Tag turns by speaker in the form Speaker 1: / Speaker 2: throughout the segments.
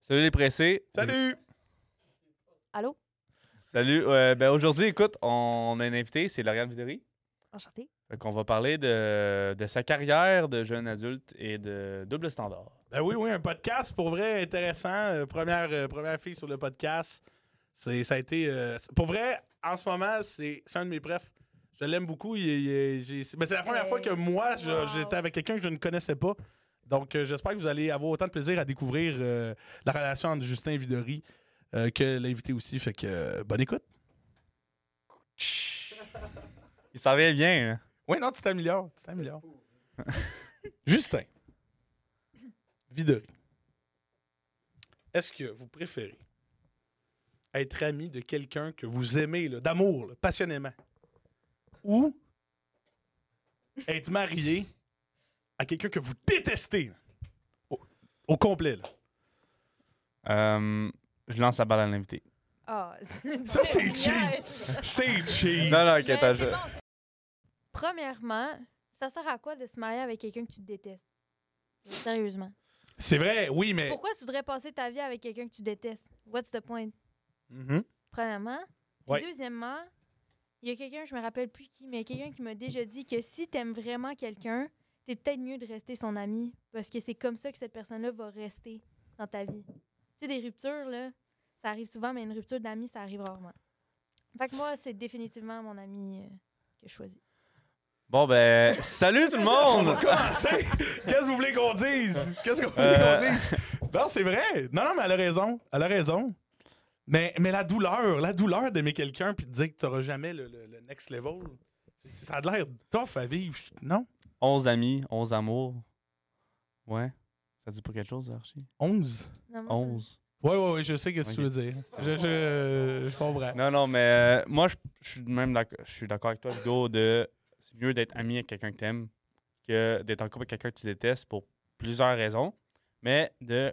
Speaker 1: Salut les pressés.
Speaker 2: Salut!
Speaker 3: Allô?
Speaker 1: Salut. euh, ben aujourd'hui, écoute, on a un invité, c'est Lauriane Videry.
Speaker 3: Enchanté.
Speaker 1: On va parler de, de sa carrière de jeune adulte et de double standard.
Speaker 2: Ben oui, oui, un podcast pour vrai intéressant. Euh, première, euh, première fille sur le podcast. C'est, ça a été. euh, c'est- pour vrai, en ce moment, c'est, c'est un de mes prefs. Je l'aime beaucoup. Il, est- il est- j'ai- c'est- mais c'est la première
Speaker 3: Hey.
Speaker 2: fois que moi, je-
Speaker 3: Wow.
Speaker 2: j'étais avec quelqu'un que je ne connaissais pas. Donc, euh, j'espère que vous allez avoir autant de plaisir à découvrir euh, la relation entre Justin et Vidori euh, que l'invité aussi. Fait que euh, bonne écoute.
Speaker 1: Il s'en vient bien. hein?
Speaker 2: Oui, non, tu t'améliores. Tu t'améliores. Justin. Videry. Est-ce que vous préférez être ami de quelqu'un que vous aimez, là, d'amour, là, passionnément, ou être marié à quelqu'un que vous détestez là, au, au complet? là?
Speaker 1: Euh, je lance la balle à l'invité.
Speaker 3: Ah,
Speaker 2: Ça, c'est cheap. C'est cheap!
Speaker 1: Non, non,
Speaker 3: Mais
Speaker 1: ok, attends,
Speaker 3: ben, c'est
Speaker 1: je-
Speaker 3: bon, c'est- Premièrement, ça sert à quoi de se marier avec quelqu'un que tu détestes? Sérieusement.
Speaker 2: C'est vrai, oui, mais.
Speaker 3: Pourquoi tu voudrais passer ta vie avec quelqu'un que tu détestes? What's the point?
Speaker 2: Mhm.
Speaker 3: Premièrement. Puis
Speaker 2: Ouais.
Speaker 3: Deuxièmement, il y a quelqu'un, je me rappelle plus qui, mais quelqu'un qui m'a déjà dit que si tu aimes vraiment quelqu'un, t'es peut-être mieux de rester son ami parce que c'est comme ça que cette personne-là va rester dans ta vie. Tu sais, des ruptures, là, ça arrive souvent, mais une rupture d'amis, ça arrive rarement. Fait que moi, c'est définitivement mon ami euh, que je choisis.
Speaker 1: Bon, ben, salut tout le
Speaker 2: On va
Speaker 1: monde!
Speaker 2: commencer. Qu'est-ce que vous voulez qu'on dise? Qu'est-ce que vous voulez
Speaker 1: Euh.
Speaker 2: qu'on dise? Non, c'est vrai. Non, non, mais elle a raison. Elle a raison. Mais, mais la douleur, la douleur d'aimer quelqu'un puis de dire que tu n'auras jamais le, le- le next level, c'est- ça a de l'air tough à vivre, non?
Speaker 1: 11 amis, 11 amours. Ouais. Ça dit pas quelque chose, Archie?
Speaker 2: 11.
Speaker 3: Non, moi, ça-
Speaker 1: 11.
Speaker 2: Oui, oui, oui, je sais ce que tu
Speaker 1: Ok.
Speaker 2: veux dire. Je, je, je comprends.
Speaker 1: Non, non, mais euh, moi, je je suis même d'ac- je suis d'accord avec toi, Hugo, de c'est mieux d'être ami avec quelqu'un que t'aimes que d'être en couple avec quelqu'un que tu détestes pour plusieurs raisons. Mais de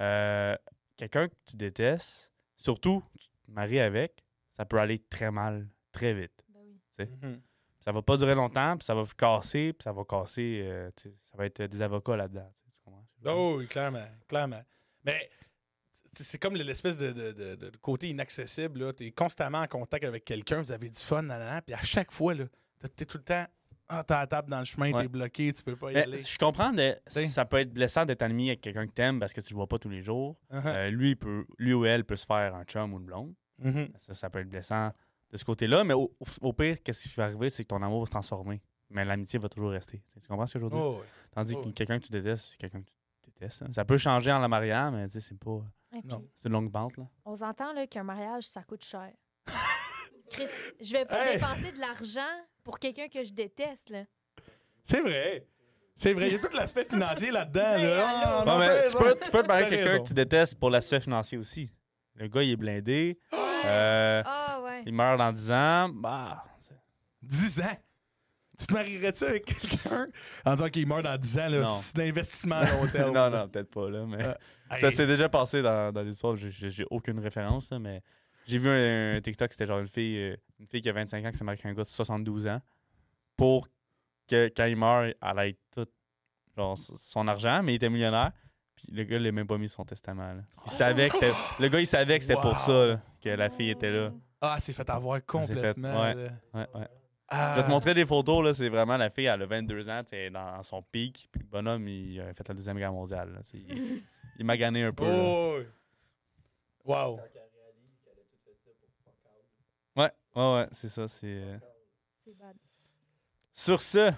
Speaker 1: euh, quelqu'un que tu détestes, surtout tu te maries avec, ça peut aller très mal, très vite.
Speaker 3: Ben oui.
Speaker 2: Mhm.
Speaker 1: Ça va pas durer longtemps, puis ça va casser, puis ça va casser, euh, tu sais, ça va être des avocats là-dedans. tu sais, tu comprends?
Speaker 2: Oh, oui, clairement, clairement. Mais c'est c'est comme l'espèce de, de- de- de côté inaccessible. Tu es constamment en contact avec quelqu'un, vous avez du fun, nanana, puis à chaque fois, tu es tout le temps, ah, t'as la table dans le chemin,
Speaker 1: Ouais.
Speaker 2: t'es bloqué, tu peux pas y
Speaker 1: Mais
Speaker 2: aller.
Speaker 1: je comprends que
Speaker 2: T'sais.
Speaker 1: ça peut être blessant d'être ami avec quelqu'un que t'aimes parce que tu le vois pas tous les jours. Euh, lui, il peut, lui ou elle peut se faire un chum ou une blonde.
Speaker 2: Uh-huh. Mhm.
Speaker 1: Ça, ça peut être blessant de ce côté-là, mais au, au- au pire, qu'est-ce qui va arriver, c'est que ton amour va se transformer. Mais l'amitié va toujours rester. Tu comprends ce que je veux dire?
Speaker 2: Oh, oui.
Speaker 1: Tandis
Speaker 2: oh
Speaker 1: que
Speaker 2: oui.
Speaker 1: quelqu'un que tu détestes, c'est quelqu'un que tu détestes. hein. Ça peut changer en la mariage, mais tu sais, c'est pas.
Speaker 3: Et puis,
Speaker 2: Non.
Speaker 1: C'est une longue pente, là.
Speaker 3: On s'entend là, qu'un mariage, ça coûte cher. Chris, je vais pas
Speaker 2: Hey!
Speaker 3: dépenser de l'argent pour quelqu'un que je déteste. Là.
Speaker 2: C'est vrai. C'est vrai, il y a tout l'aspect financier là-dedans.
Speaker 3: Mais
Speaker 2: là. Ah,
Speaker 3: allô?
Speaker 2: non,
Speaker 1: Non, mais
Speaker 2: t'as
Speaker 1: tu
Speaker 2: raison.
Speaker 1: peux, tu peux te marier
Speaker 2: T'as
Speaker 1: avec quelqu'un
Speaker 2: raison.
Speaker 1: que tu détestes pour l'aspect financier aussi. Le gars, il est blindé. euh,
Speaker 3: Ah ouais.
Speaker 1: il meurt dans 10 ans. Bah.
Speaker 2: 10 ans. Tu te marierais-tu avec quelqu'un en disant qu'il meurt dans 10 ans? là,
Speaker 1: Non.
Speaker 2: C'est un investissement à long terme.
Speaker 1: non, non, peut-être pas, là. Mais...
Speaker 2: Euh,
Speaker 1: Ça
Speaker 2: Hey.
Speaker 1: s'est déjà passé dans, dans l'histoire, j'ai- j'ai j'ai aucune référence, là, mais j'ai vu un, un TikTok, c'était genre une fille, euh, une fille qui a 25 ans qui s'est mariée avec un gars de 72 ans pour que quand il meurt, elle ait tout genre, s- son argent, mais il était millionnaire. Puis le gars, il l'a même pas mis sur son testament. là. Il savait que c'était- le gars, il savait que c'était
Speaker 2: Wow.
Speaker 1: pour ça là, que la fille était là.
Speaker 2: Ah, c'est fait avoir complètement.
Speaker 1: ouais.
Speaker 2: là.
Speaker 1: Ouais, ouais.
Speaker 2: Ah.
Speaker 1: Je vais te montrer des photos, là, c'est vraiment la fille, elle a 22 ans, elle est dans son pic, puis le bonhomme, il a fait la Deuxième Guerre mondiale. là. C'est- Il, il m'a gagné un peu. là.
Speaker 2: Oh, oui. Wow.
Speaker 1: Ouais, ouais, ouais, c'est ça, c'est... euh,
Speaker 3: C'est bad.
Speaker 1: Sur ce,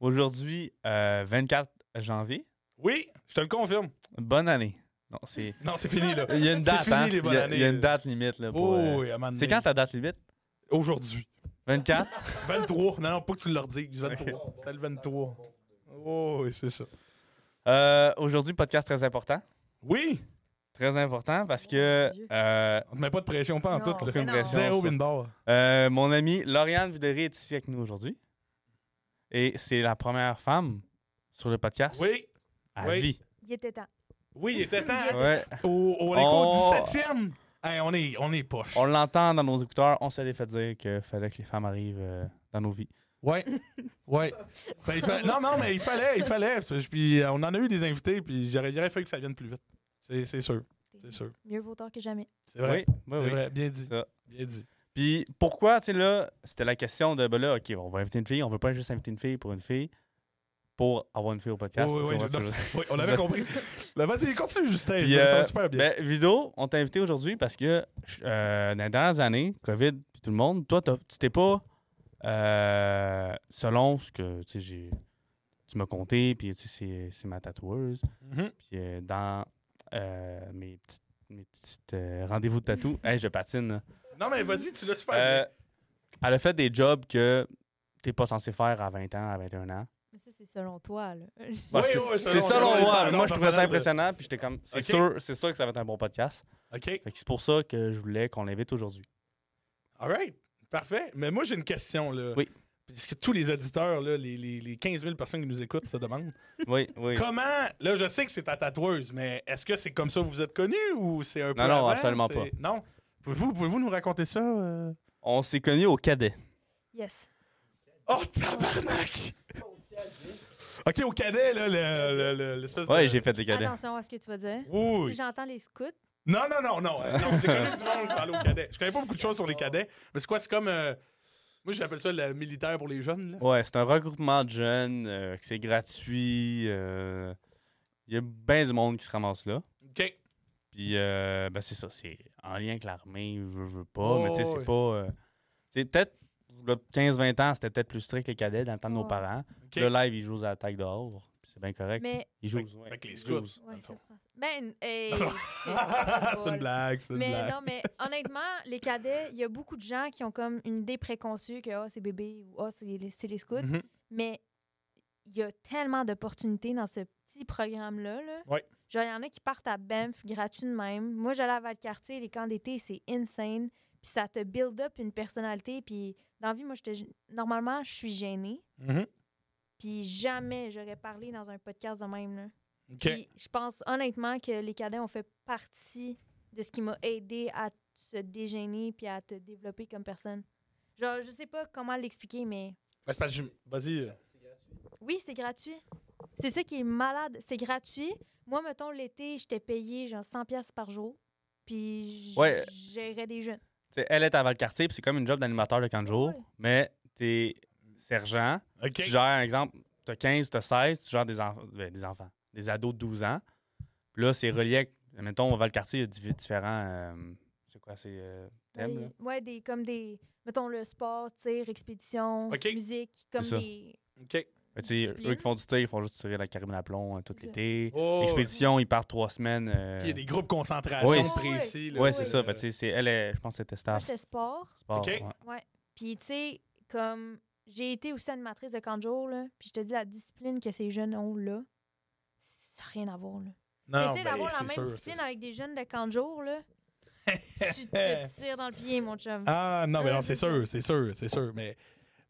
Speaker 1: aujourd'hui, euh, 24 janvier,
Speaker 2: Oui, je te le confirme.
Speaker 1: bonne année. Non, c'est.
Speaker 2: Non, c'est fini, là.
Speaker 1: Il y a une
Speaker 2: C'est
Speaker 1: date.
Speaker 2: fini,
Speaker 1: hein.
Speaker 2: les
Speaker 1: Il y
Speaker 2: bonnes
Speaker 1: a-
Speaker 2: années,
Speaker 1: Il y a
Speaker 2: là.
Speaker 1: une date limite. là, pour,
Speaker 2: Oh,
Speaker 1: euh,
Speaker 2: oui, à un moment
Speaker 1: C'est
Speaker 2: donné.
Speaker 1: quand ta date limite
Speaker 2: Aujourd'hui.
Speaker 1: 24
Speaker 2: 23. Non, non, pas que tu le redises. 23. C'est le 23. Oh, oui, c'est ça.
Speaker 1: Euh, Aujourd'hui, podcast très important.
Speaker 2: Oui,
Speaker 1: Très important parce
Speaker 3: Oh,
Speaker 1: que
Speaker 3: mon Dieu.
Speaker 1: euh,
Speaker 2: on te met pas de pression, pas en
Speaker 3: Non,
Speaker 2: tout, là.
Speaker 3: mais non.
Speaker 1: pression.
Speaker 2: Zéro
Speaker 1: ça.
Speaker 2: win bar.
Speaker 1: euh, mon amie Lauriane Videry est ici avec nous aujourd'hui. Et c'est la première femme sur le podcast
Speaker 2: Oui,
Speaker 1: à
Speaker 2: oui.
Speaker 1: vie.
Speaker 3: Il était temps.
Speaker 2: oui, il était temps.
Speaker 1: Ouais.
Speaker 2: Au- au- on est
Speaker 1: On- Oh.
Speaker 2: qu'au 17e. Hey, on est, on est poche.
Speaker 1: On l'entend dans nos écouteurs. On se l'est fait dire qu'il fallait que les femmes arrivent euh, dans nos vies.
Speaker 2: Ouais. Ouais. Ben, il fa- Non, non, mais il fallait, il fallait. Puis euh, on en a eu des invités, puis j'aurais- il aurait fallu que ça vienne plus vite. C'est c'est sûr.
Speaker 3: écouter.
Speaker 2: C'est sûr.
Speaker 3: Mieux vaut tard que jamais.
Speaker 2: C'est vrai.
Speaker 1: Oui, oui,
Speaker 2: c'est
Speaker 1: oui.
Speaker 2: vrai. Bien dit.
Speaker 1: Ça.
Speaker 2: Bien dit.
Speaker 1: Puis pourquoi, tu sais, là, c'était la question de, ben là, OK, on va inviter une fille, on veut pas juste inviter une fille pour une fille, pour avoir une fille au podcast.
Speaker 2: oui,
Speaker 1: tu
Speaker 2: oui,
Speaker 1: vois,
Speaker 2: je-
Speaker 1: tu
Speaker 2: non,
Speaker 1: vois.
Speaker 2: oui, on l'avait compris. Là, vas-y, continue, Justin.
Speaker 1: Puis,
Speaker 2: ça
Speaker 1: euh,
Speaker 2: va super bien.
Speaker 1: Ben, Vido, on t'a invité aujourd'hui parce que euh, dans les dernières années, COVID, puis tout le monde, toi, t'as- tu t'es pas, euh, selon ce que, tu sais, j'ai- tu m'as compté, puis tu sais, c'est- c'est ma tatoueuse.
Speaker 2: Mhm.
Speaker 1: Puis euh, dans euh, mes petites, mes petites, euh, rendez-vous de tatou, hey, je patine. là.
Speaker 2: Non, mais vas-y, tu l'as super
Speaker 1: Euh,
Speaker 2: bien.
Speaker 1: elle a fait des jobs que t'es pas censé faire à 20 ans, à 21 ans.
Speaker 3: Mais ça, c'est selon toi. Là.
Speaker 1: bah,
Speaker 2: Oui,
Speaker 1: c'est-
Speaker 2: oui,
Speaker 1: C'est
Speaker 2: selon-
Speaker 1: selon
Speaker 2: selon
Speaker 1: moi.
Speaker 2: les
Speaker 1: Moi, je trouvais ça
Speaker 2: personnels de-
Speaker 1: impressionnant. Puis j'étais comme, c'est
Speaker 2: Ok.
Speaker 1: sûr, c'est sûr que ça va être un bon podcast.
Speaker 2: OK.
Speaker 1: Fait que c'est pour ça que je voulais qu'on l'invite aujourd'hui.
Speaker 2: All right. Parfait. Mais moi, j'ai une question, là.
Speaker 1: Oui.
Speaker 2: Parce que tous les auditeurs, là, les, les, les 15 000 personnes qui nous écoutent se demandent
Speaker 1: Oui, oui.
Speaker 2: comment. Là, je sais que c'est ta tatoueuse, mais est-ce que c'est comme ça que vous êtes connu ou c'est un peu.
Speaker 1: non,
Speaker 2: avant,
Speaker 1: absolument
Speaker 2: c'est-
Speaker 1: pas.
Speaker 2: Non. Pouvez-vous pouvez nous raconter ça? euh?
Speaker 1: On s'est connus au cadet.
Speaker 3: Yes.
Speaker 2: Oh, tabarnak! OK, au cadet, là, le- le- le- l'espèce
Speaker 1: Ouais,
Speaker 2: de.
Speaker 1: j'ai fait les cadets.
Speaker 3: Attention à ce que tu vas dire.
Speaker 2: Oui.
Speaker 3: Si j'entends les scouts,
Speaker 2: Non, non, non, non. euh, non j'ai connu du monde qui allait au cadet. Je connais pas beaucoup de choses sur les cadets. Mais c'est quoi? C'est comme. euh, moi, j'appelle ça le militaire pour les jeunes. Là.
Speaker 1: Ouais, c'est un regroupement de jeunes, euh, que c'est gratuit. euh, Il y a bien du monde qui se ramasse là.
Speaker 2: OK.
Speaker 1: Puis, euh, ben, c'est ça. C'est en lien avec l'armée, veut, veut pas.
Speaker 2: Oh,
Speaker 1: mais, tu sais,
Speaker 2: ouais.
Speaker 1: c'est pas. euh, tu sais, peut-être, là, 15-20 ans, c'était peut-être plus strict les cadets dans le temps de nos
Speaker 3: Ouais.
Speaker 1: parents.
Speaker 2: OK.
Speaker 1: Le live, ils jouent à la taille dehors. puis C'est bien correct.
Speaker 3: mais.
Speaker 1: Ils jouent. ouais,
Speaker 2: fait que les
Speaker 1: ils
Speaker 2: scouts.
Speaker 1: jouent.
Speaker 3: Ouais, c'est français. Ben, hey,
Speaker 2: c'est une blague, c'est une
Speaker 3: Mais
Speaker 2: blague.
Speaker 3: non, mais honnêtement, les cadets, il y a beaucoup de gens qui ont comme une idée préconçue que ah, c'est bébé ou ah, c'est les, c'est les scouts.
Speaker 2: Mhm.
Speaker 3: Mais il y a tellement d'opportunités dans ce petit programme-là. Là.
Speaker 2: Ouais.
Speaker 3: Genre, il y en a qui partent à Banff gratuit de même. Moi, j'allais à Valcartier, les camps d'été, c'est insane. Puis ça te build up une personnalité. Puis dans la vie, moi, j'étais gê- normalement, je suis gênée.
Speaker 2: Mhm.
Speaker 3: Puis jamais j'aurais parlé dans un podcast de même. Là.
Speaker 2: OK.
Speaker 3: Puis, je pense honnêtement que les cadets ont fait partie de ce qui m'a aidé à se déjeuner puis à te développer comme personne. Genre, je sais pas comment l'expliquer, mais
Speaker 2: Ouais, Ben, c'est parce que je- Vas-y. euh,
Speaker 3: oui, c'est gratuit. C'est ça qui est malade. C'est gratuit. Moi, mettons, l'été, j'étais payé genre 100 pièces par jour. Puis, j-
Speaker 1: Ouais.
Speaker 3: gérais des jeunes.
Speaker 1: Tu sais, elle est à Valcartier, puis c'est comme une job d'animateur de camp de jour.
Speaker 3: Ouais.
Speaker 1: Mais t'es sergent.
Speaker 2: OK.
Speaker 1: Tu gères, par exemple, t'as 15, t'as 16, tu gères des, enf- ben, des enfants, des ados de 12 ans. Puis là, c'est relié avec, mettons, Valcartier, il y a div- différents. euh, c'est quoi, c'est. euh, thèmes, là?
Speaker 3: Ouais, ouais, des, comme des, mettons, le sport, tir, expédition,
Speaker 2: Ok.
Speaker 3: musique, comme
Speaker 1: ça.
Speaker 3: des...
Speaker 2: OK.
Speaker 1: Ben, tu sais, eux
Speaker 3: Discipline.
Speaker 1: qui font du tir, ils font juste tirer la carabine à plomb euh, tout
Speaker 3: C'est ça.
Speaker 1: l'été.
Speaker 2: Oh,
Speaker 1: Expédition, ils partent trois semaines. euh,
Speaker 2: Il y a des groupes de concentration
Speaker 1: Ouais,
Speaker 3: c'est-
Speaker 2: précis. là,
Speaker 1: ouais, c'est
Speaker 2: euh,
Speaker 1: ça. Ben, tu sais, c'est- elle, est- je pense que c'était
Speaker 3: Moi,
Speaker 1: staff.
Speaker 3: j'étais sport.
Speaker 1: sport,
Speaker 2: Ok.
Speaker 1: ouais.
Speaker 3: Puis, tu sais, comme j'ai été aussi animatrice de camp de jour, là, puis je te dis la discipline que ces jeunes ont là, ça n'a rien à voir. Là.
Speaker 2: non,
Speaker 3: Essayer
Speaker 2: ben,
Speaker 3: d'avoir la
Speaker 2: c'est
Speaker 3: même
Speaker 2: sûr, c'est
Speaker 3: discipline
Speaker 2: sûr.
Speaker 3: avec des jeunes de camp de jour, là, tu te tires dans le pied, mon chum.
Speaker 2: Ah, non, mais non, c'est sûr, c'est sûr, c'est sûr. Mais,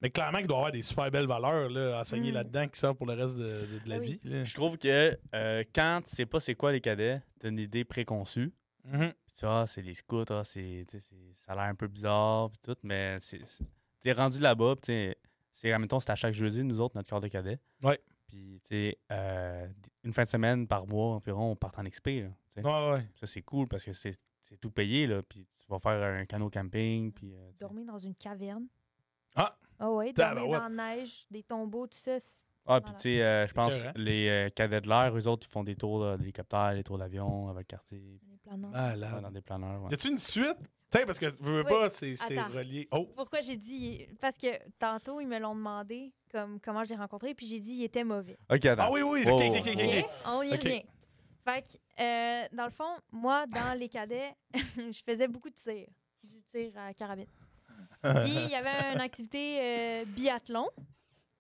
Speaker 2: mais clairement qu'il doit y avoir des super belles valeurs là, enseignées
Speaker 3: Mm.
Speaker 2: là-dedans qui servent pour le reste de, de- de la
Speaker 3: Ah oui.
Speaker 2: vie. là.
Speaker 1: Je trouve que euh, quand tu sais pas c'est quoi les cadets, t'as une idée préconçue.
Speaker 2: Mhm.
Speaker 1: Puis tu vois, ah, c'est les scouts, ah, c'est, tu sais, c'est- ça a l'air un peu bizarre, puis tout, mais c'est, c'est- t'es rendu là-bas, puis tu sais, c'est, admettons, c'est à chaque jeudi, nous autres, notre corps de cadet.
Speaker 2: Ouais.
Speaker 1: Puis, tu sais, euh, une fin de semaine par mois environ, on part en XP, là, tu sais.
Speaker 2: Ouais,
Speaker 3: Mm.
Speaker 2: ouais.
Speaker 1: Ça, c'est cool parce que c'est, c'est tout payé, là, puis tu vas faire un canot camping, puis... euh, tu sais.
Speaker 3: Dormir dans une caverne.
Speaker 2: Ah!
Speaker 3: Ah ouais, dormir
Speaker 2: Tabarouette.
Speaker 3: dans la neige, des tombeaux, tout ça. c'est-
Speaker 1: Ah, puis tu sais, euh, je
Speaker 2: C'est
Speaker 1: pense,
Speaker 2: écœurant.
Speaker 1: les euh, cadets de l'air, eux autres, ils font des tours euh, d'hélicoptère, des tours d'avion, avec le quartier,
Speaker 3: on est plein d'or.
Speaker 2: Malade.
Speaker 1: dans des planeurs, ouais.
Speaker 2: Ah, Y a-tu une suite? T'sais, parce que je veux
Speaker 3: Oui.
Speaker 2: pas, c'est c'est
Speaker 3: Attends.
Speaker 2: relié. Oh!
Speaker 3: Pourquoi j'ai dit... Parce que tantôt, ils me l'ont demandé comme comment je l'ai rencontré, puis j'ai dit il était mauvais.
Speaker 1: OK, attends.
Speaker 2: Ah oui, oui,
Speaker 1: Oh,
Speaker 2: ok, ok, ok,
Speaker 1: oh,
Speaker 2: ok,
Speaker 1: oh.
Speaker 2: ok.
Speaker 3: OK? On y
Speaker 2: Ok.
Speaker 3: revient. Fait que, euh, dans le fond, moi, dans les cadets, je faisais beaucoup de tirs. Du tir à carabine. Puis, il y avait une activité euh, biathlon.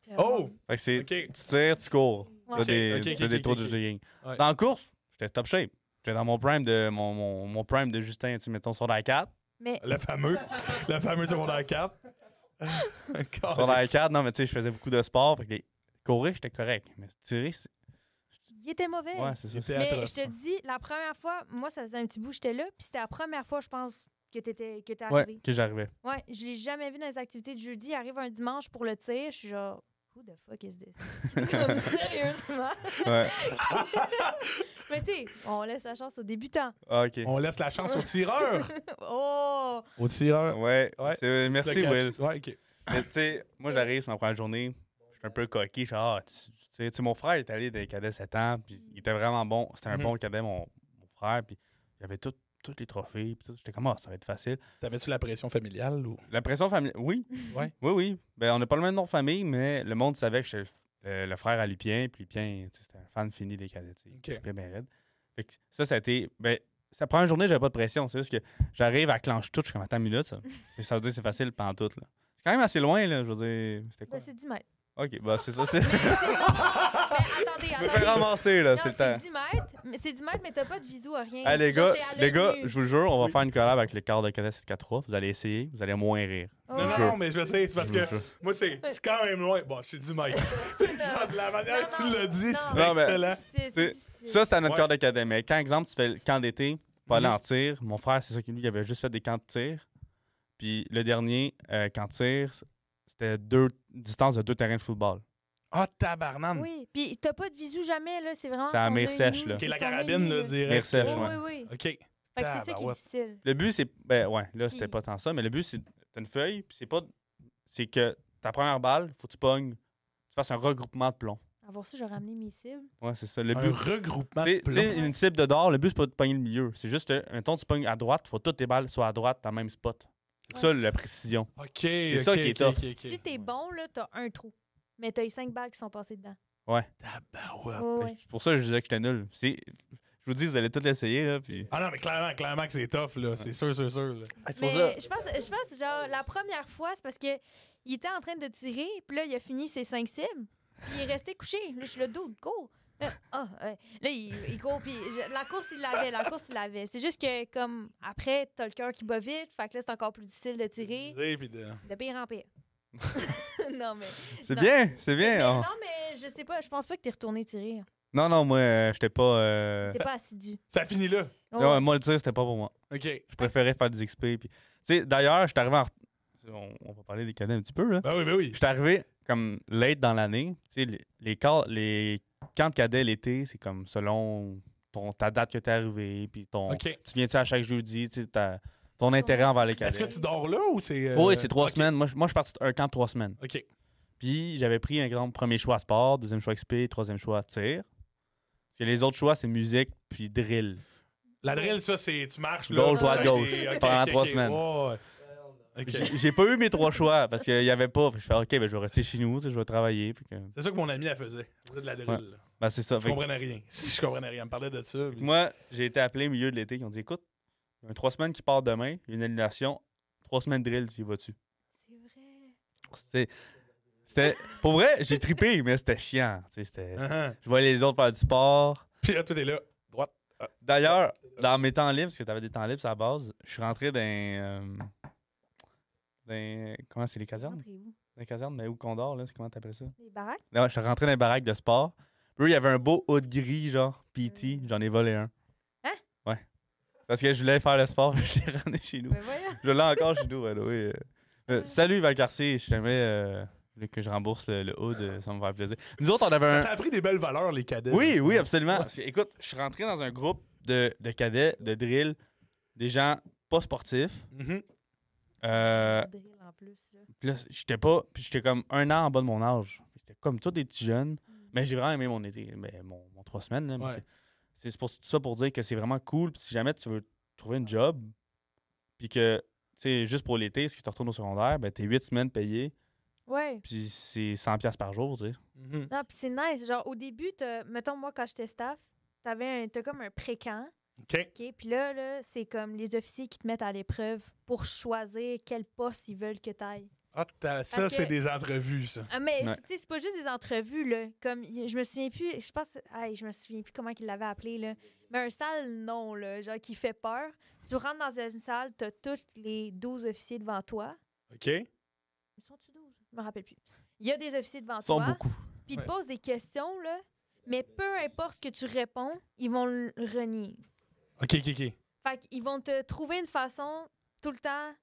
Speaker 3: Euh,
Speaker 2: Oh!
Speaker 1: Fait que c'est...
Speaker 2: Ok.
Speaker 1: Tu tires, tu cours.
Speaker 3: Ouais.
Speaker 1: Tu as des,
Speaker 2: Ok, ok,
Speaker 1: tu as des
Speaker 2: ok,
Speaker 1: tours
Speaker 2: ok,
Speaker 1: de
Speaker 2: ok.
Speaker 1: jogging.
Speaker 2: Ouais.
Speaker 1: Dans la course, j'étais top shape. J'étais dans mon prime de mon, mon, mon prime de Justin, tu sais, mettons sur la 4.
Speaker 3: Mais,
Speaker 2: Le fameux. le fameux secondaire 4. Ah.
Speaker 1: Sur la 4, non, mais tu sais, je faisais beaucoup de sport. Fait que les- courir, j'étais correct. Mais tirer, c'est.
Speaker 3: il était mauvais.
Speaker 1: Ouais, c'est hein. ça.
Speaker 2: C'était
Speaker 3: mais
Speaker 2: atroce.
Speaker 3: je te dis, la première fois, moi, ça faisait un petit bout, j'étais là. Puis, c'était la première fois, je pense, que t'étais que t'es
Speaker 1: Ouais,
Speaker 3: arrivé.
Speaker 1: que j'arrivais.
Speaker 3: Ouais. je l'ai jamais vu dans les activités de jeudi. Il arrive un dimanche pour le tir. Je suis genre, Who the fuck is this? Comme sérieusement.
Speaker 1: Ouais.
Speaker 3: Mais tu sais, on laisse la chance aux débutants.
Speaker 1: Ah, OK.
Speaker 2: On laisse la chance au tireur.
Speaker 3: Oh!
Speaker 2: Au tireur.
Speaker 1: Ouais.
Speaker 2: Ouais.
Speaker 1: c'est- euh, Merci,
Speaker 2: Le catch.
Speaker 1: Will.
Speaker 2: Ouais, ok.
Speaker 1: Mais tu sais, moi, j'arrive sur ma première journée, je suis un peu coquille. Je suis, ah, tu tu sais, tu sais, mon frère est allé des cadets 7 ans, puis il était vraiment bon. C'était un
Speaker 2: Mhm.
Speaker 1: bon cadet, mon, mon frère, puis il avait tout- tous les trophées, puis tout. J'étais comme, ah, ça va être facile.
Speaker 2: T'avais-tu la pression familiale ou.
Speaker 1: La pression familiale, oui.
Speaker 2: Ouais.
Speaker 1: Oui, oui. Ben, on n'a pas le même nom de famille, mais le monde savait que j'étais le, f- euh, le frère à Lupien, puis Lupien, tu sais, c'était un fan fini des cadets. tu sais.
Speaker 2: Ok.
Speaker 1: Il trippait bien raide. Fait que ça, ça a été. Ben, sa première journée, j'avais pas de pression. C'est juste que j'arrive à clenche tout, je suis comme, attends une minute, ça. C'est- Ça veut dire que c'est facile, pantoute, là. C'est quand même assez loin, là. Je veux dire, c'était quoi?
Speaker 3: Ben, c'est 10 mètres.
Speaker 1: Ok, bah c'est ça, c'est. Je
Speaker 3: Mais attendez,
Speaker 1: Ah! me fais
Speaker 3: attendez.
Speaker 1: ramasser, là,
Speaker 3: Non,
Speaker 1: c'est le temps.
Speaker 3: 10 mètres, mais c'est 10 mètres, mais t'as pas de visu à rien.
Speaker 1: Hey, les
Speaker 3: Genre,
Speaker 1: gars,
Speaker 3: c'est à
Speaker 1: les
Speaker 3: l'œil
Speaker 1: gars,
Speaker 3: nu.
Speaker 1: je vous jure, on va
Speaker 2: Oui.
Speaker 1: faire une collab avec le quart de cadet 743. Vous allez essayer, vous allez moins rire.
Speaker 3: Oh.
Speaker 2: Non, non,
Speaker 1: Je-
Speaker 2: non, mais je sais, c'est parce
Speaker 1: Je vous
Speaker 2: que
Speaker 1: jure.
Speaker 2: moi, c'est c'est quand même loin. Bon, c'est du mec. C'est genre de la manière que tu l'as dit,
Speaker 3: Non,
Speaker 2: c'est
Speaker 1: non.
Speaker 2: excellent.
Speaker 3: C'est-
Speaker 1: C'est-
Speaker 3: c'est difficile.
Speaker 1: Ça, c'était à notre
Speaker 2: Ouais.
Speaker 1: corps de cadet. Mais quand, exemple, tu fais le camp d'été, pas aller
Speaker 2: Mhm.
Speaker 1: en tir, mon frère, c'est ça qui lui, il avait juste fait des camps de tir. Puis le dernier euh, camp de tir, c'était deux distances de deux terrains de football.
Speaker 2: Ah, tabarnane.
Speaker 3: Oui, puis t'as pas de visu jamais, là, c'est vraiment.
Speaker 1: C'est à
Speaker 3: ton
Speaker 1: mer
Speaker 3: œil
Speaker 1: sèche,
Speaker 3: nu,
Speaker 1: là.
Speaker 2: Ok,
Speaker 3: puis
Speaker 2: la
Speaker 3: ton œil
Speaker 2: carabine,
Speaker 3: nu,
Speaker 2: là, direct.
Speaker 1: Merci,
Speaker 3: Oui,
Speaker 1: ouais.
Speaker 3: oui, oui.
Speaker 2: Ok.
Speaker 3: Fait que c'est ça qui est
Speaker 2: Tabarouette.
Speaker 3: difficile.
Speaker 1: Le but, c'est. Ben ouais, là, c'était
Speaker 3: Puis-
Speaker 1: pas tant ça, mais le but, c'est. T'as une feuille, puis c'est pas. C'est que ta première balle, faut que tu pognes, tu fasses un regroupement de plomb.
Speaker 3: Avoir ça, j'aurais amené mes cibles.
Speaker 1: Ouais, c'est ça. Le
Speaker 2: Un
Speaker 1: but.
Speaker 2: regroupement.
Speaker 1: Tu sais-
Speaker 2: de
Speaker 1: tu sais,
Speaker 2: plans.
Speaker 1: une cible de dehors, le but, c'est pas de pogner le milieu. C'est juste, euh, mettons, tu pognes à droite, faut que toutes tes balles soient à droite dans le même spot. C'est ça, la précision.
Speaker 2: Ok. C'est
Speaker 1: ça qui est tough.
Speaker 3: Si t'es bon, là, t'as un trou. Mais t'as les 5 balles qui sont passées dedans.
Speaker 2: Tabarouette.
Speaker 3: Oh,
Speaker 1: Fait que C'est pour ça que je disais que j'étais nul. C'est- Je vous dis, vous allez tout essayer, là, puis...
Speaker 2: Ah non, mais clairement, clairement que c'est tough, là. C'est sûr, sûr, sûr. là.
Speaker 3: Mais je pense, je pense, genre, la première fois, c'est parce que il était en train de tirer, puis là, il a fini ses cinq cibles, puis il est resté couché. Là, je suis le dos, go! Là, ah, ouais. Là, il, il court, puis je- la course, il l'avait, la course, il l'avait. C'est juste que, comme, après, t'as le cœur qui bat vite, fait que là, c'est encore plus difficile de tirer,
Speaker 2: Viser, puis de-
Speaker 3: de pire en pire. non, mais...
Speaker 1: C'est
Speaker 3: non.
Speaker 1: bien, hein? c'est
Speaker 3: Mais
Speaker 1: bien.
Speaker 3: Non,
Speaker 1: on-
Speaker 3: mais je sais pas, je pense pas que t'es retourné tirer. hein.
Speaker 1: Non, non, moi, euh, j'étais pas... euh,
Speaker 3: T'es pas assidu.
Speaker 2: Ça finit là.
Speaker 3: Oh.
Speaker 1: non, moi, le tir, c'était pas pour moi.
Speaker 2: Ok.
Speaker 1: Je préférais faire des XP, puis... Tu sais, d'ailleurs, j'étais arrivé en... ret- On, on va parler des cadets un petit peu, là.
Speaker 2: Ben oui, ben oui.
Speaker 1: J'étais arrivé, comme, late dans l'année. Tu sais, les, les, car- les camps de cadets l'été, c'est comme selon ton, ta date que t'es arrivé, puis ton...
Speaker 2: Ok.
Speaker 1: Tu viens-tu à chaque jeudi, tu sais, ta- ton intérêt envers les cadets.
Speaker 2: Est-ce que tu dors là ou c'est. euh,
Speaker 1: Oui, c'est trois
Speaker 2: ok,
Speaker 1: semaines. Moi, je- moi, je suis parti un camp de trois semaines.
Speaker 2: Ok.
Speaker 1: Puis j'avais pris un grand premier choix sport, deuxième choix XP, troisième choix tir. Parce que les autres choix, c'est musique puis drill.
Speaker 2: La drill, ça, c'est. Tu marches là.
Speaker 1: Gauche,
Speaker 3: droite,
Speaker 2: avec
Speaker 1: gauche,
Speaker 2: des- ok,
Speaker 1: pendant
Speaker 2: ok,
Speaker 1: trois
Speaker 2: ok.
Speaker 1: semaines.
Speaker 2: Ouais, ouais. Ok.
Speaker 1: J'ai- J'ai pas eu mes trois choix parce qu'il y avait pas. Fait que Je fais OK, ben, je vais rester chez nous, tu sais, je vais travailler. Puis que-
Speaker 2: C'est ça que mon ami la faisait. Elle faisait de la drill.
Speaker 1: Ouais.
Speaker 2: là.
Speaker 1: Ben, c'est ça.
Speaker 2: Je
Speaker 1: Fait que
Speaker 2: comprenais rien. Je comprenais rien. Elle me parlait de ça. puis-
Speaker 1: moi, j'ai été appelé au milieu de l'été. Ils ont dit écoute, il y a un trois semaines qui part demain, il y a une annulation, trois semaines de drill, tu y vas-tu
Speaker 3: C'est vrai.
Speaker 1: C'était. c'était- Pour vrai, j'ai tripé, mais c'était chiant. tu sais, c'était-
Speaker 2: Uh-huh.
Speaker 1: Je voyais les autres faire du sport.
Speaker 2: Puis là, tout est là. Droite.
Speaker 1: D'ailleurs, dans mes temps libres, parce que t'avais des temps libres à la base, je suis rentré dans. euh, dans- comment c'est les casernes
Speaker 3: Rentrez où?
Speaker 1: Les casernes, mais où qu'on dort, là c'est Comment t'appelles ça
Speaker 3: Les baraques?
Speaker 1: Là, ouais, je suis rentré dans les baraques de sport. Puis eux, il y avait un beau haut de gris, genre PT. J'en ai volé un.
Speaker 3: Hein?
Speaker 1: Ouais. Parce que je voulais faire le sport, je l'ai ramené chez nous.
Speaker 3: Ben voyons.
Speaker 1: Je l'ai encore chez nous, by the way. Euh, euh, salut Valcarcier, je t'aimais euh, que je rembourse le, le hood, euh, ça me fait plaisir. Nous autres, on avait
Speaker 2: Ça
Speaker 1: un.
Speaker 2: t'a appris des belles valeurs, les cadets.
Speaker 1: Oui, oui, absolument.
Speaker 2: Ouais.
Speaker 1: Parce que, écoute, je suis rentré dans un groupe de, de cadets, de drill, des gens pas sportifs.
Speaker 2: Mhm.
Speaker 1: Euh,
Speaker 3: Drill en plus, là.
Speaker 1: puis là, j'étais pas, puis j'étais comme un an en bas de mon âge. C'était comme tous des petits jeunes.
Speaker 3: Mm.
Speaker 1: Mais j'ai vraiment aimé mon été, ben, mon, mon trois semaines. là, mais
Speaker 2: Ouais.
Speaker 1: c'est- C'est c'est pour tout ça pour dire que c'est vraiment cool. Puis si jamais tu veux trouver une job, puis que, tu sais, juste pour l'été, si tu te retournes au secondaire, ben, t'es huit semaines payées,
Speaker 3: Ouais.
Speaker 1: puis c'est 100$ piastres par jour, tu sais.
Speaker 2: Mhm.
Speaker 3: Non, puis c'est nice. Genre, au début, t'as- mettons, moi, quand j'étais staff, t'avais un- t'as comme un pré-camp,
Speaker 2: Ok.
Speaker 3: OK? Puis là, là c'est comme les officiers qui te mettent à l'épreuve pour choisir quel poste ils veulent que t'ailles.
Speaker 2: Ah, t'as- ça,
Speaker 3: Parce que-
Speaker 2: c'est des entrevues, ça.
Speaker 3: Ah, mais,
Speaker 1: Ouais.
Speaker 3: tu sais, c'est pas juste des entrevues, là. Comme, il- je me souviens plus, je pense, aïe, je me souviens plus comment ils l'avaient appelé, là. Mais un sale nom, là, genre, qui fait peur. Tu rentres dans une salle, t'as tous les 12 officiers devant toi.
Speaker 2: OK.
Speaker 3: Ils sont-tu 12? Je me rappelle plus. Il y a des officiers devant
Speaker 1: Ils sont
Speaker 3: toi.
Speaker 1: beaucoup.
Speaker 3: puis ils te
Speaker 2: Ouais.
Speaker 3: posent des questions, là, mais peu importe ce que tu réponds, ils vont le renier.
Speaker 2: OK, OK, OK.
Speaker 3: Fait qu'ils vont te trouver une façon tout le temps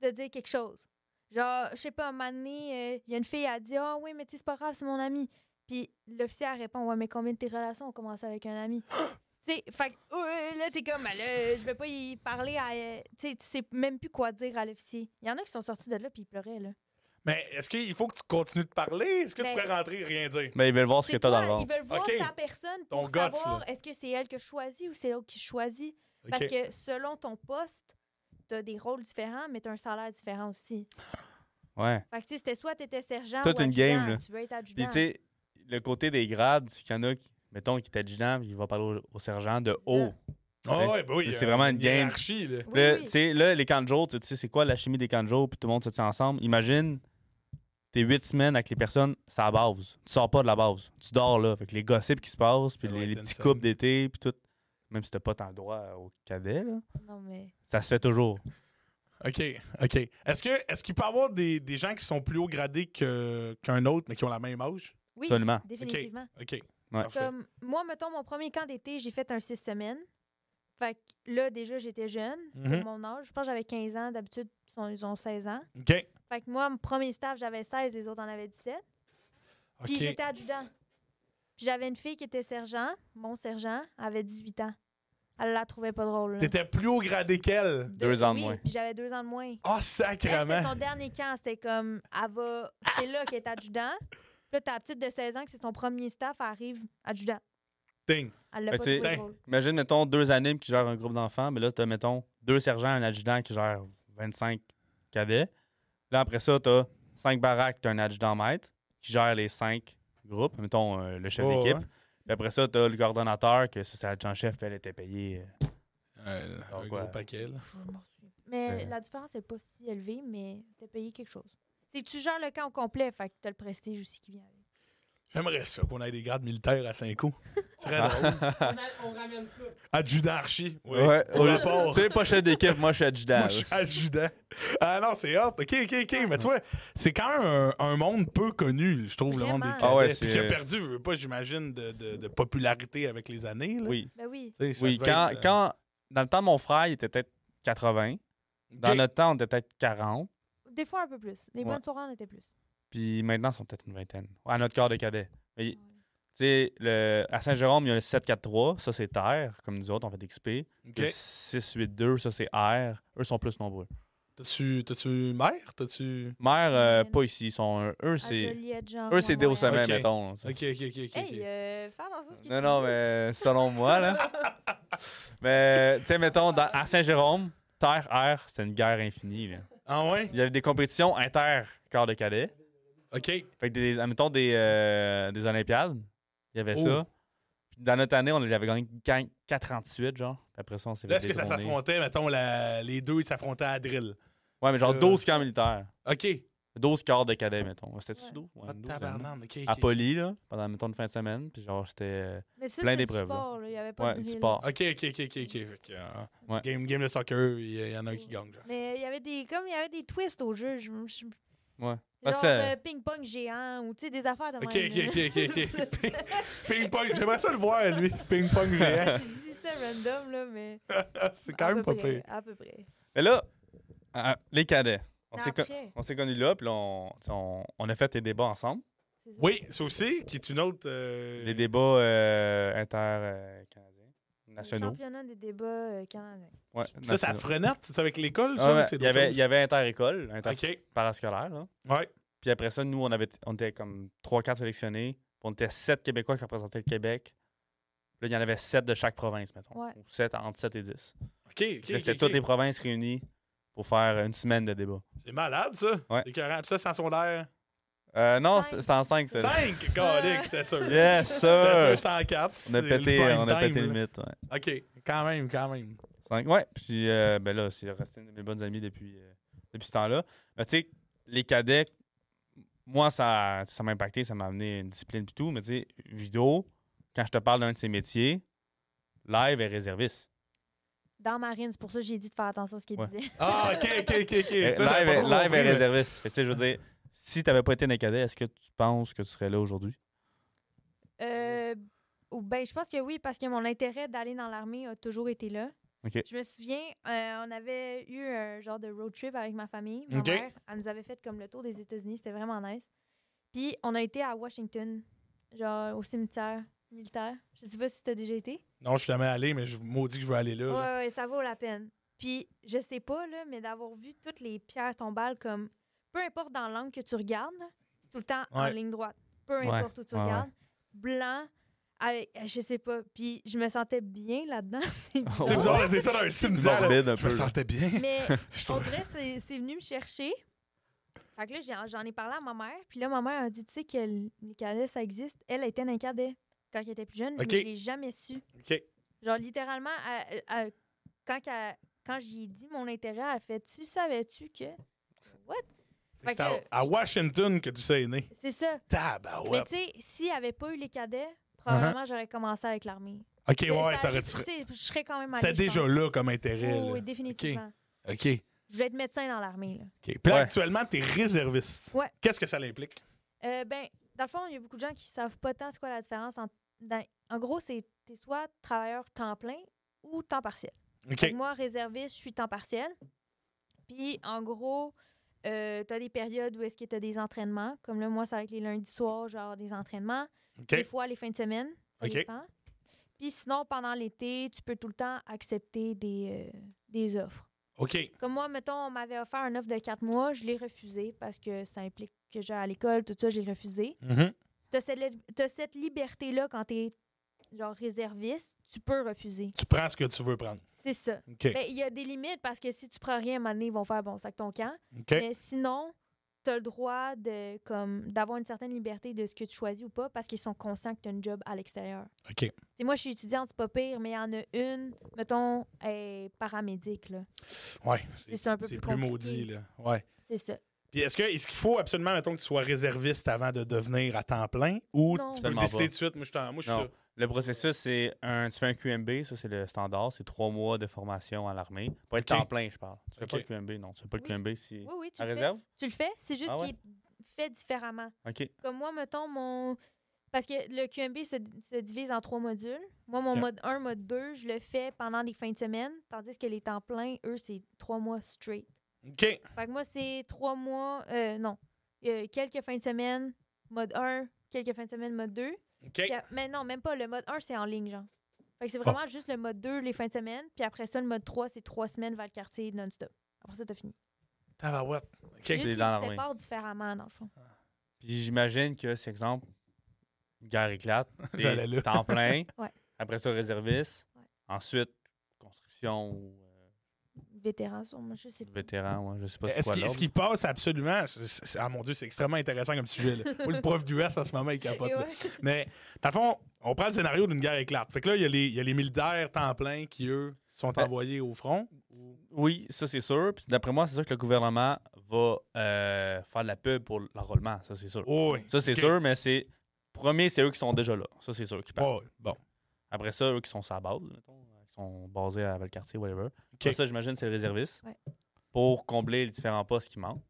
Speaker 3: de dire quelque chose. Genre, je sais pas, à un moment donné, euh, il y a une fille, elle dit Ah oui, mais tu sais, c'est pas grave, c'est mon ami. Puis l'officier, elle répond Ouais, mais combien de tes relations ont commencé avec un ami Tu sais, fait que euh, là, t'es comme Ben là, Je vais pas y parler à. euh, tu sais, tu sais même plus quoi dire à l'officier. Il y en a qui sont sortis de là, puis ils pleuraient, là.
Speaker 2: Mais est-ce qu'il faut que tu continues de parler? Est-ce que tu
Speaker 3: Ben-
Speaker 2: pourrais rentrer et rien dire?
Speaker 1: Mais Ben, ils veulent voir ce que
Speaker 3: C'est
Speaker 1: t'as dans
Speaker 3: quoi?
Speaker 1: le ventre.
Speaker 3: Ils veulent voir
Speaker 2: Ok.
Speaker 3: ta personne
Speaker 2: Ton
Speaker 3: pour
Speaker 2: guts, là.
Speaker 3: savoir est-ce que c'est elle que je choisis ou c'est l'autre qui choisit. Parce
Speaker 2: Ok.
Speaker 3: que selon ton poste, t'as des rôles différents, mais t'as un salaire différent aussi.
Speaker 1: Ouais.
Speaker 3: Fait que, tu sais, c'était soit t'étais sergent
Speaker 1: Toute
Speaker 3: ou
Speaker 1: une
Speaker 3: adjudant.
Speaker 1: game, là.
Speaker 3: Tu veux être
Speaker 1: Puis
Speaker 3: adjudant.
Speaker 1: tu sais, le côté des grades, c'est qu'il y en a qui, mettons, qui est adjudant, puis il va parler au, au sergent de haut.
Speaker 2: Ah ouais, ben oui,
Speaker 1: C'est
Speaker 2: euh,
Speaker 1: vraiment une game.
Speaker 2: hiérarchie, là.
Speaker 3: Oui,
Speaker 1: Là,
Speaker 3: oui.
Speaker 1: tu sais, là, les camps de jour, tu sais, c'est quoi la chimie des camps de jour, puis tout le monde se tient ensemble. Imagine, t'es huit semaines avec les personnes, c'est à la base. Tu sors pas de la base. Tu dors là. Fait que les gossips qui se passent, puis
Speaker 2: Ça
Speaker 1: les,
Speaker 2: doit
Speaker 1: les
Speaker 2: être
Speaker 1: petits
Speaker 2: insane.
Speaker 1: couples d'été, puis tout. Même si t'as pas tant droit au cadet, là,
Speaker 3: Non, mais.
Speaker 1: ça se fait toujours.
Speaker 2: OK, OK. Est-ce que est-ce qu'il peut y avoir des, des gens qui sont plus haut gradés que- qu'un autre, mais qui ont la même âge?
Speaker 3: Oui,
Speaker 1: Absolument.
Speaker 3: définitivement.
Speaker 2: OK.
Speaker 1: Ouais.
Speaker 2: Parfait.
Speaker 3: Comme, moi, mettons, mon premier camp d'été, j'ai fait un six semaines. Fait que là, déjà, j'étais jeune
Speaker 2: Mhm.
Speaker 3: pour mon âge. Je pense que j'avais 15 ans. D'habitude, ils ont- ils ont 16 ans.
Speaker 2: OK.
Speaker 3: Fait que moi, mon premier stage, j'avais 16, les autres en avaient 17. Puis
Speaker 2: OK.
Speaker 3: j'étais adjudant. Puis j'avais une fille qui était sergent. Mon sergent avait 18 ans. Elle la trouvait pas drôle. là.
Speaker 2: T'étais plus haut gradé qu'elle?
Speaker 1: Deux ans de
Speaker 3: oui,
Speaker 1: moins.
Speaker 3: Puis j'avais deux ans de moins.
Speaker 2: Ah,
Speaker 3: Elle, C'était
Speaker 2: sacrement!
Speaker 3: son dernier camp. C'était comme, elle va. C'est là qu'elle est adjudant. Puis là, ta petite de 16 ans, que c'est son premier staff, elle arrive adjudant.
Speaker 2: Ding.
Speaker 3: Elle l'a
Speaker 1: Ben,
Speaker 3: pas
Speaker 1: tu sais,
Speaker 3: trouvé
Speaker 2: ben,
Speaker 3: drôle.
Speaker 1: Imagine, mettons, deux animes qui gèrent un groupe d'enfants, mais là, t'as, mettons, deux sergents, un adjudant qui gère 25 cadets. Là, après ça, t'as cinq baraques, t'as un adjudant maître qui gère les cinq groupes, mettons, euh, le chef
Speaker 2: Ouais,
Speaker 1: d'équipe.
Speaker 2: ouais.
Speaker 1: Puis après ça, t'as le coordonnateur, que ça, c'est l'adjudant-chef, puis elle était payée. euh,
Speaker 2: Euh, un
Speaker 1: Donc,
Speaker 2: gros
Speaker 1: ouais.
Speaker 2: paquet, là.
Speaker 3: Je m'en souviens. Mais
Speaker 1: Euh.
Speaker 3: la différence n'est pas si élevée, mais t'as payé quelque chose. C'est que tu gères le camp au complet, fait que t'as le prestige aussi qui vient avec.
Speaker 2: J'aimerais ça qu'on ait des grades militaires à 5 coups. C'est très drôle.
Speaker 4: On, a- on ramène ça.
Speaker 2: Adjudant archi. Oui.
Speaker 1: Ouais,
Speaker 2: Au
Speaker 1: au-
Speaker 2: rapport.
Speaker 1: Tu sais, pas chef d'équipe, moi, je suis adjudant.
Speaker 2: Moi, je suis adjudant. Ah non, c'est hot. OK, OK, OK. Mais tu vois, c'est quand même un, un monde peu connu, je trouve, le monde des
Speaker 3: Vraiment.
Speaker 2: cadets.
Speaker 1: Ah ouais,
Speaker 2: Puis
Speaker 1: c'est-
Speaker 2: qui a perdu, je veux pas, j'imagine, de, de- de popularité avec les années. Là.
Speaker 1: Oui,
Speaker 3: Ben oui.
Speaker 2: Tu sais, ça
Speaker 1: oui
Speaker 2: devait
Speaker 1: quand,
Speaker 2: être, euh,
Speaker 1: quand- dans le temps de mon frère, il était peut-être 80. Dans
Speaker 2: OK.
Speaker 1: notre temps, on était peut-être 40.
Speaker 3: Des fois un peu plus. Les
Speaker 1: Ouais.
Speaker 3: bonnes soirées en étaient plus.
Speaker 1: Puis maintenant, ils sont peut-être une vingtaine. À notre corps de cadets. Mais, tu sais, le- à Saint-Jérôme, il y a le 7-4-3. Ça, c'est terre, comme nous autres, on fait XP.
Speaker 2: OK.
Speaker 1: Le 6-8-2, ça, c'est R. Eux sont plus nombreux.
Speaker 2: T'as-tu, t'as-tu mère? T'as-tu.
Speaker 1: Mère, euh,
Speaker 3: Ouais.
Speaker 1: pas ici. Ils sont, eux,
Speaker 3: À
Speaker 1: c'est
Speaker 3: Joliette, genre.
Speaker 1: eux, c'est dé au sommet,
Speaker 3: sommet.
Speaker 2: Ok.
Speaker 1: mettons.
Speaker 2: Ok, ok, ok. ok, ok.
Speaker 3: Hey, euh, fais attention à ce que tu
Speaker 1: Non, non,
Speaker 3: dis.
Speaker 1: mais selon moi, là. mais, tu sais, mettons, dans- à Saint-Jérôme, terre, R, c'était une guerre infinie. là.
Speaker 2: Ah ouais?
Speaker 1: Il y avait des compétitions inter corps de cadets.
Speaker 2: Ok.
Speaker 1: Fait que des, admettons des, euh, des Olympiades, il y avait
Speaker 2: Oh.
Speaker 1: ça. Puis dans notre année, on avait gagné 48, genre. Puis Après ça, on s'est
Speaker 2: Là,
Speaker 1: fait
Speaker 2: est-ce que ça
Speaker 1: détrôner.
Speaker 2: s'affrontait, mettons, la- les deux, ils s'affrontaient à la drill?
Speaker 1: Ouais, mais genre
Speaker 2: Euh.
Speaker 1: 12 camps militaires.
Speaker 2: Ok.
Speaker 1: 12 quarts de cadets, mettons. C'était-tu
Speaker 3: Ouais.
Speaker 1: 12? Ouais,
Speaker 2: Ah,
Speaker 1: 12, admettons.
Speaker 2: tabarnane, ok, ok.
Speaker 1: À Poly, là, pendant, mettons, une fin de semaine. Puis genre, c'était... euh,
Speaker 3: Mais ça,
Speaker 1: plein
Speaker 3: c'est du
Speaker 1: d'épreuves, là.
Speaker 3: sport, là. Il n'y avait pas
Speaker 1: Ouais,
Speaker 3: de
Speaker 1: du
Speaker 3: drill.
Speaker 1: sport.
Speaker 2: Ok, ok, ok, ok, ok. Fait que, euh,
Speaker 1: Ouais.
Speaker 2: game, game de soccer, il y, y en a un qui gagne. genre.
Speaker 3: Mais il y avait des comme il y avait des twists au jeu. Je, je-
Speaker 1: Ouais.
Speaker 3: genre
Speaker 1: Parce que-
Speaker 3: euh, ping-pong géant ou tu sais des affaires de
Speaker 2: Ok,
Speaker 3: même.
Speaker 2: ok,
Speaker 3: là.
Speaker 2: ok, ok, ok. Ping- Ping-pong, j'aimerais ça le voir, lui. Ping-pong géant.
Speaker 3: J'ai dit ça random là, mais
Speaker 2: Ah, C'est quand
Speaker 3: à
Speaker 2: même pas
Speaker 3: peu
Speaker 2: pire.
Speaker 3: près, À peu près.
Speaker 1: Mais là, ah, les cadets. On
Speaker 3: Mais
Speaker 1: s'est con-
Speaker 3: après,
Speaker 1: on s'est connus là, puis là, on, tu sais, on, on a fait les débats ensemble.
Speaker 3: c'est ça.
Speaker 2: Oui, ça aussi, qui est une autre. euh,
Speaker 1: Les débats euh, inter-canadiens,
Speaker 3: Le
Speaker 1: nationaux.
Speaker 3: championnat des débats euh, canadiens.
Speaker 1: Ouais,
Speaker 2: Ça, ça
Speaker 1: nationaux.
Speaker 2: frenette, c'est ça, avec l'école,
Speaker 1: Ah
Speaker 2: ça?
Speaker 1: ouais,
Speaker 2: ou c'est
Speaker 1: il, y avait, il y
Speaker 2: d'autres
Speaker 1: avait inter-école, inter
Speaker 2: choses? Ok,
Speaker 1: parascolaire. là.
Speaker 2: ouais.
Speaker 1: Puis après ça, nous, on, avait, on était comme 3-4 sélectionnés. Puis on était 7 Québécois qui représentaient le Québec. Là, il y en avait 7 de chaque province, mettons.
Speaker 3: Ouais.
Speaker 1: Ou 7, entre 7 et 10.
Speaker 2: Ok, ok.
Speaker 1: Là,
Speaker 2: ok,
Speaker 1: c'était
Speaker 2: ok.
Speaker 1: toutes les provinces réunies pour faire une semaine de débat.
Speaker 2: C'est malade, ça.
Speaker 1: Ouais.
Speaker 2: C'est carrément. ça, sans sondaire.
Speaker 1: Euh, non,
Speaker 3: Cinq.
Speaker 1: c'était c'était en 5, ça.
Speaker 2: 5, calique, t'es sûr.
Speaker 1: Yes,
Speaker 2: T'es sûr,
Speaker 1: sir!
Speaker 2: c'était en 4.
Speaker 1: On a pété, on a pété le mythe. Ouais.
Speaker 2: OK, quand même, quand même.
Speaker 1: Cinq, ouais. Puis euh, ben là, c'est resté une de mes bonnes amies depuis, euh, depuis ce temps-là. Mais tu sais, les cadets, moi, ça ça m'a impacté, ça m'a amené une discipline et tout. Mais tu sais, vidéo, quand je te parle d'un de ces métiers, live est réserviste.
Speaker 3: Dans Marine, c'est pour ça que j'ai dit de faire attention à ce qu'il
Speaker 1: Ouais.
Speaker 3: disait.
Speaker 2: Ah, OK, OK, OK, OK.
Speaker 1: Eh,
Speaker 2: Ça, j'avais
Speaker 1: live
Speaker 2: pas
Speaker 1: est,
Speaker 2: trop
Speaker 1: live
Speaker 2: compris,
Speaker 1: est
Speaker 2: mais-
Speaker 1: réserviste. Fait que tu sais, je veux dire, si t'avais pas été un cadet, est-ce que tu penses que tu serais là aujourd'hui?
Speaker 3: Euh, ou ben, je pense que oui, parce que mon intérêt d'aller dans l'armée a toujours été là.
Speaker 1: OK.
Speaker 3: Je me souviens, euh, on avait eu un genre de road trip avec ma famille. Ma
Speaker 2: OK.
Speaker 3: mère, elle nous avait fait comme le tour des États-Unis. C'était vraiment nice. Puis, on a été à Washington, genre au cimetière militaire. Je sais pas si t'as déjà été.
Speaker 2: Non, je suis jamais allé, mais je maudit que je veux aller là.
Speaker 3: Ouais,
Speaker 2: là.
Speaker 3: ouais, ça vaut la peine. Puis, je sais pas, là, mais d'avoir vu toutes les pierres tombales comme... Peu importe dans l'angle que tu regardes, là, c'est tout le temps en
Speaker 2: Ouais.
Speaker 3: ligne droite. Peu
Speaker 1: Ouais,
Speaker 3: importe où tu
Speaker 1: ouais, ouais.
Speaker 3: regardes. Blanc, avec, je sais pas. Puis, je me sentais bien là-dedans. C'est
Speaker 1: Oh,
Speaker 2: C'est
Speaker 1: ouais.
Speaker 2: bizarre de dire ça dans un cimetière. là.
Speaker 1: Morbide un
Speaker 2: Je me
Speaker 1: peu. là.
Speaker 2: sentais bien.
Speaker 3: Mais
Speaker 2: Je
Speaker 3: on
Speaker 2: trouve-
Speaker 3: dirait c'est c'est venu me chercher. Fait que là, j'en- j'en ai parlé à ma mère. Puis là, ma mère a dit, tu sais que l- les cadets, ça existe. Elle elle était un cadet quand elle était plus jeune,
Speaker 2: Ok.
Speaker 3: mais je l'ai jamais su.
Speaker 2: OK.
Speaker 3: Genre, littéralement, elle- elle- elle- quand, qu'elle- quand j'y ai dit mon intérêt, elle fait Tu savais-tu que. What? Fait
Speaker 2: C'est à,
Speaker 3: que-
Speaker 2: à Washington que tu sais est né.
Speaker 3: C'est ça. Mais
Speaker 2: Tabarouette.
Speaker 3: tu sais, s'il n'y avait pas eu les cadets, probablement j'aurais commencé avec l'armée.
Speaker 2: OK,
Speaker 3: Mais ça
Speaker 2: Uh-huh. ouais,
Speaker 3: a
Speaker 2: t'aurais...
Speaker 3: juste- tu sais, Je serais quand même allée.
Speaker 2: C'était
Speaker 3: je
Speaker 2: déjà
Speaker 3: pense.
Speaker 2: là comme intérêt.
Speaker 3: Oui,
Speaker 2: là.
Speaker 3: oui, définitivement.
Speaker 2: OK. OK.
Speaker 3: Je voulais être médecin dans l'armée. là.
Speaker 2: Puis là,
Speaker 1: Ouais.
Speaker 2: actuellement, t'es réserviste.
Speaker 3: Ouais.
Speaker 2: Qu'est-ce que ça l'implique?
Speaker 3: Euh, ben, dans le fond, il y a beaucoup de gens qui savent pas tant c'est quoi la différence. En, dans- en gros, c'est t'es soit travailleur temps plein ou temps partiel. Fait
Speaker 2: OK.
Speaker 3: que Moi, réserviste, je suis temps partiel. Puis, en gros, euh, tu as des périodes où est-ce que tu as des entraînements. Comme là, moi, ça va être les lundis soirs, genre des entraînements. Des
Speaker 2: OK.
Speaker 3: fois, les fins de semaine. Ça
Speaker 2: OK.
Speaker 3: dépend. Puis sinon, pendant l'été, tu peux tout le temps accepter des, euh, des offres.
Speaker 2: OK.
Speaker 3: Comme moi, mettons, on m'avait offert une offre de quatre mois, je l'ai refusée parce que ça implique que j'aille à l'école, tout ça, j'ai refusé.
Speaker 2: Mhm.
Speaker 3: Tu as cette, li- t'as cette liberté-là quand tu es genre réserviste, tu peux refuser.
Speaker 2: Tu prends ce que tu veux prendre.
Speaker 3: C'est ça.
Speaker 2: OK.
Speaker 3: Ben, il y a des limites parce que si tu prends rien, à un moment donné, ils vont faire bon sac ton camp.
Speaker 2: OK.
Speaker 3: Mais sinon, tu as le droit de comme d'avoir une certaine liberté de ce que tu choisis ou pas parce qu'ils sont conscients que tu as une job à l'extérieur.
Speaker 2: OK.
Speaker 3: T'sais, moi, je suis étudiante, c'est pas pire, mais il y en a une, mettons, elle est paramédique. là.
Speaker 2: Ouais.
Speaker 3: C'est un peu
Speaker 2: C'est
Speaker 3: plus
Speaker 2: plus
Speaker 3: compliqué.
Speaker 2: maudit, là. Ouais.
Speaker 3: C'est ça.
Speaker 2: Puis est-ce que est-ce qu'il faut absolument, mettons, que tu sois réserviste avant de devenir à temps plein ou
Speaker 3: Non.
Speaker 2: tu peux le
Speaker 1: Tellement
Speaker 2: décider
Speaker 1: pas.
Speaker 2: tout de suite? Moi, je, suis en- moi, je suis
Speaker 1: Non.
Speaker 2: ça.
Speaker 1: Le processus, c'est un, tu fais un QMB, ça c'est le standard, c'est trois mois de formation à l'armée. Pour être
Speaker 2: Ok.
Speaker 1: temps plein, je parle. Tu fais
Speaker 2: Ok.
Speaker 1: pas le QMB, non, tu fais pas le
Speaker 3: Oui.
Speaker 1: QMB si.
Speaker 3: Oui, oui, tu
Speaker 1: En
Speaker 3: le fais.
Speaker 1: réserve?
Speaker 3: Tu le fais, c'est juste
Speaker 1: Ah ouais?
Speaker 3: qu'il est fait différemment.
Speaker 1: Ok.
Speaker 3: Comme moi, mettons, mon. Parce que le QMB se, se divise en trois modules. Moi, mon
Speaker 2: Ok.
Speaker 3: mode 1, mode 2, je le fais pendant les fins de semaine, tandis que les temps pleins, eux, c'est trois mois straight.
Speaker 2: OK.
Speaker 3: Fait que moi, c'est trois mois, euh, non, Euh, quelques fins de semaine, mode 1, quelques fins de semaine, mode 2.
Speaker 2: OK.
Speaker 3: Puis a- mais non, même pas. Le mode 1, c'est en ligne, genre. Fait que c'est vraiment juste le mode 2, les fins de semaine. Puis après ça, le mode 3, c'est trois semaines vers le quartier non-stop. Après ça, t'as fini.
Speaker 2: Tabarouette. OK.
Speaker 3: Juste
Speaker 1: T'es
Speaker 3: qu'ils
Speaker 1: dans
Speaker 3: se
Speaker 1: l'armée.
Speaker 3: séparent différemment, dans le fond.
Speaker 1: Puis j'imagine que, c'est exemple, guerre éclate,
Speaker 2: J'allais là.
Speaker 1: c'est temps plein.
Speaker 3: Ouais.
Speaker 1: Après ça, réserviste.
Speaker 3: Ouais.
Speaker 1: Ensuite, construction ou euh,
Speaker 3: Vétérans, sûrement, je sais pas.
Speaker 1: vétéran, ouais, je sais pas c'est
Speaker 2: Est-ce
Speaker 1: quoi
Speaker 2: qu'il
Speaker 1: l'ordre.
Speaker 2: est-ce qu'il passe absolument? c'est- c'est- ah mon Dieu, c'est extrêmement intéressant comme sujet. Là. Moi, le prof d'US en ce moment, il capote.
Speaker 3: Et
Speaker 2: là.
Speaker 3: ouais.
Speaker 2: Mais, dans le fond, on prend le scénario d'une guerre éclate. Fait que là, il y, a les- il y a les militaires temps plein qui, eux, sont
Speaker 1: Ben-
Speaker 2: envoyés au front.
Speaker 1: Oui, ça c'est sûr. Puis d'après moi, c'est sûr que le gouvernement va euh, faire de la pub pour l'enrôlement, ça c'est sûr.
Speaker 2: Oh, oui.
Speaker 1: Ça c'est
Speaker 2: Ok.
Speaker 1: sûr, mais c'est. Premier, c'est eux qui sont déjà là. Ça c'est sûr qu'ils partent.
Speaker 2: Oh, oui. Bon.
Speaker 1: Après ça, eux qui sont sur la base, mettons, euh, qui sont basés à Valcartier, whatever. Après ça, j'imagine, c'est le réserviste
Speaker 3: Ouais.
Speaker 1: pour combler les différents postes qui manquent.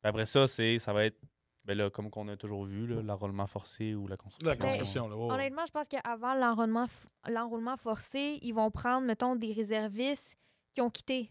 Speaker 1: Puis après ça, c'est ça va être, ben là, comme qu'on a toujours vu, là, l'enrôlement forcé ou la construction.
Speaker 2: La
Speaker 3: Ben,
Speaker 2: construction, là. oh, oui.
Speaker 3: Honnêtement, je pense qu'avant l'enrôlement, f- l'enrôlement forcé, ils vont prendre, mettons, des réservistes qui ont quitté.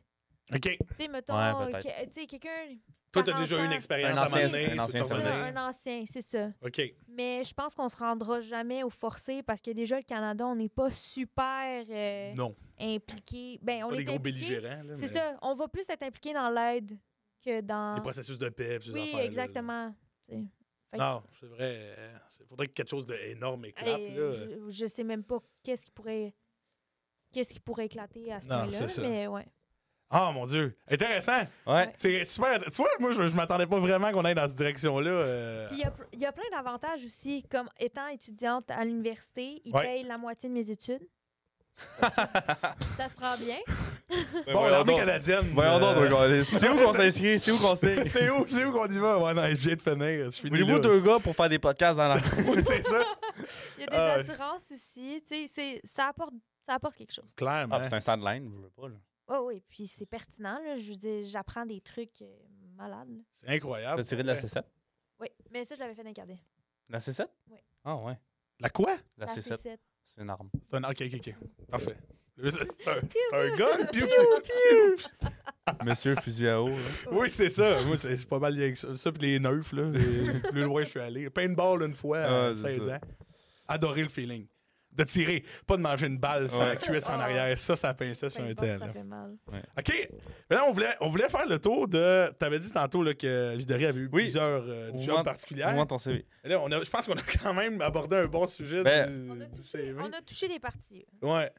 Speaker 2: OK.
Speaker 3: Tu sais, mettons,
Speaker 1: Ouais, peut-être.
Speaker 3: que- tu sais, quelqu'un.
Speaker 2: Toi, t'as déjà eu une
Speaker 3: 40 ans.
Speaker 1: Un
Speaker 2: expérience à un moment
Speaker 1: ancien-
Speaker 2: donné,
Speaker 1: un
Speaker 2: tu
Speaker 1: ancien
Speaker 2: t'en
Speaker 3: C'est
Speaker 1: soldat.
Speaker 2: souviens.
Speaker 3: ça, un ancien, c'est ça.
Speaker 2: OK.
Speaker 3: Mais je pense qu'on se rendra jamais au forcé parce que déjà, le Canada, on n'est pas super euh,
Speaker 2: Non.
Speaker 3: impliqué. Ben, on
Speaker 2: Pas
Speaker 3: est
Speaker 2: les gros
Speaker 3: impliqué,
Speaker 2: belligérants. là,
Speaker 3: C'est
Speaker 2: mais
Speaker 3: ça. On va plus être impliqué dans l'aide que dans.
Speaker 2: Les processus de paix. puis ces
Speaker 3: Oui,
Speaker 2: affaires-là, là.
Speaker 3: exactement. Tu sais. Fait que-
Speaker 2: Non, c'est vrai. euh, Il faudrait que quelque chose d'énorme éclate.
Speaker 3: Hey,
Speaker 2: là.
Speaker 3: je, je sais même pas qu'est-ce qui pourrait. Qu'est-ce qui pourrait éclater à ce
Speaker 2: Non,
Speaker 3: point-là.
Speaker 2: c'est ça.
Speaker 3: Mais ouais.
Speaker 2: Ah, mon Dieu. Intéressant.
Speaker 1: Ouais.
Speaker 2: C'est super. Tu vois, moi, je, je m'attendais pas vraiment qu'on aille dans cette direction-là. euh.
Speaker 3: Puis il y a pl- il y, a plein d'avantages aussi. Comme étant étudiante à l'université, ils
Speaker 2: Ouais.
Speaker 3: payent la moitié de mes études. ça se prend bien.
Speaker 2: Bon, l'armée canadienne. euh,
Speaker 1: C'est où qu'on s'inscrit? C'est où qu'on s'inscrit?
Speaker 2: C'est où, c'est où qu'on y va? Ouais, non, je viens de finir. Je finis
Speaker 1: Voulez-vous
Speaker 2: là.
Speaker 1: deux gars pour faire des podcasts dans la.
Speaker 2: Oui, c'est ça.
Speaker 3: Il y a des
Speaker 2: Ah ouais.
Speaker 3: assurances aussi. Tu sais, c'est- ça apporte, ça apporte quelque chose.
Speaker 2: Clairement.
Speaker 1: Ah, c'est un sideline, je veux pas, là.
Speaker 3: Oui, oui. Puis c'est pertinent. là. Je veux dire, j'apprends des trucs euh, malades. là.
Speaker 2: c'est incroyable.
Speaker 1: T'as tiré de la C7?
Speaker 3: Oui, mais ça, je l'avais fait dans le cadet.
Speaker 1: La C7?
Speaker 3: Ouais.
Speaker 1: Ah, ouais.
Speaker 2: La quoi?
Speaker 1: La, C7,
Speaker 3: C7.
Speaker 1: c'est une arme.
Speaker 2: C'est un... OK, OK, OK. Parfait. Un, un gun, piou,
Speaker 1: Monsieur fusil à eau. là.
Speaker 2: Oui, c'est ça. Moi, c'est c'est pas mal lié avec ça. Ça, puis les neufs, là. les- plus loin, je suis allé. Paintball une fois à
Speaker 1: Ah, c'est
Speaker 2: 16
Speaker 1: ça.
Speaker 2: ans. Adoré le feeling. De tirer, pas de manger une balle sans la
Speaker 1: Ouais.
Speaker 2: cuisse en arrière. Ça, ça pinçait sur
Speaker 3: Peu
Speaker 2: un
Speaker 3: importe,
Speaker 2: tel.
Speaker 3: ça
Speaker 2: là.
Speaker 3: fait mal.
Speaker 2: OK. Mais là, on voulait, on voulait faire le tour de. T'avais dit tantôt là, que Videry avait eu
Speaker 1: Oui.
Speaker 2: plusieurs euh,
Speaker 1: Au
Speaker 2: jobs
Speaker 1: moins-
Speaker 2: particuliers.
Speaker 1: Comment ton CV?
Speaker 2: Et Là, on a, je pense qu'on a quand même abordé un bon sujet
Speaker 1: Ben-
Speaker 2: du,
Speaker 3: On a,
Speaker 2: du
Speaker 3: touché,
Speaker 2: CV.
Speaker 3: on a touché les parties.
Speaker 2: Ouais.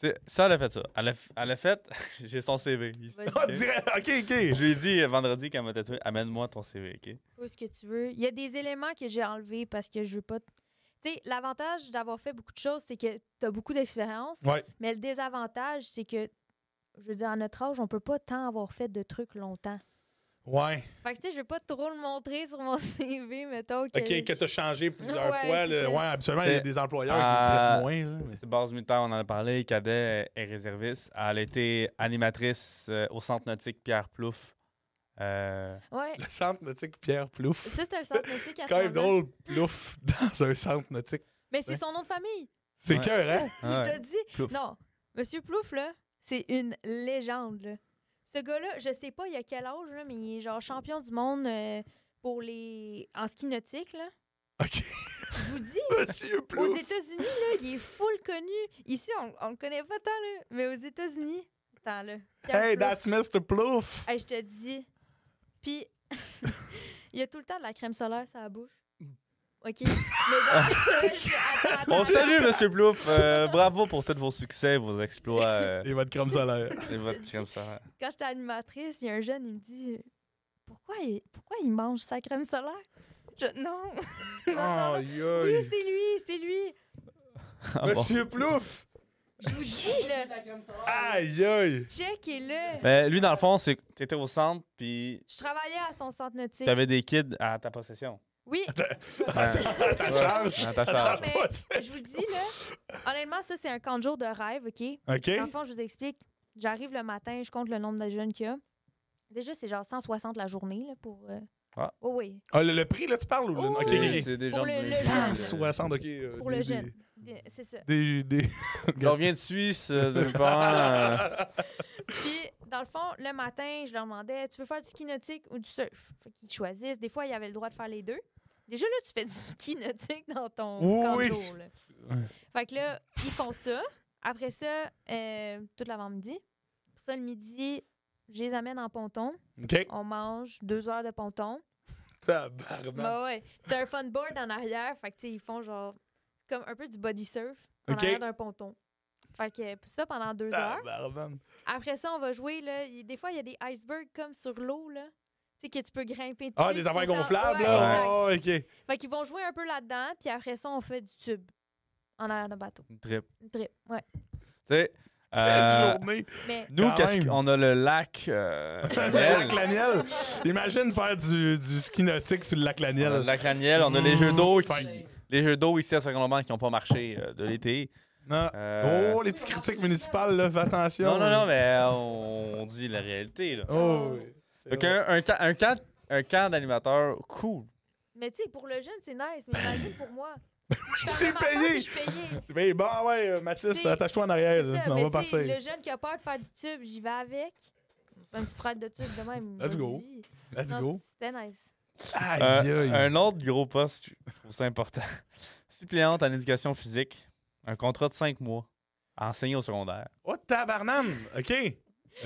Speaker 1: Tu sais, ça, elle a fait ça. Elle a, f- elle a fait, j'ai son CV. ici,
Speaker 3: Vas-y.
Speaker 2: On
Speaker 1: ok?
Speaker 2: dirait. OK,
Speaker 1: Je
Speaker 2: OK.
Speaker 1: lui ai dit euh, vendredi qu'elle m'a tatoué, amène-moi ton CV, ok?
Speaker 3: Fais ce que tu veux. Il y a des éléments que j'ai enlevés parce que je veux pas. t- Tu sais, l'avantage d'avoir fait beaucoup de choses, c'est que tu as beaucoup d'expérience.
Speaker 2: Ouais.
Speaker 3: Mais le désavantage, c'est que, je veux dire, à notre âge, on peut pas tant avoir fait de trucs longtemps.
Speaker 2: Ouais.
Speaker 3: Fait que, tu sais, je vais pas trop le montrer sur mon CV, mettons. Que
Speaker 2: OK, que t'as changé plusieurs
Speaker 3: Ouais,
Speaker 2: fois.
Speaker 3: c'est
Speaker 2: là.
Speaker 3: ça.
Speaker 2: Ouais, absolument, il y a
Speaker 1: C'est-
Speaker 2: des employeurs qui
Speaker 1: Ah.
Speaker 2: traitent moins. là, mais-
Speaker 1: C'est base militaire, on en a parlé, cadet euh, et réserviste. Elle a été animatrice euh, au centre nautique Pierre Plouf. Euh,
Speaker 3: Ouais.
Speaker 2: Le centre nautique Pierre Plouf.
Speaker 3: Ça, c'est un centre nautique. à
Speaker 2: C'est quand même
Speaker 3: Trois-Rivières.
Speaker 2: drôle, Plouf, dans un centre nautique.
Speaker 3: Mais c'est son nom de famille.
Speaker 2: C'est
Speaker 1: Ouais.
Speaker 2: cœur, hein?
Speaker 1: ouais.
Speaker 3: Je te dis.
Speaker 1: Plouf.
Speaker 3: Non. Monsieur Plouf, là, c'est une légende, là. Ce gars-là, je sais pas il a quel âge, là, mais il est genre champion du monde euh, pour les... en ski nautique, là.
Speaker 2: OK,
Speaker 3: Je vous dis,
Speaker 2: Monsieur
Speaker 3: aux
Speaker 2: Plouf.
Speaker 3: États-Unis, là, il est full connu. Ici, on, on le connaît pas tant, là, mais aux États-Unis, attends, là. Pierre
Speaker 2: Hey,
Speaker 3: Plouf.
Speaker 2: that's Mr. Plouf.
Speaker 3: Hey, je te dis. Puis, il y a tout le temps de la crème solaire sur la bouche.
Speaker 2: Mm.
Speaker 3: OK. Mais donc, attends, attends,
Speaker 1: On
Speaker 3: attends.
Speaker 1: salue, Monsieur Plouf. Euh, bravo pour tous vos succès, vos exploits euh,
Speaker 2: Et votre crème solaire.
Speaker 1: et votre crème solaire.
Speaker 3: Quand j'étais animatrice, il y a un jeune, il me dit Pourquoi il, pourquoi il mange sa crème solaire Je Non. non, non, non.
Speaker 2: Aïe,
Speaker 3: Oui,
Speaker 2: aïe.
Speaker 3: c'est lui, c'est lui.
Speaker 1: Ah bon.
Speaker 2: Monsieur Plouf.
Speaker 3: Je vous dis, là,
Speaker 2: Aïe, aïe.
Speaker 3: check est là.
Speaker 1: Mais lui, dans le fond, c'est t'étais au centre, puis
Speaker 3: Je travaillais à son centre nautique.
Speaker 1: t'avais des kids à ta possession.
Speaker 3: Oui, Ah,
Speaker 1: Hein.
Speaker 2: À ta
Speaker 1: Ouais,
Speaker 2: charge.
Speaker 1: à ta
Speaker 2: ta
Speaker 3: charge.
Speaker 2: possession.
Speaker 3: je vous dis, là, honnêtement, ça, c'est un camp de jour de rêve, OK Dans le
Speaker 2: OK?
Speaker 3: fond, je vous explique. J'arrive le matin, je compte le nombre de jeunes qu'il y a. Déjà, c'est genre 160 la journée là, pour. euh,
Speaker 1: Ah.
Speaker 3: oh oui.
Speaker 2: Ah, le, le prix, là, tu parles? Ou le...
Speaker 3: Oui,
Speaker 2: OK, OK,
Speaker 3: oui,
Speaker 1: C'est
Speaker 2: OK.
Speaker 1: c'est des
Speaker 3: Pour
Speaker 1: gens
Speaker 3: le-
Speaker 1: de-
Speaker 3: le-
Speaker 2: 160, OK. euh,
Speaker 3: Pour
Speaker 2: des-
Speaker 3: le
Speaker 2: des-
Speaker 3: jeune. Des- C'est ça.
Speaker 2: Des... des...
Speaker 1: Il revient de Suisse, euh, de mes parents. euh,
Speaker 3: Puis, dans le fond, le matin, je leur demandais tu veux faire du ski nautique ou du surf Fait qu'ils choisissent. Des fois, ils avaient le droit de faire les deux. Déjà, là, tu fais du ski nautique dans ton
Speaker 2: Oui,
Speaker 3: camp de
Speaker 2: oui.
Speaker 3: jour, là.
Speaker 2: Ouais.
Speaker 3: Fait que là, ils font ça. Après ça, euh, toute l'avant-midi. Pour ça, le midi, je les amène en ponton.
Speaker 2: OK.
Speaker 3: On mange deux heures de ponton.
Speaker 2: Tabarnak.
Speaker 3: Bah ouais. T'as un fun board en arrière, fait que tu sais, ils font genre comme un peu du body surf en
Speaker 2: Ok.
Speaker 3: arrière d'un ponton. Fait que euh, ça pendant deux heures.
Speaker 2: Tabarnak.
Speaker 3: Après ça, on va jouer là. y- Des fois, il y a des icebergs comme sur l'eau là. Tu sais que tu peux grimper.
Speaker 2: Ah,
Speaker 3: dessus,
Speaker 2: des
Speaker 3: puis
Speaker 2: affaires
Speaker 3: c'est en-
Speaker 2: gonflables,
Speaker 3: ouais,
Speaker 2: là. Oh,
Speaker 3: exact.
Speaker 2: OK.
Speaker 3: Fait qu'ils vont jouer un peu là-dedans, puis après ça, on fait du tube en arrière d'un bateau.
Speaker 1: une trip.
Speaker 3: Une trip, ouais.
Speaker 1: Tu sais,
Speaker 2: Quelle
Speaker 1: euh,
Speaker 2: journée.
Speaker 3: Mais
Speaker 1: nous,
Speaker 2: Quand
Speaker 1: qu'est-ce
Speaker 2: même.
Speaker 1: qu'on a le lac. euh,
Speaker 2: Le
Speaker 1: Laniel.
Speaker 2: lac Laniel. Imagine faire du, du ski nautique sur le lac
Speaker 1: On a le
Speaker 2: Laniel.
Speaker 1: lac Laniel, on a les
Speaker 2: Mmh,
Speaker 1: jeux d'eau qui.
Speaker 2: Fine.
Speaker 1: Les jeux d'eau ici à Sacrament qui n'ont pas marché euh, de l'été.
Speaker 2: Non.
Speaker 1: Euh,
Speaker 2: Oh, les petites critiques municipales, là, fais attention.
Speaker 1: non, non, non, mais on, on dit la réalité. Là.
Speaker 2: Oh, oui. C'est
Speaker 1: Fait
Speaker 2: vrai.
Speaker 1: qu'un- un, ca- un, camp, un camp d'animateurs cool.
Speaker 3: mais tu sais, pour le jeune, c'est nice, mais imagine pour moi. Je
Speaker 2: T'es
Speaker 3: suis en amateur,
Speaker 2: payé.
Speaker 3: puis Je suis payé.
Speaker 2: Ben, bon, ouais, euh, Mathis,
Speaker 3: C'est-
Speaker 2: attache-toi en arrière,
Speaker 3: C'est
Speaker 2: là.
Speaker 3: ça, mais
Speaker 2: on va
Speaker 3: tu sais,
Speaker 2: partir.
Speaker 3: Le jeune qui a peur de faire du tube, j'y vais avec. Un petit traite de tube de même.
Speaker 2: Let's go.
Speaker 3: vas-y.
Speaker 2: Let's
Speaker 3: Non,
Speaker 2: go.
Speaker 3: C'était nice.
Speaker 2: Aïe,
Speaker 1: Euh,
Speaker 2: aïe.
Speaker 1: un autre gros poste, je trouve ça important. Suppléante en éducation physique, un contrat de 5 mois, à enseigner au secondaire.
Speaker 2: Oh, tabarnane. OK.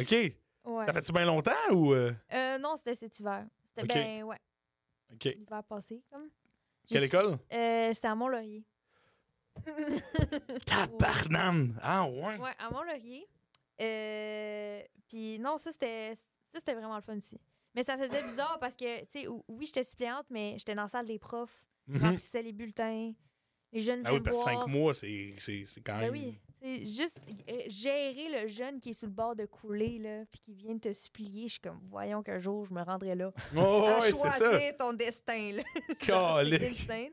Speaker 2: OK.
Speaker 3: Ouais.
Speaker 2: Ça fait-tu bien longtemps ou. euh,
Speaker 3: Euh, non, c'était cet hiver. C'était
Speaker 2: Ok.
Speaker 3: ben, ouais,
Speaker 2: OK.
Speaker 3: l'hiver passé, comme. J'ai
Speaker 2: Quelle
Speaker 3: fait-
Speaker 2: école?
Speaker 3: Euh, c'était à Mont-Laurier.
Speaker 2: Tabarnane. Ah, ouais.
Speaker 3: Ouais, à Mont-Laurier. Euh, Puis non, ça, c'était ça, c'était vraiment le fun aussi. Mais ça faisait bizarre parce que, tu sais, ou- oui, j'étais suppléante, mais j'étais dans la salle des profs. Je
Speaker 2: Mhm.
Speaker 3: remplissais les bulletins. Les jeunes
Speaker 2: Ah oui,
Speaker 3: venaient me
Speaker 2: parce que 5
Speaker 3: voir.
Speaker 2: mois, hein. c'est c'est- c'est quand même.
Speaker 3: Ben oui, c'est juste euh, gérer le jeune qui est sur le bord de couler, là, puis qui vient te supplier. Je suis comme, voyons qu'un jour, je me rendrai là.
Speaker 2: Oh,
Speaker 3: À
Speaker 2: ouais, c'est ça.
Speaker 3: choisir ton destin, là.
Speaker 2: Calique.
Speaker 3: C'est insane.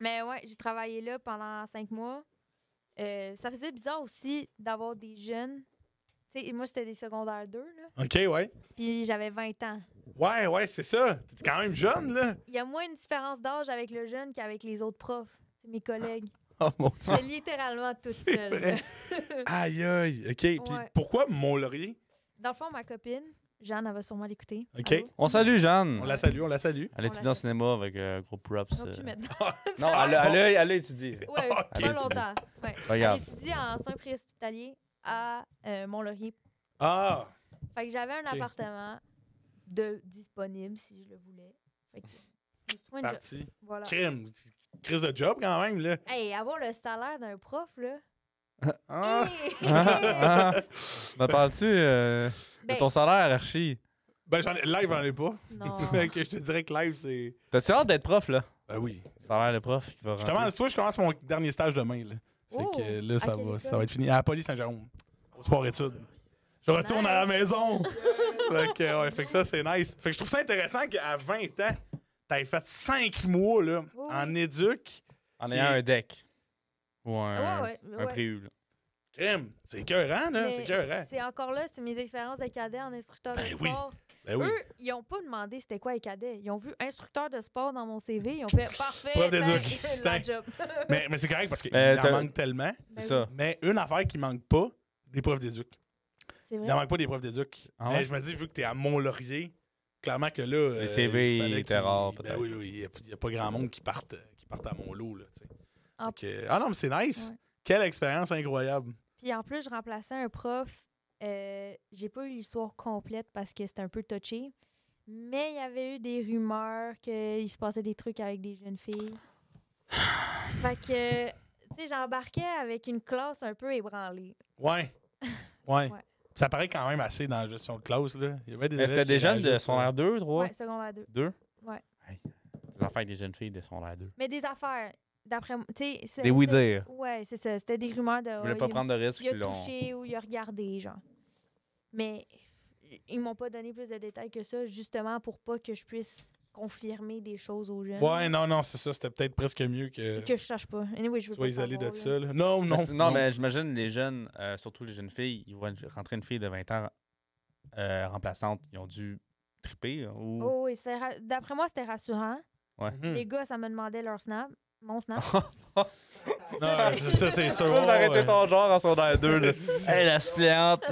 Speaker 3: Mais ouais, j'ai travaillé là pendant cinq mois. Euh, ça faisait bizarre aussi d'avoir des jeunes. Tu sais, moi, j'étais des secondaires 2, là,
Speaker 2: OK, ouais.
Speaker 3: puis j'avais 20 ans.
Speaker 2: Ouais, ouais, c'est ça. T'es quand même jeune, là.
Speaker 3: Il y a moins une différence d'âge avec le jeune qu'avec les autres profs, c'est mes collègues.
Speaker 2: Oh mon dieu.
Speaker 3: C'est littéralement toute
Speaker 2: C'est
Speaker 3: seule.
Speaker 2: vrai. Aïe, aïe. OK. Puis
Speaker 3: Ouais.
Speaker 2: pourquoi Mont-Laurier?
Speaker 3: Dans le fond, ma copine, Jeanne, elle va sûrement l'écouter.
Speaker 2: OK.
Speaker 3: Allô?
Speaker 1: On salue Jeanne.
Speaker 2: On la salue, on la salue.
Speaker 1: Elle étudie en cinéma avec euh, gros props.
Speaker 3: Non,
Speaker 1: euh.
Speaker 3: plus maintenant.
Speaker 1: Non, elle a- elle a- elle a étudié.
Speaker 3: Ouais,
Speaker 2: Ok.
Speaker 3: pas longtemps. Ouais.
Speaker 1: Regarde.
Speaker 3: Elle étudie en soins préhospitaliers à euh, Mont-Laurier.
Speaker 2: Ah!
Speaker 3: Fait que j'avais un
Speaker 2: Ok.
Speaker 3: appartement de disponible si je le voulais. Fait que je me suis trouvé un job.
Speaker 2: Parti.
Speaker 3: Voilà.
Speaker 2: Crime. Crise de job quand même, là.
Speaker 3: Hey, avoir le salaire d'un prof, là.
Speaker 2: Ah!
Speaker 3: Eh.
Speaker 1: Ah, ah. Me parles-tu euh,
Speaker 3: Ben,
Speaker 1: de ton salaire, Archie?
Speaker 2: Ben, j'en ai, live, j'en ai pas.
Speaker 3: non.
Speaker 2: que je te dirais que live, c'est.
Speaker 1: T'as-tu hâte d'être prof, là?
Speaker 2: Ben oui.
Speaker 1: Salaire de prof qui va
Speaker 2: Je
Speaker 1: rentrer.
Speaker 2: commence, soit je commence mon dernier stage demain, là. Fait
Speaker 3: Oh,
Speaker 2: que là, ça
Speaker 3: à quelle
Speaker 2: va, ça
Speaker 3: école? Oh,
Speaker 2: va être fini. À Poly Saint-Jérôme. Au sport études. Je retourne à la maison. fait, que, ouais, fait que ça, c'est nice. Fait que je trouve ça intéressant qu'à 20 ans, t'aies fait 5 mois, là,
Speaker 3: Oh, Oui.
Speaker 2: en éduc.
Speaker 1: En ayant un deck. Ou un,
Speaker 3: Ah ouais, ouais,
Speaker 1: un
Speaker 3: ouais.
Speaker 1: préhu, là.
Speaker 2: Crime. C'est écœurant, là.
Speaker 3: Mais
Speaker 2: C'est écœurant.
Speaker 3: C'est encore là, c'est mes expériences de cadet en instructeur
Speaker 2: Ben
Speaker 3: de
Speaker 2: oui.
Speaker 3: sport.
Speaker 2: Ben oui.
Speaker 3: Eux, ils n'ont pas demandé c'était quoi les cadets. Ils ont vu instructeur de sport dans mon CV. Ils ont fait parfait.
Speaker 2: Prof des
Speaker 3: ça,
Speaker 2: ocs.
Speaker 3: la
Speaker 2: Putain.
Speaker 3: job.
Speaker 2: Mais, mais c'est correct parce qu'il
Speaker 1: Mais
Speaker 2: en
Speaker 1: t'as-
Speaker 2: manque tellement.
Speaker 3: Ben
Speaker 1: C'est
Speaker 3: oui,
Speaker 1: ça.
Speaker 2: Mais une affaire qui manque pas, des profs d'éduc.
Speaker 3: C'est
Speaker 2: Il
Speaker 3: vrai.
Speaker 2: n'en manque pas des profs d'éduc.
Speaker 1: Ah
Speaker 2: Mais
Speaker 1: ouais?
Speaker 2: je me dis, vu que tu es à Mont-Laurier, clairement que là.
Speaker 1: Les
Speaker 2: euh,
Speaker 1: CV
Speaker 2: il fallait
Speaker 1: étaient
Speaker 2: qu'il-
Speaker 1: rares,
Speaker 2: ben
Speaker 1: peut-être.
Speaker 2: oui, oui, il n'y a, pas grand monde qui parte, euh, qui parte à Mont-Lot. Là, tu sais.
Speaker 3: Ah.
Speaker 2: Fait que- ah non, mais c'est nice.
Speaker 3: Ouais.
Speaker 2: Quelle expérience incroyable.
Speaker 3: Puis en plus, je remplaçais un prof. Euh, J'ai pas eu l'histoire complète parce que c'était un peu touché. Mais il y avait eu des rumeurs qu'il se passait des trucs avec des jeunes filles. fait que, tu sais, j'embarquais avec une classe un peu ébranlée.
Speaker 2: Ouais. Ouais.
Speaker 3: Ouais.
Speaker 2: Ça paraît quand même assez dans la gestion de classe. Là. Il y avait des
Speaker 1: Mais
Speaker 2: élèves
Speaker 1: C'était
Speaker 2: qui
Speaker 1: des jeunes de
Speaker 2: réagissaient.
Speaker 1: son r 2, 3,
Speaker 3: Ouais, secondaire 2.
Speaker 1: 2?
Speaker 3: Ouais.
Speaker 1: Hey, Des affaires avec des jeunes filles de son r 2.
Speaker 3: Mais des affaires, d'après moi. tu sais, c'est-
Speaker 1: Des oui dire.
Speaker 3: Ouais, c'est ça. C'était des rumeurs de.
Speaker 1: Je
Speaker 3: oh,
Speaker 1: voulais pas
Speaker 3: il-
Speaker 1: prendre de risques.
Speaker 3: il a
Speaker 1: puis l'on-
Speaker 3: touché ou il a regardé, genre. Mais f- ils m'ont pas donné plus de détails que ça, justement pour pas que je puisse confirmer des choses aux jeunes.
Speaker 2: Ouais, non, non, c'est ça. C'était peut-être presque mieux que.
Speaker 3: Que je sache pas. Anyway, je veux
Speaker 2: Soit
Speaker 3: pas
Speaker 2: isolé de
Speaker 3: savoir,
Speaker 2: ça.
Speaker 3: là.
Speaker 2: là. Non, non.
Speaker 1: Mais c'est- Non, mais j'imagine les jeunes, euh, surtout les jeunes filles, ils voient une- rentrer une fille de 20 ans euh, remplaçante. Ils ont dû triper. là, Ou...
Speaker 3: Oh, oui, c'était ra- d'après moi, c'était rassurant.
Speaker 2: Mhm.
Speaker 3: Les gars, ça me demandait leur snap, mon snap.
Speaker 2: Non, c'est ça, c'est sûr.
Speaker 1: Ah, Ça, ça aurait été ton genre en son r 2. Là. hey, la suppléante!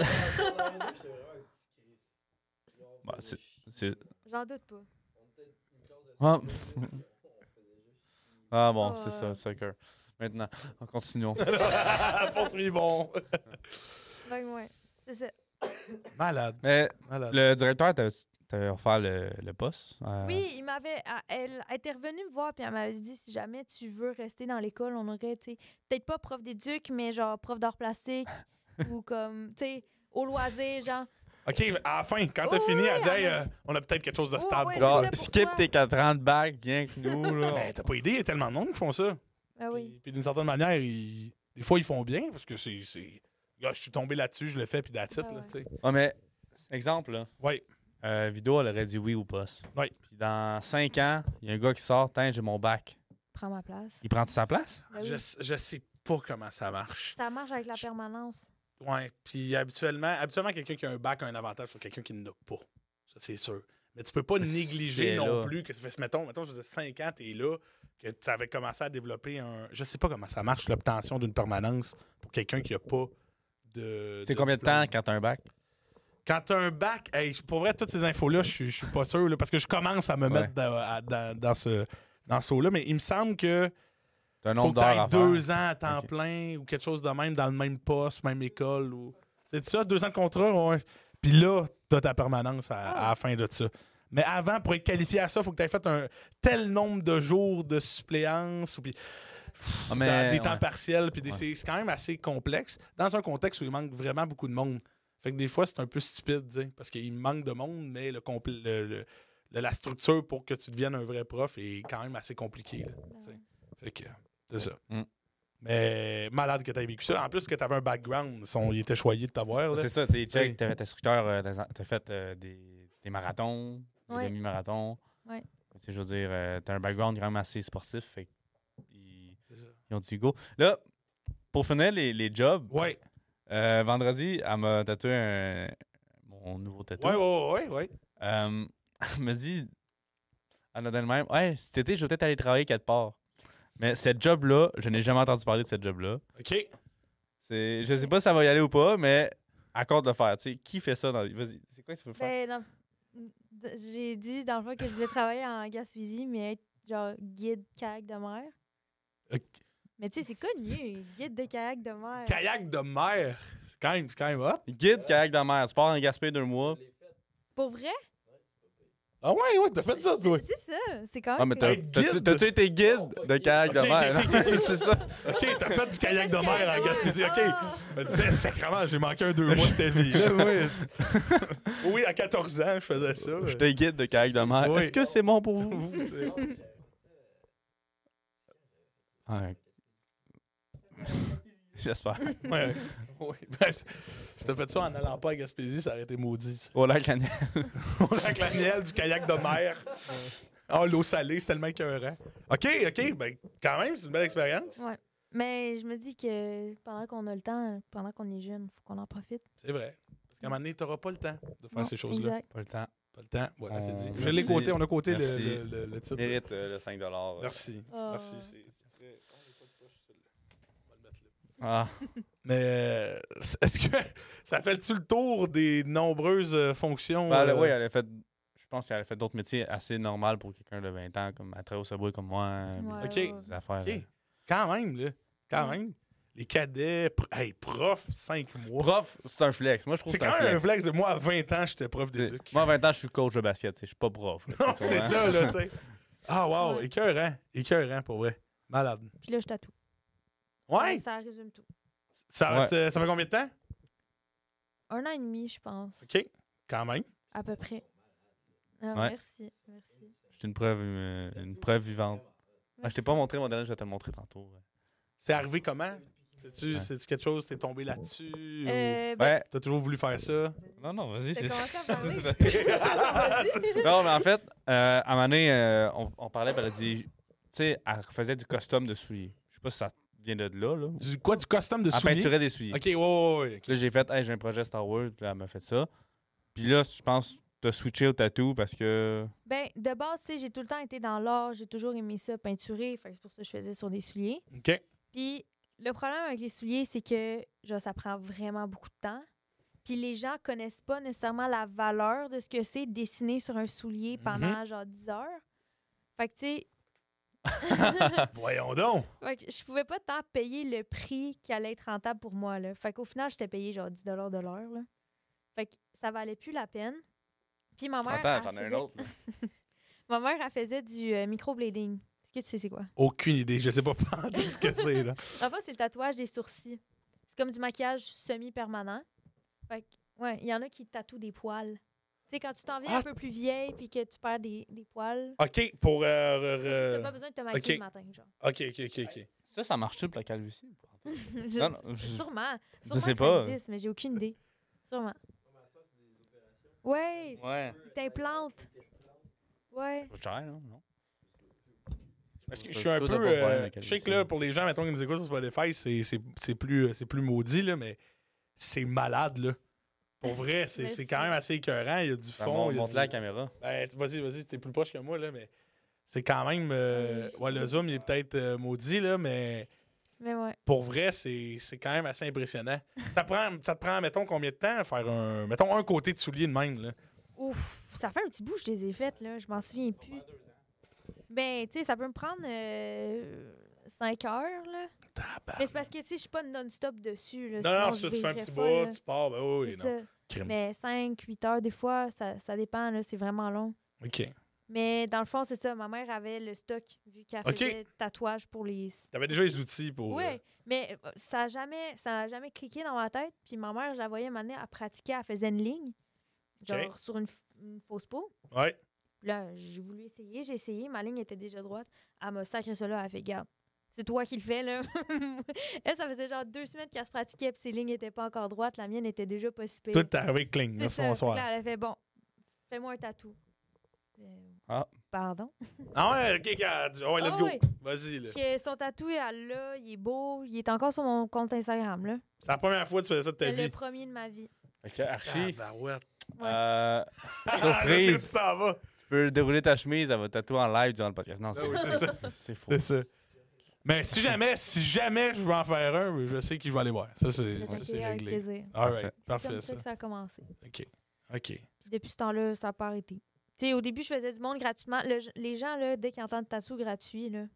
Speaker 1: Bah, c'est- c'est-
Speaker 3: J'en doute pas.
Speaker 1: Ah. Ah bon,
Speaker 3: Ah,
Speaker 1: c'est ça,
Speaker 3: euh.
Speaker 1: le soccer. Maintenant, continuons.
Speaker 2: Poursuivons.
Speaker 3: Fait que ouais, c'est ça.
Speaker 2: Malade.
Speaker 1: Mais
Speaker 2: Malade.
Speaker 1: le directeur t'avait t'avait offert le, le poste. euh,
Speaker 3: Oui, il m'avait. ah, Elle elle était revenue me voir, puis elle m'avait dit si jamais tu veux rester dans l'école, on aurait, tu sais, peut-être pas prof d'éduc, mais genre prof d'art plastique ou comme, tu sais, au loisir, genre.
Speaker 2: OK, à la fin, quand
Speaker 3: Oui,
Speaker 2: t'as fini, elle dit Hey,
Speaker 3: elle m'a
Speaker 2: euh, on a peut-être quelque chose de
Speaker 3: Oui,
Speaker 2: stable.
Speaker 3: oui,
Speaker 2: pour
Speaker 1: Genre,
Speaker 3: c'est ça, pour
Speaker 1: skip
Speaker 3: toi.
Speaker 1: tes 4 ans de bac, viens que nous, là.
Speaker 2: Ben, t'as pas idée, il y a tellement de monde qui font ça.
Speaker 3: Ah oui.
Speaker 2: Puis, puis d'une certaine manière, ils- des fois, ils font bien parce que c'est. c'est- Gars, je suis tombé là-dessus, je le fais, puis that's it,
Speaker 3: Ah
Speaker 2: là,
Speaker 3: ouais.
Speaker 2: tu sais.
Speaker 1: Ah, mais, exemple, là,
Speaker 2: Ouais.
Speaker 1: euh, Vido, elle aurait dit oui au poste.
Speaker 2: Oui.
Speaker 1: Puis dans 5 ans, il y a un gars qui sort, tiens, j'ai mon bac.
Speaker 3: Prends ma place.
Speaker 1: Il prend sa place?
Speaker 3: Ben
Speaker 2: Je,
Speaker 3: oui.
Speaker 2: s- je sais pas comment ça marche.
Speaker 3: Ça marche avec la
Speaker 2: Je-
Speaker 3: permanence.
Speaker 2: Ouais. Puis habituellement, habituellement quelqu'un qui a un bac a un avantage sur quelqu'un qui ne l'a pas. Ça, c'est sûr. Mais tu peux pas
Speaker 1: Mais c'est
Speaker 2: négliger non
Speaker 1: là.
Speaker 2: plus que ça fait, mettons, mettons, je faisais 5 ans, t'es là, que tu avais commencé à développer un. Je sais pas comment ça marche, l'obtention d'une permanence pour quelqu'un qui a pas de.
Speaker 1: C'est combien de
Speaker 2: diplôme.
Speaker 1: temps quand t'as un bac?
Speaker 2: Quand t'as un bac, hey, je- pour vrai, toutes ces infos-là, je suis- je suis pas sûr, là, parce que je commence à me
Speaker 1: Ouais.
Speaker 2: mettre dans, à- dans- dans ce, dans ce là mais il me semble que
Speaker 1: T'as un
Speaker 2: faut
Speaker 1: nombre
Speaker 2: que
Speaker 1: d'heures à
Speaker 2: t'ailles
Speaker 1: faire.
Speaker 2: deux ans à temps
Speaker 1: Ok.
Speaker 2: plein ou quelque chose de même dans le même poste, même école. Ou... C'est ça, deux ans de contrat, ouais. Puis là, t'as ta permanence à, à la fin de ça. Mais avant, pour être qualifié à ça, faut que t'aies fait un tel nombre de jours de suppléance ou puis
Speaker 1: Ah,
Speaker 2: dans
Speaker 1: mais,
Speaker 2: des
Speaker 1: ouais.
Speaker 2: temps partiels. Puis des-
Speaker 1: Ouais.
Speaker 2: c'est- c'est quand même assez complexe dans un contexte où il manque vraiment beaucoup de monde. Fait que des fois, c'est un peu stupide, tu sais, parce qu'il manque de monde, mais le, compl- le- le- le- la structure pour que tu deviennes un vrai prof est quand même assez compliquée. là.
Speaker 3: Ben
Speaker 2: t'sais.
Speaker 3: ouais.
Speaker 2: Fait que, c'est ça.
Speaker 1: Mm.
Speaker 2: Mais malade que tu vécu ça. En plus que tu avais un background, son, il était choyé de t'avoir. là.
Speaker 1: C'est ça, tu sais,
Speaker 2: Oui.
Speaker 1: check, t'as fait instructeur, euh, dans- t'as fait euh, des, des marathons, des
Speaker 3: Ouais.
Speaker 1: demi-marathons.
Speaker 3: Ouais.
Speaker 1: Tu sais, je veux dire, euh, t'as un background quand même assez sportif, fait que ils,
Speaker 2: C'est ça.
Speaker 1: ils ont dit go. Là, pour finir les, les jobs,
Speaker 2: Ouais,
Speaker 1: euh, vendredi, elle m'a tatoué un- mon nouveau
Speaker 2: ouais,
Speaker 1: tatouage.
Speaker 2: ouais, ouais, ouais.
Speaker 1: Euh, elle m'a dit, elle m'a donné le même, « Hey, cet été, je vais peut-être aller travailler quelque part. » Mais cette job-là, je n'ai jamais entendu parler de cette job-là.
Speaker 2: OK.
Speaker 1: C'est, je sais pas si ça va y aller ou pas, mais à compte de le faire. Tu sais, qui fait ça dans Vas-y, c'est quoi que tu veux faire?
Speaker 3: Ben, dans- d- j'ai dit dans le fond que je voulais travailler en Gaspésie, mais être genre guide kayak de mer.
Speaker 2: Ok.
Speaker 3: Mais tu sais, c'est connu, guide de kayak de mer.
Speaker 2: Kayak de mer. C'est quand même, c'est quand même hot.
Speaker 1: Guide kayak dans la mer. Tu pars en Gaspé deux mois.
Speaker 3: Pour vrai?
Speaker 2: Ah ouais, ouais, t'as fait ça, toi.
Speaker 3: C'est c'est ça, c'est quand
Speaker 1: Ah,
Speaker 3: même.
Speaker 1: mais t'as,
Speaker 2: Être
Speaker 1: t'as-tu,
Speaker 2: guide.
Speaker 1: t'as-tu été guide de kayak de
Speaker 2: Ok,
Speaker 1: mer?
Speaker 2: ok, ok, ok.
Speaker 1: c'est ça.
Speaker 2: OK, t'as fait du kayak de mer
Speaker 3: Du kayak de
Speaker 2: en
Speaker 3: mer.
Speaker 2: Gaspésie. OK.
Speaker 3: Ah!
Speaker 2: Je me disais, sacrément, j'ai manqué un deux mois de ta vie. là, moi. oui, à 14 ans, je faisais ça.
Speaker 1: J'étais guide de kayak de mer.
Speaker 2: Oui.
Speaker 1: Est-ce que c'est bon pour vous?
Speaker 2: Vous, c'est-
Speaker 1: Ouais. J'espère.
Speaker 2: Ouais. Oui. Ben, si si t'as fait ça en n'allant pas à Gaspésie, ça aurait été maudit. ça.
Speaker 1: Au lac Lanière.
Speaker 2: On a avec la miel, du kayak de mer. Ah, l'eau salée, c'est tellement écœurant. OK, OK, ben quand même, c'est une belle expérience.
Speaker 3: Ouais. Mais je me dis que pendant qu'on a le temps, pendant qu'on est jeune, faut qu'on en profite.
Speaker 2: C'est vrai. Parce qu'à un moment donné, t'auras pas le temps de faire
Speaker 3: Non,
Speaker 2: ces choses-là.
Speaker 3: Exact.
Speaker 1: Pas le temps.
Speaker 2: Pas le temps. Voilà, c'est dit.
Speaker 1: On-
Speaker 2: Je l'ai
Speaker 1: Merci.
Speaker 2: coté, on a coté le,
Speaker 1: Merci.
Speaker 2: le, le- le titre.
Speaker 1: Mérite euh, le 5 euh.
Speaker 2: Merci.
Speaker 3: Ah.
Speaker 2: Merci. c'est- c'est très- Oh, j'ai pas de poche, celle-là. On va le mettre là.
Speaker 1: Ah,
Speaker 2: Mais euh, est-ce que ça fait-tu le tour des nombreuses euh, fonctions?
Speaker 1: Ben, elle-
Speaker 2: euh,
Speaker 1: oui, elle a fait. Je pense qu'elle a fait d'autres métiers assez normaux pour quelqu'un de 20 ans, comme à travailler au Subway comme moi. euh,
Speaker 3: Ouais,
Speaker 2: Ok.
Speaker 3: ouais, ouais.
Speaker 1: Des affaires.
Speaker 2: OK.
Speaker 1: euh.
Speaker 2: Quand même, là. Quand
Speaker 3: Ouais.
Speaker 2: même. Les cadets, pr- hey, prof, 5 mois.
Speaker 1: Prof, c'est un flex. Moi, je trouve
Speaker 2: C'est
Speaker 1: que
Speaker 2: quand même un flex de moi à 20 ans, j'étais prof d'éduc.
Speaker 1: C'est- Moi, à 20 ans, je suis coach de basket. tu sais, Je suis pas prof. là,
Speaker 2: Non,
Speaker 1: tu
Speaker 2: c'est
Speaker 1: comprends?
Speaker 2: ça, là, tu sais. Ah, wow,
Speaker 3: Ouais.
Speaker 2: écœurant. Écœurant, pour vrai. Malade.
Speaker 3: Puis là, je tatoue.
Speaker 2: Ouais,
Speaker 3: Ça résume tout.
Speaker 2: ça, euh,
Speaker 1: Ouais.
Speaker 2: ça- ça fait combien de temps?
Speaker 3: Un an et demi, je pense,
Speaker 2: OK, quand même.
Speaker 3: à peu près. Ah,
Speaker 1: Ouais.
Speaker 3: Merci, merci.
Speaker 1: C'est une preuve, euh, une preuve vivante. Ah, je t'ai
Speaker 3: Merci.
Speaker 1: pas montré mon dernier, je vais te le montrer tantôt.
Speaker 2: C'est arrivé comment? C'est-tu
Speaker 1: Ouais.
Speaker 2: c'est-tu quelque chose, t'es tombé là-dessus? ou
Speaker 3: Euh, ben,
Speaker 1: Ouais.
Speaker 2: T'as toujours voulu faire ça?
Speaker 1: Non, non, vas-y. c'est-
Speaker 3: T'as commencé à parler.
Speaker 1: non, mais en fait, euh, à un moment donné, euh, on, on parlait, puis elle a dit, tu sais, elle faisait du custom de souliers. Je sais pas si ça vient de là, là.
Speaker 2: Du quoi? Du custom de
Speaker 1: Elle
Speaker 2: souliers?
Speaker 1: peinturait des souliers.
Speaker 2: OK, ouais, ouais, ouais.
Speaker 1: Puis Là, j'ai fait, hey, j'ai un projet Star Wars, puis là, elle m'a fait ça. Puis là, je pense, t'as switché au tatou parce que.
Speaker 3: ben, de base, tu sais, j'ai tout le temps été dans l'art, j'ai toujours aimé ça, peinturer. Fait que c'est pour ça que je faisais sur des souliers.
Speaker 2: OK.
Speaker 3: Puis le problème avec les souliers, c'est que genre, ça prend vraiment beaucoup de temps. Puis les gens connaissent pas nécessairement la valeur de ce que c'est dessiner sur un soulier
Speaker 1: Mhm.
Speaker 3: pendant genre 10 heures. Fait que tu sais,
Speaker 2: Voyons donc.
Speaker 3: fait que je pouvais pas tant payer le prix qui allait être rentable pour moi. Là. Fait qu'au final, j'étais payé genre 10 de l'heure. là. Fait que ça valait plus la peine. Puis ma mère,
Speaker 1: Attends,
Speaker 3: elle
Speaker 1: j'en ai un
Speaker 3: faisait-
Speaker 1: autre. là.
Speaker 3: ma mère, elle faisait du euh, microblading. Est-ce que tu sais c'est quoi?
Speaker 2: Aucune idée. Je sais pas pas ce que c'est, là.
Speaker 3: Enfin, c'est le tatouage des sourcils. C'est comme du maquillage semi-permanent. Fait que, ouais, il y en a qui tatouent des poils. Tu sais, quand tu t'en viens
Speaker 2: Ah!
Speaker 3: un peu plus vieille puis que tu perds des, des poils,
Speaker 2: OK, pour... euh,
Speaker 3: t'as
Speaker 2: re-
Speaker 3: pas
Speaker 2: re-
Speaker 3: besoin de te maquiller
Speaker 2: ok.
Speaker 3: le matin, genre.
Speaker 2: OK, OK, OK, OK.
Speaker 1: Ça, ça marche pour la calvitie?
Speaker 3: Je-
Speaker 1: Non, non, je-
Speaker 3: Sûrement.
Speaker 1: je
Speaker 3: Sûrement
Speaker 1: sais
Speaker 3: que
Speaker 1: pas.
Speaker 3: ça existe, mais j'ai aucune idée. Sûrement. Ouais,
Speaker 1: Ouais.
Speaker 3: ils t'implantent. Ouais.
Speaker 1: C'est cher, hein, non? Non.
Speaker 2: Parce que je suis un
Speaker 1: Toi,
Speaker 2: peu.
Speaker 1: t'as pas de problème
Speaker 2: euh,
Speaker 1: avec hein. la
Speaker 2: je sais que
Speaker 1: calvitie.
Speaker 2: là, pour les gens, mettons, qui nous écoutent sur Spotify, c'est- c'est c'est plus, euh, c'est plus maudit, là, mais c'est malade, là. Pour vrai, c'est
Speaker 3: Mais
Speaker 2: c'est
Speaker 3: c'est-
Speaker 2: quand même assez écœurant. Il y a du fond. il y a
Speaker 1: montre
Speaker 2: du-
Speaker 1: la caméra.
Speaker 2: Ben, t- vas-y, vas-y, t'es plus proche que moi, là, mais c'est quand même. euh, ouais, le zoom, il est peut-être euh, maudit, là, mais
Speaker 3: Mais ouais.
Speaker 2: pour vrai, c'est c'est quand même assez impressionnant. ça, prend, ça te prend, mettons, combien de temps à faire un. Mettons, un côté de soulier de même, là.
Speaker 3: Ouf, ça fait un petit bout, que je les ai faites, là. Je m'en souviens plus. Ben, tu sais, ça peut me prendre 5 heures, là. Mais c'est parce que, tu sais, je suis pas non-stop dessus. Là,
Speaker 2: Non, non,
Speaker 3: sinon
Speaker 2: ça,
Speaker 3: je
Speaker 2: tu fais un
Speaker 3: virerais
Speaker 2: petit
Speaker 3: folle,
Speaker 2: bout,
Speaker 3: là.
Speaker 2: tu pars, ben oui, oui,
Speaker 3: C'est
Speaker 2: non.
Speaker 3: ça.
Speaker 2: Crime.
Speaker 3: Mais 5, 8 heures, des fois, ça, ça dépend, là, c'est vraiment long.
Speaker 2: OK.
Speaker 3: Mais dans le fond, c'est ça. Ma mère avait le stock, vu qu'elle
Speaker 2: Ok.
Speaker 3: faisait tatouage pour les.
Speaker 2: T'avais déjà les outils pour.
Speaker 3: Oui,
Speaker 2: euh,
Speaker 3: mais euh, ça n'a jamais, ça a jamais cliqué dans ma tête. Puis ma mère, je la voyais m'amener à pratiquer, elle faisait une ligne,
Speaker 2: Ok.
Speaker 3: genre sur une, f- une fausse peau.
Speaker 2: euh, Ouais.
Speaker 3: Puis Là, j'ai voulu essayer, j'ai essayé, ma ligne était déjà droite. Elle m'a sacré ça là, elle fait garde. C'est toi qui le fais, là. elle, ça faisait genre deux semaines qu'elle se pratiquait, puis ses lignes n'étaient pas encore droites, la mienne était déjà pas si pire.
Speaker 2: Tout est arrivé clean.
Speaker 3: C'est
Speaker 2: Merci,
Speaker 3: ça. Fait que
Speaker 2: bonsoir.
Speaker 3: Là, elle a fait bon, fais-moi un tatou. Euh,
Speaker 1: Ah.
Speaker 3: Pardon.
Speaker 2: Ah ouais, ok, ok, elle dit, ouais, let's
Speaker 3: Ah
Speaker 2: go.
Speaker 3: ouais.
Speaker 2: Vas-y, là.
Speaker 3: Que son tatou, elle l'a, il est beau, il est encore sur mon compte Instagram, là.
Speaker 2: C'est la première fois que tu faisais ça de ta
Speaker 3: C'est le
Speaker 2: vie.
Speaker 3: premier de ma vie.
Speaker 1: Ok, Archie,
Speaker 2: Tabarouette.
Speaker 3: Ah, ouais.
Speaker 1: euh,
Speaker 2: Je sais où tu
Speaker 1: surprise,
Speaker 2: t'en vas.
Speaker 1: tu peux dérouler ta chemise, elle va tatouer en live durant le podcast. Non,
Speaker 2: Ah oui, c'est ça.
Speaker 1: c'est faux.
Speaker 2: C'est ça. Mais si jamais, si jamais je veux en faire un, je sais qui je vais aller voir. Ça,
Speaker 3: Je
Speaker 2: c'est
Speaker 3: vais
Speaker 2: ça, c'est
Speaker 3: t'accueillir avec
Speaker 2: réglé.
Speaker 3: plaisir.
Speaker 2: All right,
Speaker 3: C'est
Speaker 2: parfait,
Speaker 3: comme ça
Speaker 2: ça.
Speaker 3: que ça a commencé.
Speaker 2: OK. OK.
Speaker 3: Puis depuis ce temps-là, ça n'a pas arrêté. Tu sais, au début, je faisais du monde gratuitement. Le- les gens, là, dès qu'ils entendent tatou gratuit, là,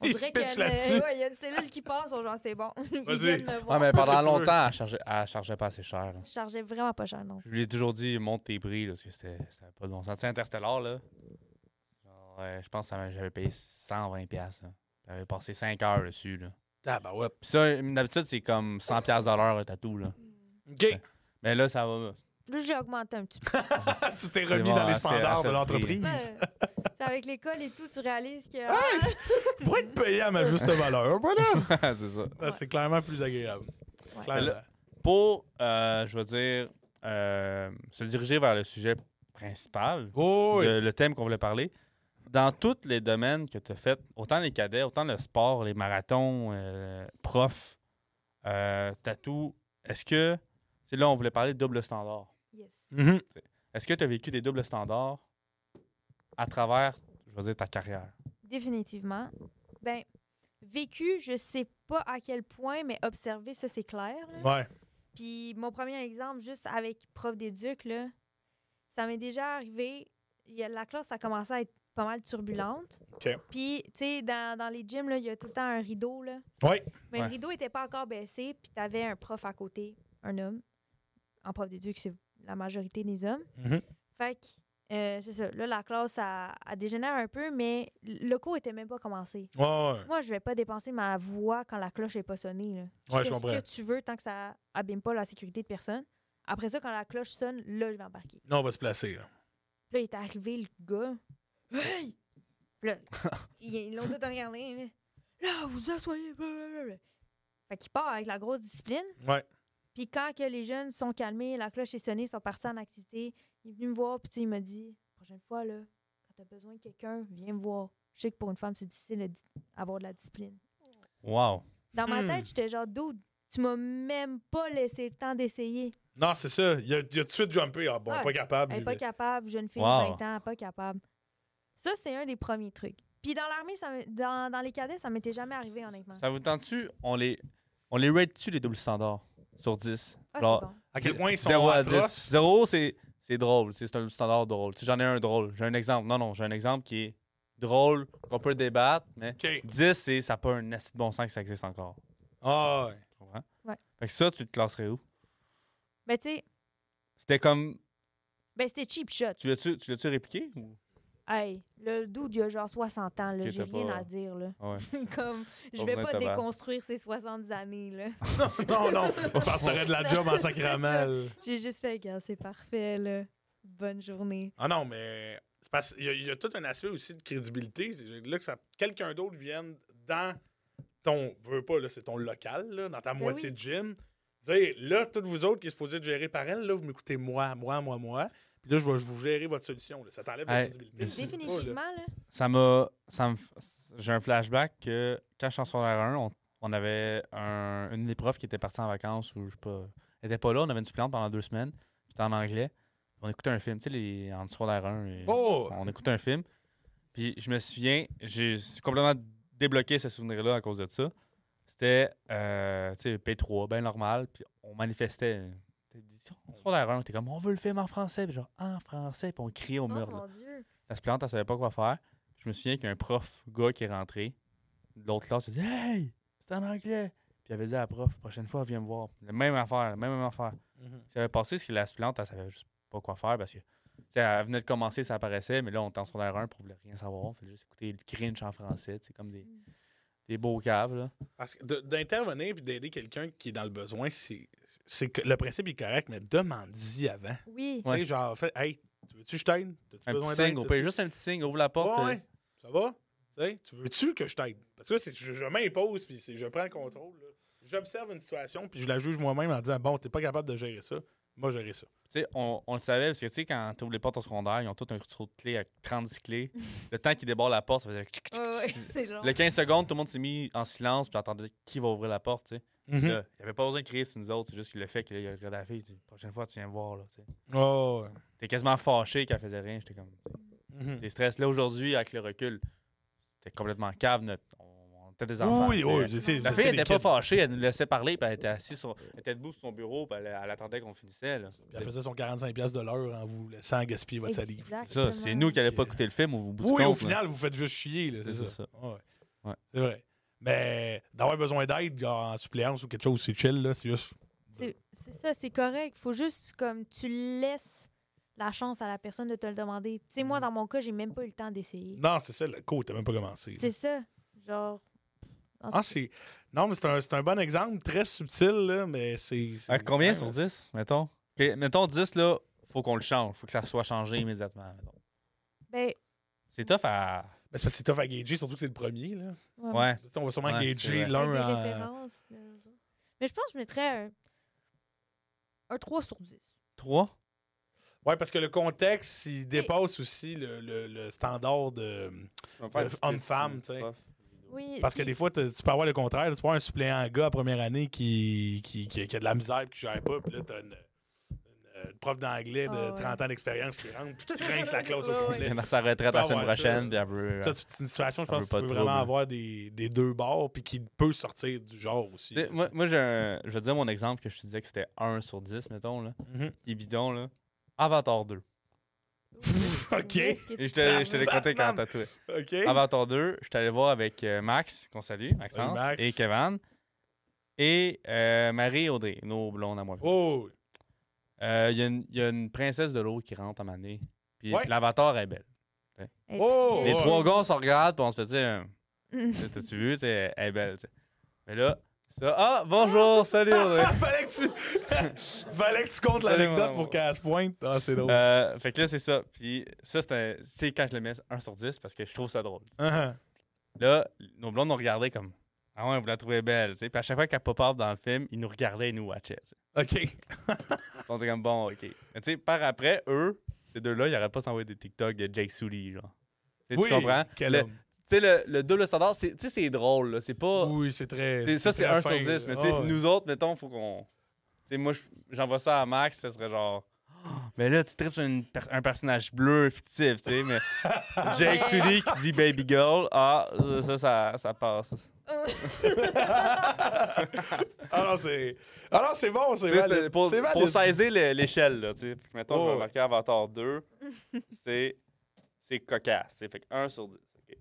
Speaker 3: on
Speaker 2: Ils se
Speaker 3: dirait
Speaker 2: pitchent
Speaker 3: que
Speaker 2: là-dessus.
Speaker 3: ouais, il y a une cellule qui passe, oh, genre c'est bon. Ils
Speaker 2: Vas-y.
Speaker 3: viennent me
Speaker 1: Ouais,
Speaker 3: voir.
Speaker 1: mais pendant
Speaker 2: Qu'est-ce que tu veux?
Speaker 1: longtemps, elle chargeait, elle chargeait pas assez cher. là.
Speaker 3: Je chargeais vraiment pas cher, non.
Speaker 1: Je lui ai toujours dit, monte tes prix, là, parce que c'était ça avait pas de bon sens. Tu sais, Interstellar, là, genre, euh, je pense que ça m'a- j'avais payé 120$. piastres, là. J'avais passé 5 heures dessus, là.
Speaker 2: Ah, bah ouais.
Speaker 1: Puis ça, d'habitude, c'est comme 100$ piastres de l'heure, un tatou, là.
Speaker 2: OK.
Speaker 1: Mais là, ça va.
Speaker 3: Là, j'ai augmenté un petit peu.
Speaker 2: Ah, tu t'es
Speaker 1: C'est
Speaker 2: remis
Speaker 1: bon,
Speaker 2: dans les
Speaker 1: assez-
Speaker 2: standards
Speaker 1: assez
Speaker 2: de
Speaker 1: pris.
Speaker 2: l'entreprise.
Speaker 3: Mais, euh, c'est avec l'école et tout, tu réalises que. ah! Ben,
Speaker 2: Pour être payé à ma juste valeur, voilà.
Speaker 1: c'est ça.
Speaker 2: Ah, C'est clairement plus agréable.
Speaker 3: Ouais.
Speaker 2: Clairement.
Speaker 1: Mais Pour, euh, je veux dire, euh, se diriger vers le sujet principal,
Speaker 2: Oh, oui.
Speaker 1: de- le thème qu'on voulait parler. Dans tous les domaines que tu as fait, autant les cadets, autant le sport, les marathons, euh, prof, euh, tatou, est-ce que, c'est là, on voulait parler de double standard.
Speaker 3: Yes.
Speaker 2: Mhm.
Speaker 1: Est-ce que tu as vécu des doubles standards à travers, je veux dire, ta carrière?
Speaker 3: Définitivement. Ben, vécu, je sais pas à quel point, mais observé, ça, c'est clair. là.
Speaker 2: Ouais.
Speaker 3: Puis mon premier exemple, juste avec prof d'éduc, là, ça m'est déjà arrivé. il y a- la classe, ça commençait à être pas mal turbulente.
Speaker 2: OK.
Speaker 3: Puis, tu sais, dans, dans les gyms, là, il y a tout le temps un rideau. Là.
Speaker 2: Ouais.
Speaker 3: Mais
Speaker 1: Ouais.
Speaker 3: le rideau n'était pas encore baissé, puis tu avais un prof à côté, un homme. En prof d'éduc, c'est la majorité des hommes.
Speaker 2: Mhm.
Speaker 3: Fait que, euh, c'est ça. Là, la classe, ça, elle dégénère un peu, mais le cours était même pas commencé.
Speaker 2: Ouais, ouais.
Speaker 3: Moi, je vais pas dépenser ma voix quand la cloche est pas sonnée. Là. Tu
Speaker 2: Ouais,
Speaker 3: fais
Speaker 2: je comprends.
Speaker 3: ce que tu veux tant que ça abîme pas la sécurité de personne. Après ça, quand la cloche sonne, là, je vais embarquer.
Speaker 2: Là, on va se placer. là.
Speaker 3: Puis là, il est arrivé le gars. Hey! Puis là, ils ils l'ont tout regardé. Là, Là, vous asseyez. blablabla. Fait qu'il part avec la grosse discipline.
Speaker 2: Ouais.
Speaker 3: Puis quand que les jeunes sont calmés, la cloche est sonnée, ils sont partis en activité, il est venu me voir, puis tu sais, il m'a dit prochaine fois, là, quand t'as besoin de quelqu'un, viens me voir. Je sais que pour une femme, c'est difficile d'avoir de la discipline.
Speaker 1: Wow!
Speaker 3: Dans ma
Speaker 2: Hmm.
Speaker 3: tête, j'étais genre, dude, tu m'as même pas laissé le temps d'essayer.
Speaker 2: Non, c'est ça. Il a, il a tout de suite jumpé. Ah, bon,
Speaker 3: Ouais.
Speaker 2: pas capable.
Speaker 3: Elle est
Speaker 2: j'y
Speaker 3: pas
Speaker 2: vais.
Speaker 3: capable, jeune fille
Speaker 1: Wow.
Speaker 3: de 20 ans, pas capable. Ça, c'est un des premiers trucs. Puis dans l'armée, ça m'est- dans, dans les cadets, ça m'était jamais arrivé, honnêtement.
Speaker 1: Ça vous tente-tu? On les, on les rate-tu, les doubles standards, sur 10?
Speaker 3: Ah,
Speaker 1: Genre,
Speaker 3: c'est bon.
Speaker 2: À quel point ils sont
Speaker 1: 0 à 10.
Speaker 2: atroces.
Speaker 1: 0, c'est c'est drôle. C'est c'est un standard drôle. Si j'en ai un drôle, j'ai un exemple. Non, non, j'ai un exemple qui est drôle, qu'on peut débattre, mais
Speaker 2: OK.
Speaker 1: 10, c'est ça n'a pas un assez de bon sens que ça existe encore.
Speaker 2: Ah, ouais.
Speaker 1: Tu comprends?
Speaker 3: Ouais.
Speaker 1: Fait que ça, tu te classerais où?
Speaker 3: Ben, tu sais,
Speaker 1: C'était comme.
Speaker 3: ben, c'était cheap shot.
Speaker 1: Tu l'as-tu tu l'as-tu répliqué? Ou...
Speaker 3: Hey, le dude, il a genre 60 ans, là.
Speaker 1: Qui
Speaker 3: J'ai
Speaker 1: était
Speaker 3: rien
Speaker 1: pas-
Speaker 3: à dire, là.
Speaker 1: Ah Ouais.
Speaker 3: Comme, je
Speaker 1: Pas
Speaker 3: vais
Speaker 1: besoin de
Speaker 3: pas
Speaker 1: tabac.
Speaker 3: déconstruire ces 70 années, là.
Speaker 2: non, non. Parce que t'aurais de la job en
Speaker 3: C'est
Speaker 2: sacrament.
Speaker 3: ça.
Speaker 2: là.
Speaker 3: J'ai juste fait, regarde, c'est parfait, là. Bonne journée.
Speaker 2: Ah non, mais c'est parce qu'il y, a- il y a tout un aspect aussi de crédibilité. C'est là que ça- quelqu'un d'autre vienne dans ton, veux pas, là, c'est ton local, là, dans ta
Speaker 3: Ben
Speaker 2: moitié
Speaker 3: oui.
Speaker 2: de gym. Dire, là, toutes vous autres qui êtes supposés être gérés par elle, là, vous m'écoutez moi, moi, moi, moi. Puis là, je vais je vous gérer votre solution. là. Ça t'enlève la
Speaker 1: Hey,
Speaker 2: crédibilité.
Speaker 1: mais c'est-
Speaker 3: Définitivement, là.
Speaker 1: Ça m'a. ça me f- J'ai un flashback que quand je suis en secondaire 1, on, on avait un, une des profs qui était partie en vacances ou je sais pas. Elle était pas là, on avait une supplante pendant deux semaines. C'était en anglais. On écoutait un film, tu sais, les, en secondaire 1. et-
Speaker 2: Oh!
Speaker 1: On écoutait un film. Puis je me souviens, j'ai j'ai complètement débloqué ce souvenir-là à cause de ça. C'était, euh, tu sais, P3, bien normal. Puis on manifestait. euh, On sur la rue, on était comme, on veut le film en français. Puis genre, en français. Puis on criait au
Speaker 3: Oh
Speaker 1: mur. là.
Speaker 3: mon Dieu.
Speaker 1: La suppléante, elle savait pas quoi faire. Je me souviens qu'un prof gars qui est rentré, de l'autre classe, il a dit Hey, c'est en anglais. Puis il avait dit à la prof, prochaine fois, viens me voir. La même affaire, la même affaire.
Speaker 2: Mhm.
Speaker 1: Ça avait passé, c'est que la suppléante, elle savait juste pas quoi faire parce que, tu sais, elle venait de commencer, ça apparaissait, mais là, on était en secondaire 1 pour voulait rien savoir. On fallait juste écouter le cringe en français, c'est comme des,
Speaker 3: Mm.
Speaker 1: des beaux câbles. là.
Speaker 2: Parce que de- d'intervenir puis d'aider quelqu'un qui est dans le besoin, c'est, c'est que le principe est correct, mais demande-y avant.
Speaker 3: Oui.
Speaker 2: Tu sais, genre, fait, hey, tu veux-tu que je t'aide? T'as-tu
Speaker 1: Un
Speaker 2: besoin
Speaker 1: petit
Speaker 2: d'aide?
Speaker 1: signe, au
Speaker 2: T'as-tu-
Speaker 1: pire, juste un petit signe, ouvre la porte.
Speaker 2: Ouais,
Speaker 1: euh,
Speaker 2: ouais. ça va? Tu sais, tu veux-tu que je t'aide? Parce que là, c'est- je, je m'impose, puis c'est- je prends le contrôle. là. J'observe une situation, puis je la juge moi-même en disant Bon, t'es pas capable de gérer ça, moi gérer ça.
Speaker 1: Tu sais, on, on le savait parce que, tu sais, quand tu les portes au secondaire, ils ont tout un trou de clés avec 36 clés. le temps qu'ils débordent la porte, ça faisait. tchic, tchic,
Speaker 3: Ouais, ouais,
Speaker 1: tchic.
Speaker 3: c'est long.
Speaker 1: Le 15 secondes, tout le monde s'est mis en silence puis attendait qui va ouvrir la porte, tu sais.
Speaker 2: Hum.
Speaker 1: Puis là, Il n'y avait pas besoin de crier sur nous autres, c'est juste le fait qu'il a regardé la fille, il dit, prochaine fois, tu viens me voir, là, tu sais.
Speaker 2: Oh, ouais.
Speaker 1: T'es quasiment fâché qu'elle faisait rien, j'étais comme...
Speaker 2: Mhm.
Speaker 1: T'es stress. Là, aujourd'hui, avec le recul, c'était complètement cave, notre... on, on était t'as des enfants.
Speaker 2: Oui, oui,
Speaker 1: tu sais.
Speaker 2: oui. je sais,
Speaker 1: La fille
Speaker 2: je sais,
Speaker 1: elle
Speaker 2: les
Speaker 1: était pas
Speaker 2: kids. Euh,
Speaker 1: fâchée, elle nous laissait parler, puis elle était assise sur, elle était debout sur son bureau, puis elle, elle attendait qu'on finissait. là.
Speaker 2: Puis Elle faisait son 45$ piastres de l'heure en vous laissant gaspiller votre salive.
Speaker 1: C'est ça, c'est nous qui n'allions pas
Speaker 2: Ok.
Speaker 1: écouter le film au bout du
Speaker 2: Oui,
Speaker 1: compte,
Speaker 2: au
Speaker 1: là.
Speaker 2: final, vous faites juste chier, là, c'est
Speaker 1: C'est
Speaker 2: ça.
Speaker 1: ça.
Speaker 2: Ouais.
Speaker 1: Ouais.
Speaker 2: C'est vrai. Mais d'avoir besoin d'aide genre, en suppléance ou quelque chose, c'est chill, là. C'est juste.
Speaker 3: C'est c'est ça, c'est correct. Faut juste comme tu laisses la chance à la personne de te le demander. Tu sais, moi, dans mon cas, j'ai même pas eu le temps d'essayer.
Speaker 2: Mm-hmm. Non, c'est ça, le cours, t'as même pas commencé. là.
Speaker 3: C'est ça. Genre. en tout
Speaker 2: Ah,
Speaker 3: cas,
Speaker 2: c'est. Non, mais c'est un, c'est un bon exemple, très subtil, là, mais c'est. c'est-
Speaker 1: À Euh, combien sur
Speaker 2: Ouais,
Speaker 1: 10, mettons? Ok, mettons 10, là, faut qu'on le change. Faut que ça soit changé immédiatement. mettons.
Speaker 3: Ben,
Speaker 1: C'est tough à.
Speaker 2: mais c'est parce que c'est tough à gager, surtout que c'est le premier, là.
Speaker 3: ouais.
Speaker 1: Ouais.
Speaker 2: On va sûrement
Speaker 1: Ouais, c'est
Speaker 2: gager
Speaker 1: vrai.
Speaker 2: l'un
Speaker 3: avec des
Speaker 2: en.
Speaker 3: références, euh, genre. Mais je pense que je mettrais un, un 3 sur 10.
Speaker 1: 3?
Speaker 2: Ouais, parce que le contexte, il dépasse aussi le, le- le standard de. faire du homme-femme, Euh, tu sais.
Speaker 3: Oui.
Speaker 2: Parce que
Speaker 3: puis-
Speaker 2: des fois, t'as- tu peux avoir le contraire. Tu peux avoir un suppléant gars à première année qui, qui, qui, qui a de la misère et qui gère pas. Puis là, t'as une, une, une prof d'anglais de
Speaker 3: Ah ouais.
Speaker 2: 30 ans d'expérience qui rentre puis qui rince la classe
Speaker 3: Ouais,
Speaker 2: au
Speaker 3: ouais.
Speaker 1: Elle est
Speaker 2: poulet.
Speaker 1: dans sa retraite
Speaker 2: peux
Speaker 1: la semaine
Speaker 2: avoir ça.
Speaker 1: prochaine, puis elle veut. euh,
Speaker 2: Ça, c'est une situation, je
Speaker 1: Ça
Speaker 2: pense, que
Speaker 1: veut pas
Speaker 2: tu peux
Speaker 1: de
Speaker 2: vraiment
Speaker 1: trouble.
Speaker 2: avoir des, des deux bords puis qui peut sortir du genre aussi.
Speaker 1: Tu sais, Moi, moi j'ai un- je vais te dire mon exemple que je te disais que c'était 1 sur 10, mettons, là.
Speaker 2: Mhm.
Speaker 1: Qui est bidon, là. Avatar 2.
Speaker 2: Pff, ok.
Speaker 3: Oui, ce que
Speaker 1: Et
Speaker 3: tu
Speaker 1: je te-
Speaker 3: parles.
Speaker 1: je te l'ai compté quand t'as tout.
Speaker 2: OK.
Speaker 1: Avatar 2, je suis allé voir avec euh, Max, qu'on salue, Maxence,
Speaker 2: Salut, Max.
Speaker 1: et Kevin, et euh, Marie et Audrey, nos blondes à moi.
Speaker 2: Oh,
Speaker 1: Euh, Il y, a une- il y a une princesse de l'eau qui rentre à Mané. Puis
Speaker 2: Ouais.
Speaker 1: l'avatar est belle.
Speaker 3: Elle est
Speaker 2: Oh!
Speaker 3: très
Speaker 1: Les
Speaker 2: ouais.
Speaker 3: belle.
Speaker 1: trois gars se regardent, puis on se fait dire
Speaker 3: Mm.
Speaker 1: euh, T'as-tu vu, tu sais, elle est belle. tu sais. Mais là, ça. Ah, bonjour, salut Audrey.
Speaker 2: Ah, fallait, que tu... fallait que tu comptes
Speaker 1: Salut,
Speaker 2: l'anecdote
Speaker 1: mon
Speaker 2: pour
Speaker 1: amour.
Speaker 2: qu'elle se pointe. Ah, c'est drôle.
Speaker 1: Euh, fait que là, c'est ça. Puis ça, c'est un- c'est quand je le mets 1 sur 10 parce que je trouve ça drôle.
Speaker 2: Ah,
Speaker 1: Là, nos blondes nous regardaient comme Ah ouais, vous la trouvez belle. tu sais. Puis à chaque fois qu'elle pop-up dans le film, ils nous regardaient et nous watchaient. tu sais.
Speaker 2: ah. OK.
Speaker 1: On était comme bon, ok. Mais tu sais, par après, eux, ces deux-là, ils n'arrêtent pas s'envoyer des TikTok de Jake Sully, genre. Tu sais,
Speaker 2: oui,
Speaker 1: tu comprends?
Speaker 2: Quel
Speaker 1: Le-
Speaker 2: homme.
Speaker 1: Tu sais, le, le double standard, c'est- tu sais, c'est drôle, là. C'est pas.
Speaker 2: Oui, c'est très.
Speaker 1: c'est- ça, c'est
Speaker 2: très
Speaker 1: 1 sur
Speaker 2: fin,
Speaker 1: 10. Mais
Speaker 2: là.
Speaker 1: tu sais,
Speaker 2: Ah, ouais.
Speaker 1: nous autres, mettons, faut qu'on. Tu sais, moi, je- j'envoie ça à Max, ça serait genre. Ah, Mais là, tu tripes sur une per- un personnage bleu fictif, tu sais, mais Jake Sully qui dit Baby Girl, ah, ça, ça, ça passe.
Speaker 2: Alors Ah, c'est alors c'est bon, c'est
Speaker 1: Tu sais, c'est
Speaker 2: valide.
Speaker 1: pour,
Speaker 2: C'est
Speaker 1: pour
Speaker 2: valide.
Speaker 1: saisir le- l'échelle, là, tu sais. Fait que Mettons, je
Speaker 2: Oh.
Speaker 1: vais marquer Avatar 2, c'est, c'est cocasse. C'est fait que 1 sur 10. ok.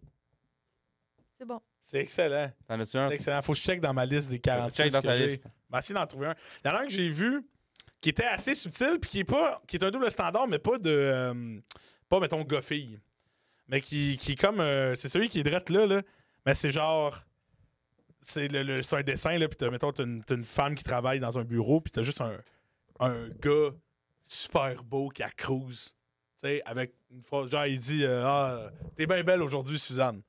Speaker 3: C'est bon.
Speaker 2: C'est excellent.
Speaker 1: T'en as-tu un?
Speaker 2: C'est excellent. Faut que je check dans ma liste des 46
Speaker 1: Check dans
Speaker 2: que
Speaker 1: ta
Speaker 2: j'ai.
Speaker 1: liste.
Speaker 2: Ben, essayez d'en trouver un. Il y en a un que j'ai vu qui était assez subtil puis qui est pas qui est un double standard mais pas de euh, pas mettons goffille. Mais qui, qui est comme euh, c'est celui qui est drette là là, mais c'est genre c'est le, le- c'est un dessin là puis t'as mettons t'as une, t'as une femme qui travaille dans un bureau puis t'as juste un un gars super beau qui accrouse. Tu sais, avec une phrase genre, il dit euh, Ah, t'es bien belle aujourd'hui, Suzanne.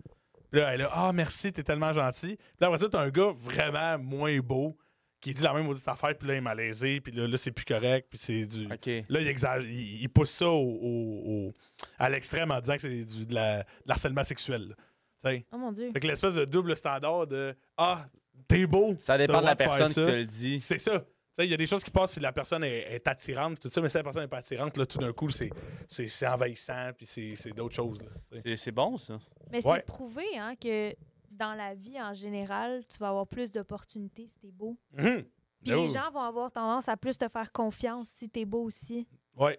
Speaker 2: Puis là, elle est là, Ah, merci, t'es tellement gentil. Puis là, après ça, t'as un gars vraiment moins beau qui dit la même maudite affaire, puis là, il est malaisé, puis là, là, c'est plus correct, puis c'est du.
Speaker 1: Ok.
Speaker 2: Là, il, exagère- il- il pousse ça au, au- au- à l'extrême en disant que c'est du de, la- de l'harcèlement sexuel. là. Tu sais.
Speaker 3: Oh mon Dieu.
Speaker 2: Fait que l'espèce de double standard de Ah, t'es beau,
Speaker 1: Ça
Speaker 2: T'as
Speaker 1: dépend
Speaker 2: le
Speaker 1: de la
Speaker 2: droit de faire
Speaker 1: personne qui te
Speaker 2: ça.
Speaker 1: le dit.
Speaker 2: c'est ça. Tu sais, il y a des choses qui passent si la personne est, est attirante, tout ça, mais si la personne n'est pas attirante, là, tout d'un coup, c'est- c'est c'est envahissant, puis c'est c'est d'autres choses. là, tu sais.
Speaker 1: C'est, c'est bon, ça.
Speaker 3: Mais
Speaker 2: Ouais.
Speaker 3: c'est prouvé hein, que dans la vie en général, tu vas avoir plus d'opportunités si t'es beau.
Speaker 2: Mhm.
Speaker 3: Puis
Speaker 2: Oh.
Speaker 3: les gens vont avoir tendance à plus te faire confiance si t'es beau aussi.
Speaker 2: Ouais,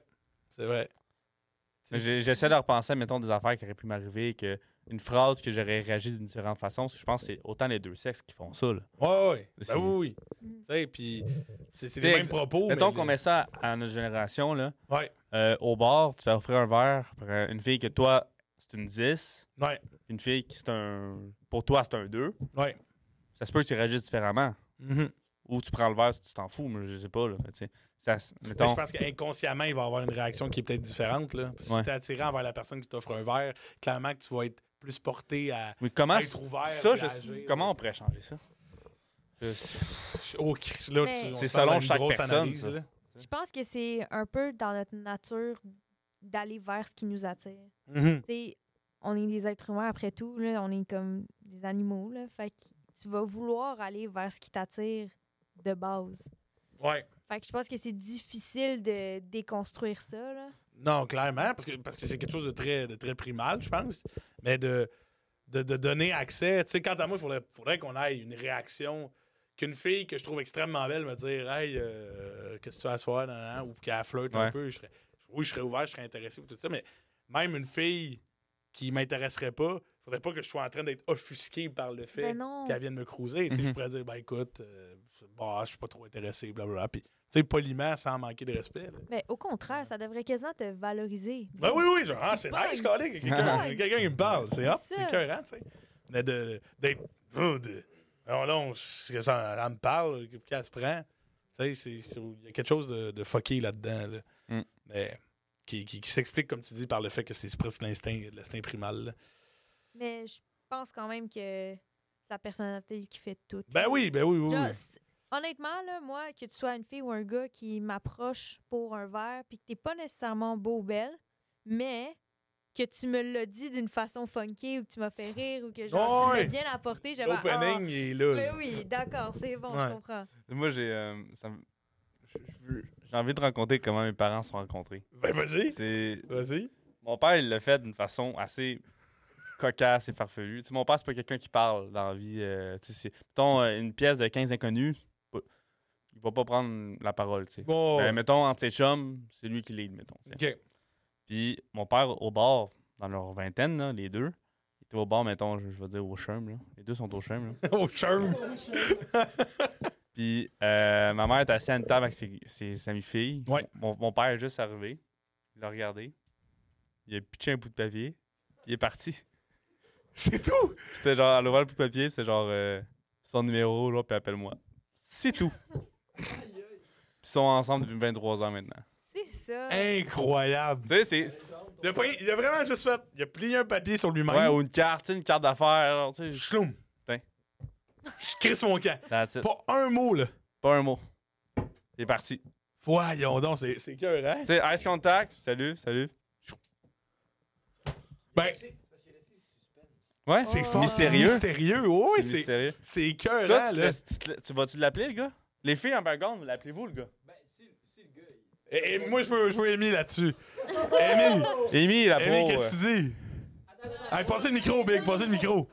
Speaker 2: c'est vrai. C'est-
Speaker 1: J'ai- J'essaie de repenser, mettons, des affaires qui auraient pu m'arriver, que une phrase que j'aurais réagi d'une différente façon. Je pense que c'est autant les deux sexes qui font ça. Là.
Speaker 2: Ouais, ouais. Ben
Speaker 1: C'est-
Speaker 2: oui, oui.
Speaker 3: Mm.
Speaker 2: Tu sais, puis c'est c'est
Speaker 1: Tu
Speaker 2: les
Speaker 1: sais,
Speaker 2: mêmes
Speaker 1: ex-
Speaker 2: propos.
Speaker 1: mettons
Speaker 2: mais
Speaker 1: qu'on
Speaker 2: le-
Speaker 1: met ça à, à notre génération. Là.
Speaker 2: Ouais.
Speaker 1: Euh, au bar, tu vas offrir un verre pour euh, une fille que toi, c'est une 10,
Speaker 2: Ouais,
Speaker 1: une fille qui c'est un. Pour toi, c'est un 2.
Speaker 2: ouais.
Speaker 1: Ça se peut que tu réagisses différemment.
Speaker 2: Mhm.
Speaker 1: Ou tu prends le verre, tu t'en fous, mais je sais pas. Là, Fait, tu sais, ça, s-
Speaker 2: Mais
Speaker 1: mettons,
Speaker 2: je pense qu'inconsciemment, il va avoir une réaction qui est peut-être différente. Là. Parce que
Speaker 1: Ouais.
Speaker 2: Si t'es attiré envers la personne qui t'offre un verre, clairement que tu vas être plus porté à
Speaker 1: mais comment,
Speaker 2: être ouvert.
Speaker 1: ça,
Speaker 2: puis
Speaker 1: je-
Speaker 2: à agir,
Speaker 1: comment on pourrait changer ça? Je-
Speaker 2: Oh, Christ, là,
Speaker 3: Mais-
Speaker 2: tu- on
Speaker 1: C'est
Speaker 2: se lance
Speaker 1: selon
Speaker 2: dans une
Speaker 1: chaque
Speaker 2: grosse
Speaker 1: personne,
Speaker 2: analyse,
Speaker 1: ça.
Speaker 2: là.
Speaker 3: Je pense que c'est un peu dans notre nature d'aller vers ce qui nous attire.
Speaker 1: Mm-hmm.
Speaker 2: Mhm.
Speaker 3: Tu sais, on est des êtres humains après tout, là, on est comme des animaux. Là, fait que tu vas vouloir aller vers ce qui t'attire de base.
Speaker 2: Ouais.
Speaker 3: Fait que je pense que c'est difficile de déconstruire ça. Là.
Speaker 2: Non, clairement, parce que parce que c'est quelque chose de très, de très primal, je pense. Mais de, de, de donner accès. Tu sais, quant à moi, il faudrait, faudrait qu'on aille une réaction. Qu'une fille que je trouve extrêmement belle me dire Hey, euh, qu'est-ce que tu as à soir nan, nan, ou qu'elle flirte un
Speaker 1: Ouais.
Speaker 2: peu. Je serais, oui, je serais ouvert, je serais intéressé ou tout ça, mais même une fille qui m'intéresserait pas, faudrait pas que je sois en train d'être offusqué par le fait
Speaker 3: Ben non.
Speaker 2: qu'elle vienne me cruiser. Tu sais, Je
Speaker 1: Mhm.
Speaker 2: pourrais dire, ben écoute, euh, bah, je suis pas trop intéressé, blablabla. Puis, tu sais, poliment, sans manquer de respect. là.
Speaker 3: Ben, au contraire, ça devrait quasiment te valoriser.
Speaker 2: Ben oui, oui, genre, ah, c'est
Speaker 3: bug.
Speaker 2: nice, calé, que quelqu'un
Speaker 3: bug.
Speaker 2: quelqu'un qui me parle, c'est hop,
Speaker 3: C'est
Speaker 2: c'est
Speaker 3: ça.
Speaker 2: écœurant, tu sais. Mais de- d'être, oh, de- non, non, c'est que ça, elle me parle, que- qu'elle se prend, tu sais, c'est- c'est- il y a quelque chose de, de fucké là-dedans, là.
Speaker 1: Mm.
Speaker 2: Mais qui, qui, qui s'explique, comme tu dis, par le fait que c'est c'est presque l'instinct l'instinct primal, là.
Speaker 3: Mais je pense quand même que sa personnalité qui fait tout.
Speaker 2: Ben oui, ben oui, oui,
Speaker 3: Genre,
Speaker 2: oui.
Speaker 3: c'est- honnêtement, là, moi, que tu sois une fille ou un gars qui m'approche pour un verre, puis que t'es pas nécessairement beau ou belle, mais que tu me l'as dit d'une façon funky ou que tu m'as fait rire ou que genre,
Speaker 2: Ouais.
Speaker 3: tu m'as bien apporté, j'avais
Speaker 2: L'opening, il est là,
Speaker 3: Ah,
Speaker 2: là.
Speaker 3: ben oui, d'accord, c'est bon,
Speaker 2: Ouais.
Speaker 3: je comprends.
Speaker 1: Moi, j'ai. euh, ça me- je- je veux- J'ai envie de raconter comment mes parents se sont rencontrés.
Speaker 2: Ben vas-y,
Speaker 1: C'est.
Speaker 2: vas-y.
Speaker 1: Mon père, il l'a fait d'une façon assez cocasse et farfelue. Tu sais, mon père, c'est pas quelqu'un qui parle dans la vie. euh, tu sais, c'est- mettons, euh, une pièce de 15 inconnus, c'est pas- il va pas prendre la parole, tu sais.
Speaker 2: Bon,
Speaker 1: Ben, mettons, entre ses chums, c'est lui qui lead, mettons. tu sais.
Speaker 2: ok.
Speaker 1: Puis mon père, au bar, dans leur vingtaine, là, les deux, ils étaient au bar, mettons, je, je vais dire au chum, là. Les deux sont au chum, là.
Speaker 2: Au charme.
Speaker 1: Puis euh, ma mère est assise à une table avec ses, ses amis filles.
Speaker 2: Ouais.
Speaker 1: Mon, mon père est juste arrivé. Il l'a regardé. Il a pitché un bout de papier. Il est parti.
Speaker 2: C'est tout!
Speaker 1: C'était genre, elle a ouvert le bout de papier. puis C'était genre, euh, son numéro, là, puis appelle-moi. C'est tout. Puis Ils sont ensemble depuis 23 ans maintenant.
Speaker 3: C'est ça.
Speaker 2: Hein? Incroyable!
Speaker 1: Tu sais, c'est- c'est.
Speaker 2: Il a, pris- il a vraiment juste fait. Il a plié un papier sur lui-même.
Speaker 1: Ouais, ou une carte, tu sais, une carte d'affaires. genre, Tu sais, je-
Speaker 2: Chloum.
Speaker 1: Ben.
Speaker 2: Je crisse mon camp.
Speaker 1: that's it.
Speaker 2: Pas un mot, là.
Speaker 1: Pas un mot. Il est parti. Tu
Speaker 2: Voyons donc, c'est, c'est cœur, hein?
Speaker 1: sais, ice contact. Salut, salut.
Speaker 2: Ben,
Speaker 1: Ouais,
Speaker 3: C'est
Speaker 2: fort.
Speaker 1: Oh. Mystérieux.
Speaker 2: Mystérieux, oui,
Speaker 1: C'est
Speaker 2: c'est,
Speaker 1: mystérieux.
Speaker 2: c'est cœur,
Speaker 1: Ça,
Speaker 2: hein,
Speaker 1: tu,
Speaker 2: là.
Speaker 1: te- tu te- tu vas-tu l'appeler, le gars? Les filles en background, l'appelez-vous, le gars?
Speaker 2: Et, et moi, je veux, je veux Amy là-dessus. Amy,
Speaker 1: Amy, la
Speaker 2: Amy,
Speaker 1: pro.
Speaker 2: qu'est-ce que tu dis? Hey, passez le micro, Big, passez le micro.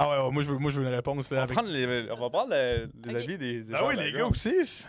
Speaker 2: Ah ouais, ouais, moi, je veux, moi, je veux une réponse,
Speaker 1: On,
Speaker 2: là.
Speaker 1: va
Speaker 2: Avec...
Speaker 1: prendre les- on va prendre le- les
Speaker 4: Ok.
Speaker 1: avis des, des
Speaker 2: Ah
Speaker 1: gens
Speaker 2: oui,
Speaker 1: de la
Speaker 2: les gars
Speaker 1: grande.
Speaker 2: aussi. c'est-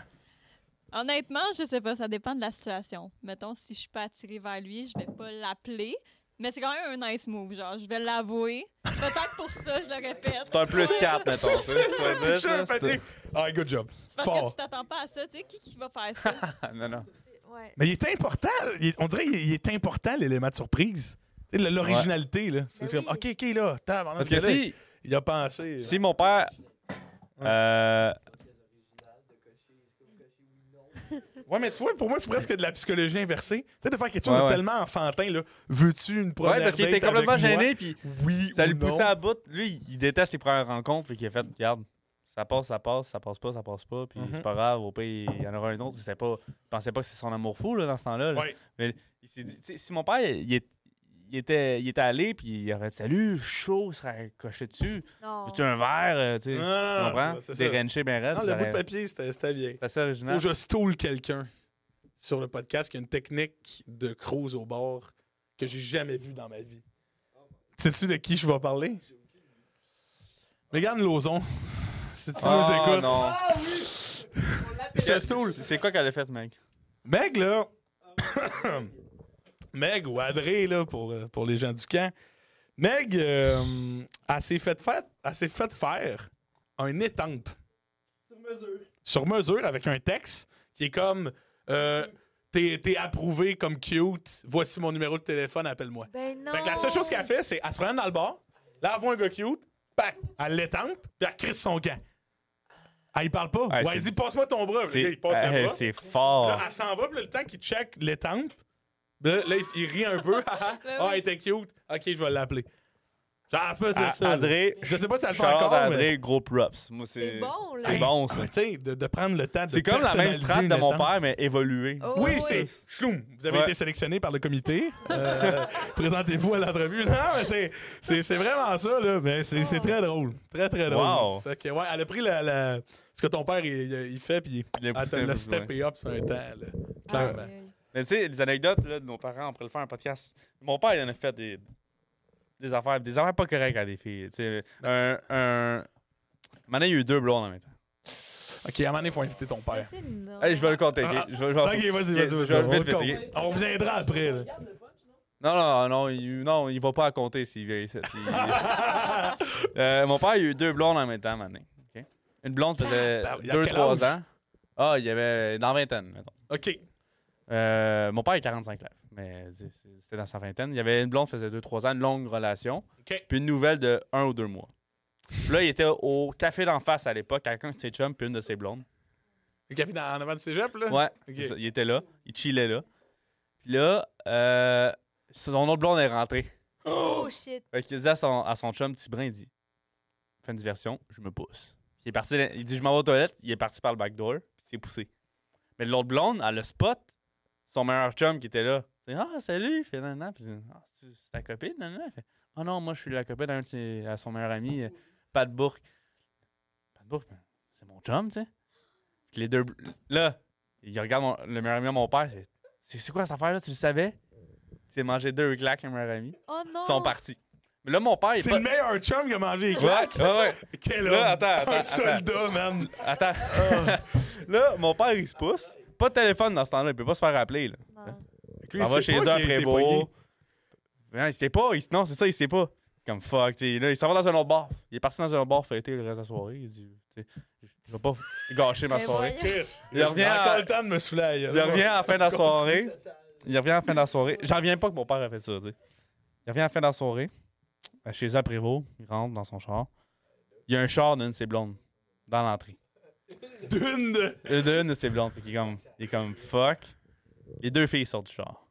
Speaker 4: Honnêtement, je sais pas, ça dépend de la situation. Mettons, si je suis pas attirée vers lui, je vais pas l'appeler. Mais c'est quand même un nice move, genre, je vais l'avouer. Peut-être pour ça, je le répète.
Speaker 1: C'est un plus 4, mettons. ça, tu vas dire
Speaker 2: Pitcher un
Speaker 1: ça,
Speaker 2: papier. Ah, good job.
Speaker 4: C'est parce que
Speaker 2: fort.
Speaker 4: tu t'attends pas à ça, tu sais, qui, qui va faire ça?
Speaker 1: c'est- Non,
Speaker 2: Ah,
Speaker 1: non.
Speaker 3: Ouais.
Speaker 2: Mais il est important. il est- on dirait qu'il est- il est important, l'élément de surprise. Tu sais, le- L'originalité, là. C'est
Speaker 3: Ben
Speaker 2: comme,
Speaker 3: oui.
Speaker 2: OK, OK, là, t'as,
Speaker 1: Parce que si,
Speaker 2: Il a pensé.
Speaker 1: si mon père. Euh,
Speaker 2: Ouais, mais tu vois, pour moi, c'est presque de la psychologie inversée. Tu sais, de faire quelque chose
Speaker 1: Ouais,
Speaker 2: de
Speaker 1: ouais.
Speaker 2: tellement enfantin, là. Veux-tu une première
Speaker 1: ouais, parce qu'il
Speaker 2: date
Speaker 1: était complètement
Speaker 2: avec moi?
Speaker 1: gêné, puis
Speaker 2: Oui.
Speaker 1: ça
Speaker 2: ou
Speaker 1: lui
Speaker 2: non?
Speaker 1: poussait à bout. Lui, il déteste les premières rencontres, puis qu'il a fait, regarde, ça passe, ça passe, ça passe pas, ça passe pas, puis
Speaker 2: Mhm.
Speaker 1: c'est pas grave, au pire, il y en aura un autre. C'était pas, il pensait pas que c'est son amour fou, là, dans ce temps-là. là.
Speaker 2: Ouais.
Speaker 1: Il s'est dit, tu sais, si mon père, il, est- il était, il était allé, puis il aurait dit, salut, chaud, il serait coché dessus.
Speaker 3: Non.
Speaker 1: Veux-tu un verre, euh, tu sais?
Speaker 2: Non,
Speaker 1: Tu
Speaker 2: non, non,
Speaker 1: comprends?
Speaker 2: c'est- c'est ça.
Speaker 1: Dérenché bien raide.
Speaker 2: Non,
Speaker 1: ça
Speaker 2: le bout de
Speaker 1: aurait-
Speaker 2: papier, c'était c'était bien.
Speaker 1: C'est assez
Speaker 2: Faut que
Speaker 1: original.
Speaker 2: je stole quelqu'un sur le podcast qui a une technique de cruise au bord que j'ai jamais vue dans ma vie. Sais-tu de qui je vais parler? Mégane Lozon, si tu nous
Speaker 1: Ah,
Speaker 2: écoutes.
Speaker 1: non.
Speaker 2: Je te stoule.
Speaker 1: C'est c'est quoi qu'elle a fait, mec?
Speaker 2: Meg, là. Meg ou Adré, là, pour, euh, pour les gens du camp. Meg, euh, elle s'est fait, fait- elle s'est fait faire un étampe. Sur mesure. Sur mesure, avec un texte qui est comme euh, T'es t'es approuvé comme cute, voici mon numéro de téléphone, appelle-moi.
Speaker 3: Ben non.
Speaker 2: Fait que la seule chose qu'elle fait, c'est qu'elle se promène dans le bar, là, elle voit un gars cute, pac, elle l'étampe, puis elle crisse son camp. Elle y parle pas.
Speaker 1: Ouais,
Speaker 2: Ouais,
Speaker 1: Ah, c'est-
Speaker 2: elle dit Passe-moi ton bras. Ah, Le gars,
Speaker 1: C'est Ah,
Speaker 2: il passe le
Speaker 1: hey,
Speaker 2: bras.
Speaker 1: c'est
Speaker 2: Là,
Speaker 1: fort.
Speaker 2: elle s'en va, puis là, le temps qu'il check l'étampe, Ah. là, là, il, il rit un peu. Ah,
Speaker 3: Ben
Speaker 2: ah,
Speaker 3: oui.
Speaker 2: elle était cute. Ok, je vais l'appeler. Genre, elle faisait
Speaker 1: A-
Speaker 2: ça. là.
Speaker 1: Ah, André,
Speaker 2: Je sais pas si elle le fait
Speaker 1: shout-out
Speaker 2: encore,
Speaker 1: à
Speaker 2: mais...
Speaker 1: André, gros props. Moi,
Speaker 3: C'est
Speaker 1: c'est
Speaker 3: bon, là.
Speaker 1: c'est bon, ça.
Speaker 2: Ah, tu sais, de, de prendre le temps de
Speaker 1: C'est comme la même
Speaker 2: personnaliser
Speaker 1: strate
Speaker 2: une
Speaker 1: de mon
Speaker 2: étampe.
Speaker 1: père, mais évoluée.
Speaker 3: Oh,
Speaker 2: Oui,
Speaker 3: oui.
Speaker 2: c'est Schloum. Vous avez
Speaker 1: Ouais.
Speaker 2: été sélectionné par le comité. Euh, Présentez-vous à l'entrevue. Non, mais c'est- c'est c'est vraiment ça, là. Mais c'est c'est très drôle. Très, très drôle.
Speaker 1: Wow.
Speaker 2: Fait que, ouais, elle a pris la, la- ce que ton père, il, il fait, puis
Speaker 1: Il est
Speaker 2: elle
Speaker 1: poussé
Speaker 2: te
Speaker 1: un
Speaker 2: l'a
Speaker 1: peu, ouais.
Speaker 2: steppé up sur un temps, là.
Speaker 3: Ah,
Speaker 2: Clairement.
Speaker 3: oui, oui.
Speaker 1: Mais tu sais, les anecdotes là, de nos parents, on pourrait le faire un podcast. Mon père, il en a fait des, des affaires, des affaires pas correctes à des filles. Tu sais,
Speaker 3: Ben.
Speaker 1: un. un... Maintenant, il y a eu deux blondes en même temps.
Speaker 2: Ok, à un moment donné, il faut inviter ton
Speaker 3: Ça,
Speaker 2: père.
Speaker 3: c'est normal.
Speaker 1: Hey, je vais le contacter.
Speaker 2: Ah,
Speaker 1: je vais, je vais-
Speaker 2: Ok, vas-y, vas-y,
Speaker 1: Yes,
Speaker 2: vas-y.
Speaker 1: je vais
Speaker 2: on,
Speaker 1: le mettre,
Speaker 2: le compte.
Speaker 1: ok.
Speaker 2: On reviendra après. là.
Speaker 1: Non, non, non, il, non, il va pas à compter s'il vient ici. Il- Euh, mon père, il a eu deux blondes en même temps, maintenant. ok? Une blonde faisait
Speaker 2: Ah, il a quel
Speaker 1: 2-3
Speaker 2: âge?
Speaker 1: ans. Ah, il y avait dans la vingtaine, mettons.
Speaker 2: Ok.
Speaker 1: Euh, mon père est 45 lèvres, mais c'est- c'est- c'était dans sa vingtaine. Il y avait une blonde, faisait 2-3 ans, une longue relation.
Speaker 5: OK.
Speaker 1: Puis une nouvelle de 1 ou 2 mois. Puis là, il était au café d'en face à l'époque, avec un de ses chums, puis une de ses blondes.
Speaker 2: Le café dans, en avant du cégep, là?
Speaker 1: Ouais,
Speaker 2: Ok.
Speaker 1: c'est ça, il était là, il chillait là. Puis là, euh, son autre blonde est rentrée.
Speaker 3: Oh shit.
Speaker 1: Fait qu'il dit à son, à son chum, petit brin, il dit Fin de diversion, je me pousse. Il est parti, il dit Je m'en vais aux toilettes, il est parti par le backdoor, puis il s'est poussé. Mais l'autre blonde, elle le spot, son meilleur chum qui était là. Il dit, Ah, salut, il fait nanana, puis il dit Ah, c'est c'est ta copine, nanana. Il fait Ah non, moi je suis la copine d'un de ses- à son meilleur ami, euh, Pat Bourque. Pat Bourque, ben, c'est mon chum, tu sais. Puis Les deux. bl- Là, il regarde mon- le meilleur ami à mon père, il fait, c'est c'est quoi cette affaire-là, tu le savais Tu t'es mangé deux claques, le meilleur ami
Speaker 3: Oh non.
Speaker 1: sont partis. Mais là, mon père, il est
Speaker 2: C'est
Speaker 1: pas...
Speaker 2: le meilleur chum qui a mangé les
Speaker 1: Ouais,
Speaker 2: claques.
Speaker 1: ouais, ouais.
Speaker 2: Quel homme.
Speaker 1: Là, attends, attends,
Speaker 2: Un
Speaker 1: attends.
Speaker 2: soldat, man.
Speaker 1: Attends. là, mon père, il se pousse. Pas de téléphone dans ce temps-là. Il peut pas se faire appeler. Là.
Speaker 3: Non.
Speaker 1: Il va chez eux après beau. Non, il sait pas. Il... Non, c'est ça, il sait pas. Comme fuck, tu sais. Là, il s'en va dans un autre bar. Il est parti dans un autre bar fêter le reste de la soirée. Il dit, tu sais, je vais pas gâcher ma
Speaker 3: Mais
Speaker 1: soirée.
Speaker 3: voyons.
Speaker 2: Chris.
Speaker 1: Il
Speaker 2: j'ai
Speaker 1: revient
Speaker 2: encore
Speaker 1: à-
Speaker 2: le temps de me souffler à la gueule.
Speaker 1: Il revient à la fin de la
Speaker 2: Continue.
Speaker 1: soirée. Il revient à la fin de la soirée. J'en reviens pas que mon père a fait ça, tu sais. Il revient à la fin de la soirée. à Chez eux à Prévost, il rentre dans son char. Il y a un char d'une de ses blondes dans l'entrée.
Speaker 2: D'une de.
Speaker 1: Euh, de une de ses blondes. Fait qu'il est comme, il est comme fuck. Les deux filles sortent du char.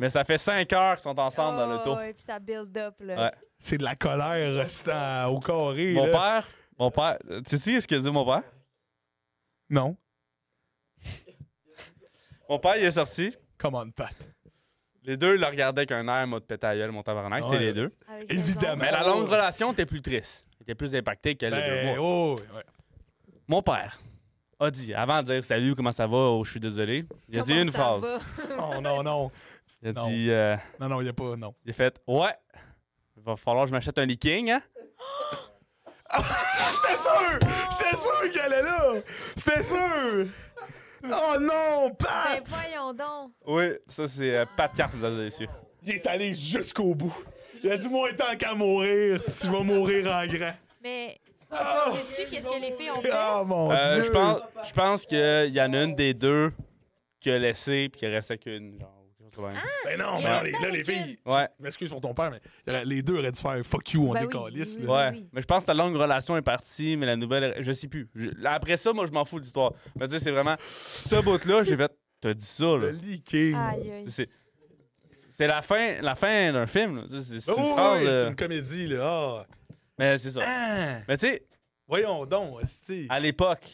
Speaker 1: Mais ça fait 5 heures qu'ils sont ensemble dans le
Speaker 3: Oh,
Speaker 1: tour.
Speaker 3: ouais, puis ça build up, là.
Speaker 1: Ouais.
Speaker 2: C'est de la colère restant au carré.
Speaker 1: Mon
Speaker 2: là.
Speaker 1: père, mon père, tu sais ce que dit mon père?
Speaker 2: Non.
Speaker 1: Mon père, il est sorti.
Speaker 2: Come on, Pat.
Speaker 1: Les deux le regardaient avec un air mode péta gueule, mon tabarnak, c'était
Speaker 2: Ouais.
Speaker 1: les deux.
Speaker 3: Avec
Speaker 2: Évidemment.
Speaker 1: Mais la
Speaker 2: Oh.
Speaker 1: longue relation était plus triste. était plus impactée que les deux mois.
Speaker 2: Ben, oh, ouais.
Speaker 1: Mon père a dit, avant de dire salut, comment ça va, oh, je suis désolé, il a dit
Speaker 6: Comment
Speaker 1: une
Speaker 6: ça
Speaker 1: phrase.
Speaker 6: va?
Speaker 2: Non, non, non.
Speaker 1: Il a
Speaker 2: Non.
Speaker 1: dit, euh,
Speaker 2: Non, non, il n'y a pas. Non.
Speaker 1: il a fait, ouais, va falloir que je m'achète un leaking, hein?
Speaker 2: C'était sûr! C'était sûr qu'elle est là! C'était sûr! Oh non,
Speaker 3: Ben
Speaker 2: Pat!
Speaker 3: voyons donc.
Speaker 1: Oui, ça c'est euh, pas de carte, mesdames et messieurs.
Speaker 2: Il est allé jusqu'au bout. Il a dit, moi, tant qu'à mourir, si je vais mourir en grand.
Speaker 3: Mais
Speaker 2: Oh,
Speaker 3: sais-tu qu'est-ce que les filles ont fait?
Speaker 2: Oh, mon
Speaker 1: Euh,
Speaker 2: Dieu!
Speaker 1: je pense, je pense qu'il y en a une des deux qui a laissé puis qu'il restait qu'une. Genre, quelque chose de
Speaker 3: Ah,
Speaker 1: même.
Speaker 2: Ben non,
Speaker 3: Il
Speaker 2: mais non,
Speaker 3: restait
Speaker 2: les- là, les
Speaker 3: avec elle.
Speaker 2: filles,
Speaker 1: ouais,
Speaker 2: je m'excuse pour ton père, mais il aurait- les deux auraient dû faire fuck you, on
Speaker 3: Ben oui,
Speaker 2: décalisse.
Speaker 3: oui,
Speaker 2: là.
Speaker 1: ouais.
Speaker 3: oui.
Speaker 1: Mais je pense que la longue relation est partie, mais la nouvelle, je sais plus. Je- là, après ça, moi, je m'en fous de l'histoire. Mais tu sais, c'est vraiment ce bout-là, j'ai fait, t'as dit ça, là.
Speaker 2: Le leaking.
Speaker 3: Aïe, aïe.
Speaker 1: C'est, c'est la fin, la fin d'un film, là. Tu sais, C'est, c'est
Speaker 2: Oh,
Speaker 1: une
Speaker 2: oui,
Speaker 1: phrase,
Speaker 2: c'est
Speaker 1: euh,
Speaker 2: une comédie, là. Ah.
Speaker 1: Mais c'est ça.
Speaker 2: Ah.
Speaker 1: Mais tu sais,
Speaker 2: Voyons donc, hostie.
Speaker 1: à l'époque.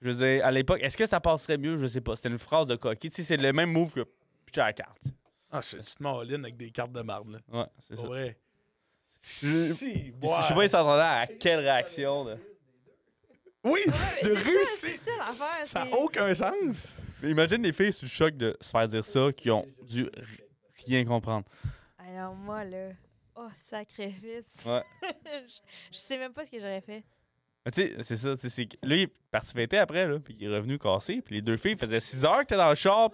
Speaker 1: Je veux dire, à l'époque, est-ce que ça passerait mieux? Je sais pas. C'était une phrase de coquille. Tu sais, c'est le même move que pitcher à la carte.
Speaker 2: Ah, c'est une petite Marilyn avec des cartes de marde, là.
Speaker 1: Ouais, c'est ça.
Speaker 2: Pour vrai.
Speaker 1: Je-
Speaker 2: Si,
Speaker 1: Puis si- Je sais pas,
Speaker 2: ouais.
Speaker 1: ils s'entendaient à quelle réaction. Là.
Speaker 2: Oui, de
Speaker 3: C'est ça,
Speaker 2: réussir.
Speaker 3: C'est ça
Speaker 2: Ça
Speaker 3: l'affaire. c'est-
Speaker 2: n'a aucun sens.
Speaker 1: Imagine les filles sous le choc de se faire dire ça, qui ont dû ri- rien comprendre.
Speaker 3: Alors moi, là. Oh, sacrifice.
Speaker 1: Ouais.
Speaker 3: je, je sais même pas ce que j'aurais fait.
Speaker 1: Mais tu sais, c'est ça. tu sais, c'est que- Lui, il est parti fêter après, là, puis il est revenu cassé. Puis les deux filles faisaient 6 heures que t'es dans le shop.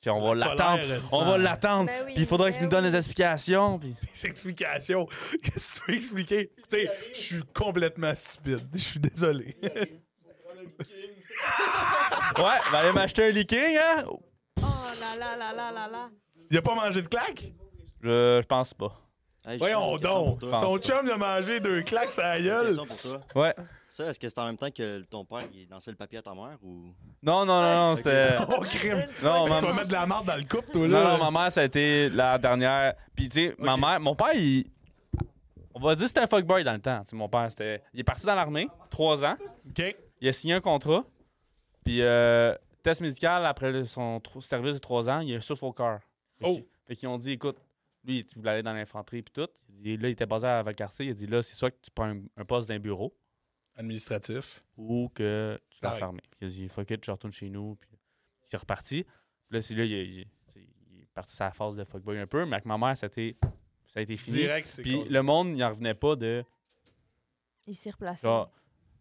Speaker 1: Puis on va
Speaker 2: La
Speaker 1: l'attendre.
Speaker 2: colère,
Speaker 1: On
Speaker 2: ça.
Speaker 1: va l'attendre.
Speaker 3: Ben oui,
Speaker 1: Puis il faudrait
Speaker 3: ben
Speaker 1: qu'il nous donne
Speaker 3: oui.
Speaker 1: des explications. Puis...
Speaker 2: Des explications. Qu'est-ce que tu veux expliquer? Écoutez, je suis complètement stupide. Je suis désolé.
Speaker 1: Ouais, ben allez m'acheter un leaking, hein?
Speaker 3: Oh là là là là là là.
Speaker 2: Il a pas mangé de claques?
Speaker 1: Je, je pense pas.
Speaker 7: Hey, j'ai
Speaker 2: Voyons
Speaker 7: une question
Speaker 2: donc.
Speaker 7: pour toi.
Speaker 2: Son chum il a mangé deux claques sur la
Speaker 7: J'ai une
Speaker 2: gueule.
Speaker 7: question pour toi.
Speaker 1: Ouais.
Speaker 7: Ça, est-ce que c'est en même temps que ton père il dansait le papier à ta mère ou.
Speaker 1: Non, non, non, non, c'était.
Speaker 2: Oh, crime.
Speaker 1: Non,
Speaker 2: Tu
Speaker 1: maman.
Speaker 2: vas mettre de la marde dans le couple, toi, là.
Speaker 1: Non, non, ma mère, ça a été la dernière. Puis, tu sais, ma
Speaker 2: Ok.
Speaker 1: mère, mon père, il. On va dire que c'était un fuckboy dans le temps. Tu sais, mon père, c'était. Il est parti dans l'armée, trois ans.
Speaker 2: OK.
Speaker 1: Il a signé un contrat. Puis, euh, test médical, après le- son tr- service de trois ans, il a un souffle au cœur. Fait
Speaker 2: Oh.
Speaker 1: qu'ils- Fait qu'ils ont dit, écoute, lui, il voulait aller dans l'infanterie, puis tout. Il dit, là, il était basé à Valcartier. Il a dit, là, c'est soit que tu prends un, un poste d'un bureau
Speaker 2: Administratif.
Speaker 1: ou que tu
Speaker 8: Ah
Speaker 1: vas
Speaker 2: Pareil.
Speaker 1: fermer. Il a dit, fuck it, je retourne chez nous. Puis il s'est reparti. Puis là, c'est là, il, il- tu sais, il est parti sa phase de fuckboy un peu, mais avec ma mère, c'était Ça a été fini.
Speaker 2: Direct, c'est
Speaker 1: Puis
Speaker 2: cassé.
Speaker 1: le monde, il en revenait pas de.
Speaker 3: Il s'est replacé.
Speaker 1: Genre,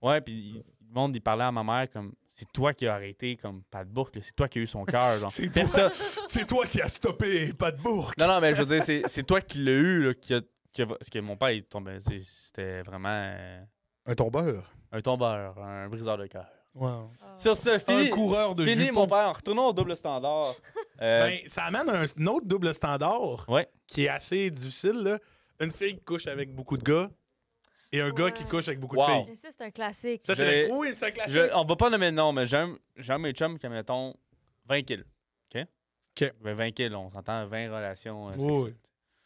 Speaker 1: ouais, puis il- le monde, il parlait à ma mère comme c'est toi qui as arrêté, comme Pat Bourque, là, c'est toi qui as eu son cœur. genre.
Speaker 8: C'est
Speaker 1: Personne-
Speaker 8: C'est toi qui as stoppé, pas de bourg.
Speaker 1: Non, non, mais je veux dire, c'est, c'est toi qui l'as eu, là, qui a- qui a- parce que mon père, il tombait, tu sais, c'était vraiment euh,
Speaker 8: Un tombeur.
Speaker 1: un tombeur, un briseur de cœur.
Speaker 8: Wow.
Speaker 3: Ah.
Speaker 1: Sur ce,
Speaker 8: Un
Speaker 1: fini,
Speaker 8: coureur de
Speaker 1: fini,
Speaker 8: jupons.
Speaker 1: mon père, retournons au double standard. Euh,
Speaker 2: Ben, ça amène un, un autre double standard
Speaker 1: Ouais.
Speaker 2: qui est assez difficile. Là. Une fille qui couche avec beaucoup de gars et un gars qui
Speaker 3: Ouais.
Speaker 2: couche avec beaucoup
Speaker 1: Wow.
Speaker 2: de filles.
Speaker 3: Mais ça, c'est un classique.
Speaker 2: Ça, c'est
Speaker 1: J'ai-
Speaker 2: le- Oui, c'est un classique.
Speaker 1: Je- on va pas nommer de nom, mais j'aime, j'aime mes chums qui, mettons, 20 kills. OK?
Speaker 2: OK.
Speaker 1: Ben, 20 kills, on s'entend, 20 relations. euh,
Speaker 2: Oui,
Speaker 1: sexuelles.
Speaker 2: oui.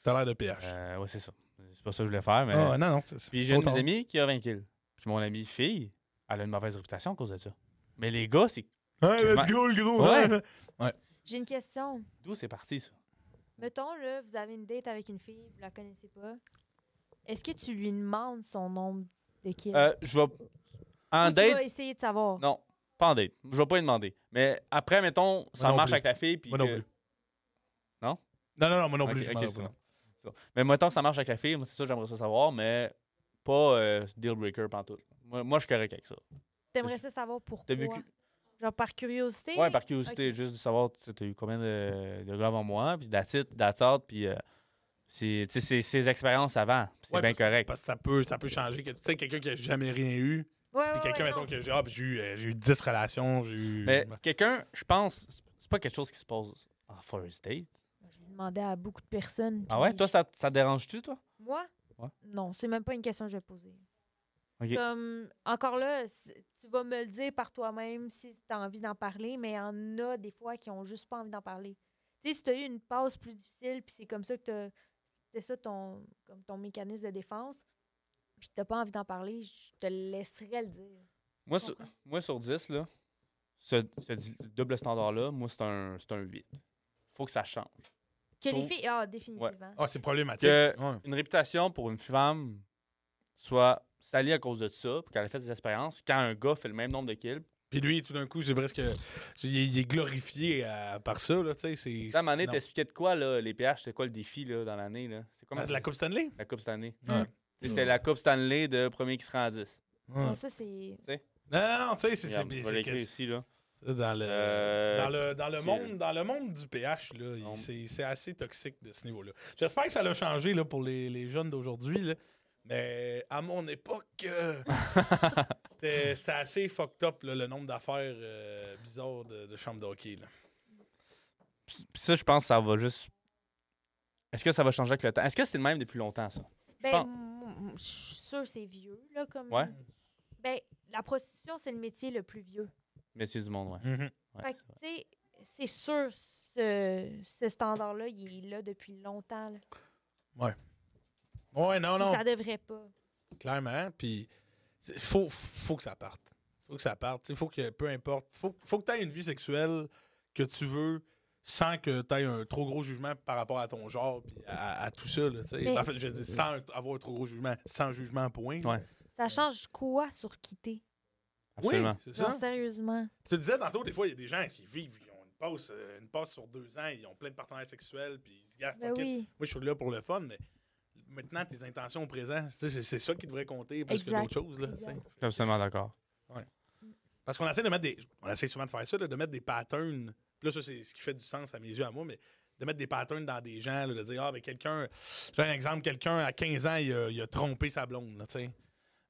Speaker 2: T'as l'air de PH.
Speaker 1: Euh, ouais, c'est ça. C'est pas ça que je voulais faire, mais.
Speaker 2: Ah, non, non, c'est c'est
Speaker 1: Puis j'ai une
Speaker 2: trop
Speaker 1: de mes
Speaker 2: tard.
Speaker 1: amies qui a 20 kills. Puis mon amie fille, elle a une mauvaise réputation à cause de ça. Mais les gars, c'est
Speaker 8: Hey, let's
Speaker 1: Ouais.
Speaker 8: go, le gros.
Speaker 1: Ouais.
Speaker 8: hein.
Speaker 3: J'ai une question.
Speaker 1: d'où c'est parti, ça?
Speaker 3: Mettons, là, vous avez une date avec une fille, vous la connaissez pas. Est-ce que tu lui demandes son nombre de kills?
Speaker 1: Euh, je vais. En
Speaker 3: Ou tu
Speaker 1: date.
Speaker 3: vas essayer de savoir.
Speaker 1: Non, pas en date. Je vais pas lui demander. Mais après, mettons, ça
Speaker 2: non
Speaker 1: marche
Speaker 2: plus.
Speaker 1: avec ta fille. Puis
Speaker 2: Moi non
Speaker 1: que-
Speaker 2: plus.
Speaker 1: Non?
Speaker 2: Non, non, non, moi non
Speaker 1: Ok,
Speaker 2: plus.
Speaker 1: ok,
Speaker 2: je m'en
Speaker 1: c'est
Speaker 2: rappelle.
Speaker 1: bon. Ça. Mais mettons, ça marche avec la fille, moi, c'est ça, j'aimerais ça savoir, mais pas euh, deal breaker pantoute. Moi, moi, je suis correct avec ça.
Speaker 3: T'aimerais ça savoir pourquoi?
Speaker 1: T'as vu que-
Speaker 3: Genre par curiosité?
Speaker 1: Ouais, par curiosité, juste de savoir, tu sais, t'as eu combien de, de gars avant moi, puis that's it, that's out, puis euh, c'est tu sais, c'est ses expériences avant, puis c'est
Speaker 2: Ouais,
Speaker 1: bien correct.
Speaker 2: Parce que ça peut, ça peut changer. que- Tu sais, quelqu'un qui a jamais rien eu,
Speaker 3: Ouais, ouais,
Speaker 2: puis quelqu'un,
Speaker 3: Ah ouais,
Speaker 2: mettons,
Speaker 3: non.
Speaker 2: qui a genre, j'ai eu, euh, j'ai eu 10 relations, j'ai eu.
Speaker 1: Mais quelqu'un, je pense, c'est- c'est pas quelque chose qui se pose en first date.
Speaker 3: Ben, Je l'ai demandé à beaucoup de personnes.
Speaker 1: Ah ouais?
Speaker 3: puis
Speaker 1: Toi,
Speaker 3: je-
Speaker 1: ça, ça te dérange-tu, toi?
Speaker 3: Moi?
Speaker 1: Ouais.
Speaker 3: Non, c'est même pas une question que je vais poser.
Speaker 1: Ok.
Speaker 3: Comme, encore là, c'est- tu vas me le dire par toi-même si tu as envie d'en parler, mais il y en a des fois qui ont juste pas envie d'en parler. Tu sais, si tu as eu une passe plus difficile, puis c'est comme ça que t'as- c'était ça ton, comme ton mécanisme de défense, puis que tu pas envie d'en parler, je te laisserais le dire.
Speaker 1: Moi,
Speaker 3: Tu
Speaker 1: sur,
Speaker 3: comprends?
Speaker 1: moi sur 10, là, ce, ce di- double standard-là, moi, c'est un, c'est un 8. Faut que ça change.
Speaker 3: Que les
Speaker 1: Trouve-
Speaker 3: filles. Ah, définitivement.
Speaker 2: Ah, c'est problématique.
Speaker 1: Que-
Speaker 2: Ouais.
Speaker 1: une réputation pour une femme soit salie à cause de ça, puis qu'elle a fait des expériences, quand un gars fait le même nombre de kills,
Speaker 2: Puis lui, tout d'un coup, c'est presque. Il est, il est glorifié à- par ça, là, tu sais. C'est.
Speaker 1: puis à un moment donné,
Speaker 2: non.
Speaker 1: t'expliquais de quoi, là, les PH, c'était quoi le défi là, dans l'année? là? C'est quoi
Speaker 2: Ah, de la Coupe Stanley?
Speaker 1: la Coupe Stanley?
Speaker 2: Ouais.
Speaker 1: Tu sais, C'était la Coupe Stanley de premier qui se rend à 10.
Speaker 3: Mais
Speaker 2: Ouais.
Speaker 3: Ah, ça, c'est.
Speaker 2: Non, non, non, tu sais, c'est. c'est-
Speaker 1: Regarde, Je vais
Speaker 2: c'est-
Speaker 1: l'écrire
Speaker 2: c'est-
Speaker 1: ici. Là.
Speaker 2: c'est Dans le.
Speaker 1: Euh,
Speaker 2: Dans le, dans, le
Speaker 1: qui-
Speaker 2: monde, dans le monde du pH, là, il-
Speaker 1: On-
Speaker 2: c'est c'est assez toxique de ce niveau-là. J'espère que ça l'a changé là, pour les, les jeunes d'aujourd'hui. là. Mais à mon époque, euh, c'était c'était assez fucked up là, le nombre d'affaires euh, bizarres de, de chambre d'hockey.
Speaker 1: Puis puis ça, je pense que ça va juste. Est-ce que ça va changer avec le temps? Est-ce que c'est le même depuis longtemps, ça?
Speaker 3: Ben,
Speaker 1: pense-
Speaker 3: m- m- je suis sûre que c'est vieux, là, comme.
Speaker 1: Ouais.
Speaker 3: Ben, la prostitution, c'est le métier le plus vieux.
Speaker 1: Messieurs du monde, ouais.
Speaker 2: Mm-hmm.
Speaker 1: Ouais,
Speaker 3: Fait que,
Speaker 1: c'est vrai.
Speaker 3: tu sais, c'est sûr, ce, ce standard-là, il est là depuis longtemps. là.
Speaker 2: Ouais, non,
Speaker 3: Puis
Speaker 2: Oh non,
Speaker 3: Ça devrait pas.
Speaker 2: clairement. Puis c'est- faut, faut que ça parte. Faut que ça parte. Il faut que, peu importe, faut, faut que tu aies une vie sexuelle que tu veux sans que tu aies un trop gros jugement par rapport à ton genre puis à, à tout ça. là, tu sais.
Speaker 3: Mais-
Speaker 2: En fait, je dis sans un- avoir un trop gros jugement, sans jugement point.
Speaker 1: Ouais.
Speaker 3: Ça change quoi sur quitter?
Speaker 2: Oui,
Speaker 1: Absolument.
Speaker 2: c'est
Speaker 3: Genre,
Speaker 2: ça.
Speaker 3: sérieusement.
Speaker 2: Tu disais tantôt, des fois, il y a des gens qui vivent, ils ont une passe, euh, une passe sur deux ans, ils ont plein de partenaires sexuels, puis ils se disent, Ah,
Speaker 3: Ben
Speaker 2: fuck it.
Speaker 3: oui.
Speaker 2: moi, je suis là pour le fun, mais maintenant, tes intentions au présent, tu sais, c'est c'est ça qui devrait compter plus que
Speaker 3: Exact.
Speaker 2: d'autres choses. Là, tu sais.
Speaker 3: Exact.
Speaker 1: Je suis absolument d'accord.
Speaker 2: Parce qu'on essaie de mettre des. On essaie souvent de faire ça, là, de mettre des patterns. Puis Là, ça, c'est ce qui fait du sens à mes yeux, à moi, mais de mettre des patterns dans des gens, là, de dire, ah, mais quelqu'un. Je donne un exemple, quelqu'un à 15 ans, il a, il a trompé sa blonde, là, tu sais.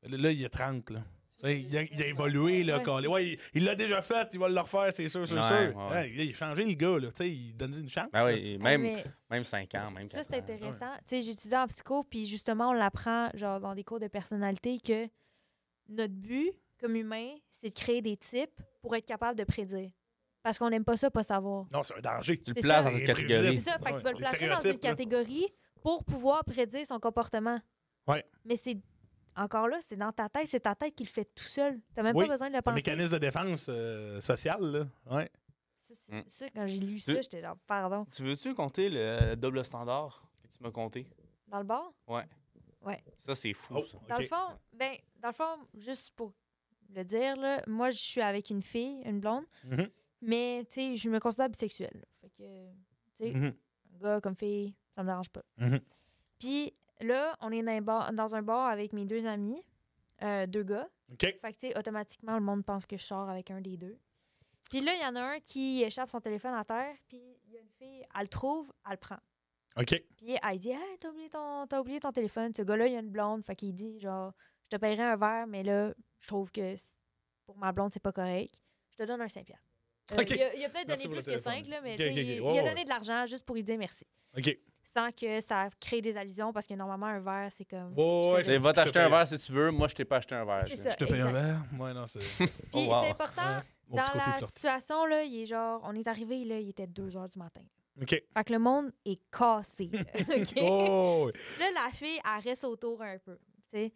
Speaker 2: Là, là, il a 30, là. Tu sais, Il a, il a évolué, là,
Speaker 3: Ouais.
Speaker 2: Colin. Ouais, il- il l'a déjà fait, il va le refaire, c'est sûr, c'est
Speaker 1: Ouais,
Speaker 2: sûr.
Speaker 1: ouais.
Speaker 2: Ouais, il a changé le gars, là, tu sais, il donne une chance.
Speaker 1: Ben
Speaker 2: là.
Speaker 1: oui, et même,
Speaker 3: Mais
Speaker 1: même 5 ans, même
Speaker 3: ça,
Speaker 1: quatre
Speaker 3: c'est
Speaker 1: ans.
Speaker 3: intéressant. Tu sais, j'étudie en psycho, puis justement, on l'apprend genre dans des cours de personnalité que notre but comme humain, c'est de créer des types pour être capable de prédire. Parce qu'on n'aime pas ça, pas savoir.
Speaker 2: Non, c'est un danger.
Speaker 1: Tu le
Speaker 3: C'est
Speaker 1: places
Speaker 3: ça.
Speaker 1: dans une
Speaker 2: C'est
Speaker 1: catégorie.
Speaker 3: C'est ça, fait que tu vas le
Speaker 2: Les
Speaker 3: placer dans une
Speaker 2: stéréotypes, là.
Speaker 3: catégorie pour pouvoir prédire son comportement.
Speaker 2: Ouais.
Speaker 3: Mais c'est encore là, c'est dans ta tête, c'est ta tête qui le fait tout seul. T'as même
Speaker 2: Oui,
Speaker 3: pas besoin de le
Speaker 2: Un
Speaker 3: penser.
Speaker 2: mécanisme de défense euh, sociale, là. Ouais.
Speaker 3: Ça, c'est-
Speaker 1: Mm.
Speaker 3: ça, quand j'ai lu
Speaker 1: Tu-
Speaker 3: ça, j'étais genre, pardon.
Speaker 1: Tu veux-tu compter le double standard que tu m'as compté?
Speaker 3: Dans le bar?
Speaker 1: Ça, c'est fou.
Speaker 2: Oh,
Speaker 1: ça.
Speaker 3: Dans
Speaker 2: ok.
Speaker 3: le fond, ben, dans le fond, juste pour le dire, là, moi, je suis avec une fille, une blonde,
Speaker 2: Mhm.
Speaker 3: mais, tu sais, je me considère bisexuelle. Fait que, tu sais,
Speaker 2: Mhm.
Speaker 3: gars comme fille, ça me dérange pas.
Speaker 2: Mhm.
Speaker 3: Puis là, on est dans un bar, dans un bar avec mes deux amis, euh, deux gars.
Speaker 2: OK.
Speaker 3: Fait que, tu sais, automatiquement, le monde pense que je sors avec un des deux. Puis là, il y en a un qui échappe son téléphone à terre, puis il y a une fille, elle le trouve, elle le prend.
Speaker 2: OK.
Speaker 3: Puis elle dit Hey, t'as oublié ton, t'as oublié ton téléphone. Ce gars-là, il a une blonde. Fait qu'il dit genre, je te paierai un verre, mais là, je trouve que c- pour ma blonde, c'est pas correct. Je te donne un 5$. Euh,
Speaker 2: Ok.
Speaker 3: Il a, il a peut-être
Speaker 2: Merci
Speaker 3: donné plus
Speaker 2: pour le
Speaker 3: que
Speaker 2: téléphone.
Speaker 3: 5, là, mais
Speaker 2: Ok,
Speaker 3: tu sais,
Speaker 2: ok, ok.
Speaker 3: il-
Speaker 2: Ouais,
Speaker 3: il a
Speaker 2: ouais.
Speaker 3: donné de l'argent juste pour lui dire merci.
Speaker 2: OK.
Speaker 3: Sans que ça crée des allusions, parce que normalement, un verre, c'est comme.
Speaker 2: Ouais, ouais,
Speaker 1: Tu sais, Va
Speaker 2: je te
Speaker 1: t'acheter un
Speaker 2: paye.
Speaker 1: verre si tu veux. Moi, je t'ai pas acheté un verre.
Speaker 3: C'est
Speaker 1: là.
Speaker 3: ça.
Speaker 8: Je te paye un
Speaker 3: exact.
Speaker 8: verre? Ouais, non, c'est.
Speaker 3: Puis
Speaker 1: Oh, wow.
Speaker 3: c'est important,
Speaker 8: Mon
Speaker 3: dans
Speaker 8: petit côté
Speaker 3: la
Speaker 8: flirty.
Speaker 3: situation, là, il est genre, on est arrivé, là, il était 2 h du matin.
Speaker 2: OK.
Speaker 3: Fait que le monde est cassé. là. OK?
Speaker 2: Oh, oui.
Speaker 3: Là, la fille, elle reste autour un peu. tu sais.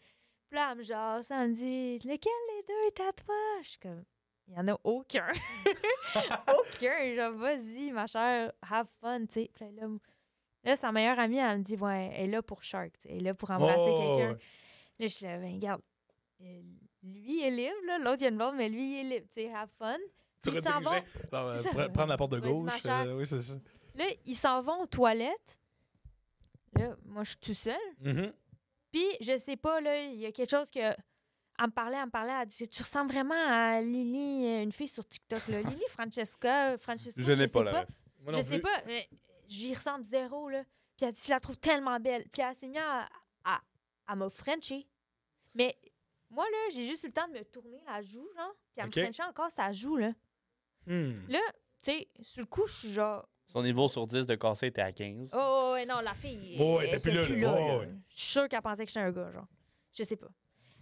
Speaker 3: Puis là, elle me jase, elle me dit Lequel des deux est à toi Je suis comme Il n'y en a aucun. aucun. Genre, vas-y, ma chère, have fun. tu sais. Puis là, là, sa meilleure amie, elle me dit Ouais, elle est là pour Shark. tu sais. Elle est là pour embrasser
Speaker 2: Oh,
Speaker 3: quelqu'un.
Speaker 2: ouais.
Speaker 3: Là, je suis là, ben, regarde, euh, lui, il est libre. là. L'autre, il y a une blonde, mais lui, il est libre. Tu sais, have fun.
Speaker 8: Tu
Speaker 3: Puis ils s'en vont.
Speaker 8: redirigeais. Non, euh,
Speaker 3: Ça
Speaker 8: pre-
Speaker 3: va.
Speaker 8: prendre la porte de
Speaker 3: Vas-y, ma
Speaker 8: gauche.
Speaker 3: chère.
Speaker 8: euh, oui, c'est ça.
Speaker 3: Là, ils s'en vont aux toilettes. Là, moi, je suis tout seul.
Speaker 8: Mm-hmm.
Speaker 2: Mhm.
Speaker 3: Puis, je sais pas, là, il y a quelque chose que. Elle me parlait, elle me parlait, elle dit Tu ressembles vraiment à Lily, euh, une fille sur TikTok, là. Lily Francesca, Francesca.
Speaker 1: Je n'ai
Speaker 3: sais
Speaker 1: pas la ref.
Speaker 2: Moi
Speaker 3: Je
Speaker 2: non
Speaker 3: sais
Speaker 2: plus.
Speaker 3: pas, mais j'y ressemble zéro, là. Puis, elle dit Je la trouve tellement belle. Puis, elle s'est mise à. à, à m'a frenché. Mais, moi, là, j'ai juste eu le temps de me tourner la joue, genre. Puis, elle
Speaker 2: Ok.
Speaker 3: me frenchait encore sa joue, là.
Speaker 8: Mm-hmm.
Speaker 2: Hmm.
Speaker 3: Tu sais, sur le coup, je suis genre.
Speaker 1: Son niveau sur 10 de cassé était à 15.
Speaker 3: Oh, ouais, non, la fille.
Speaker 2: Ouais, elle était plus là, là. Ouais, ouais.
Speaker 3: Je suis sûre qu'elle pensait que j'étais un gars, genre. Je sais pas.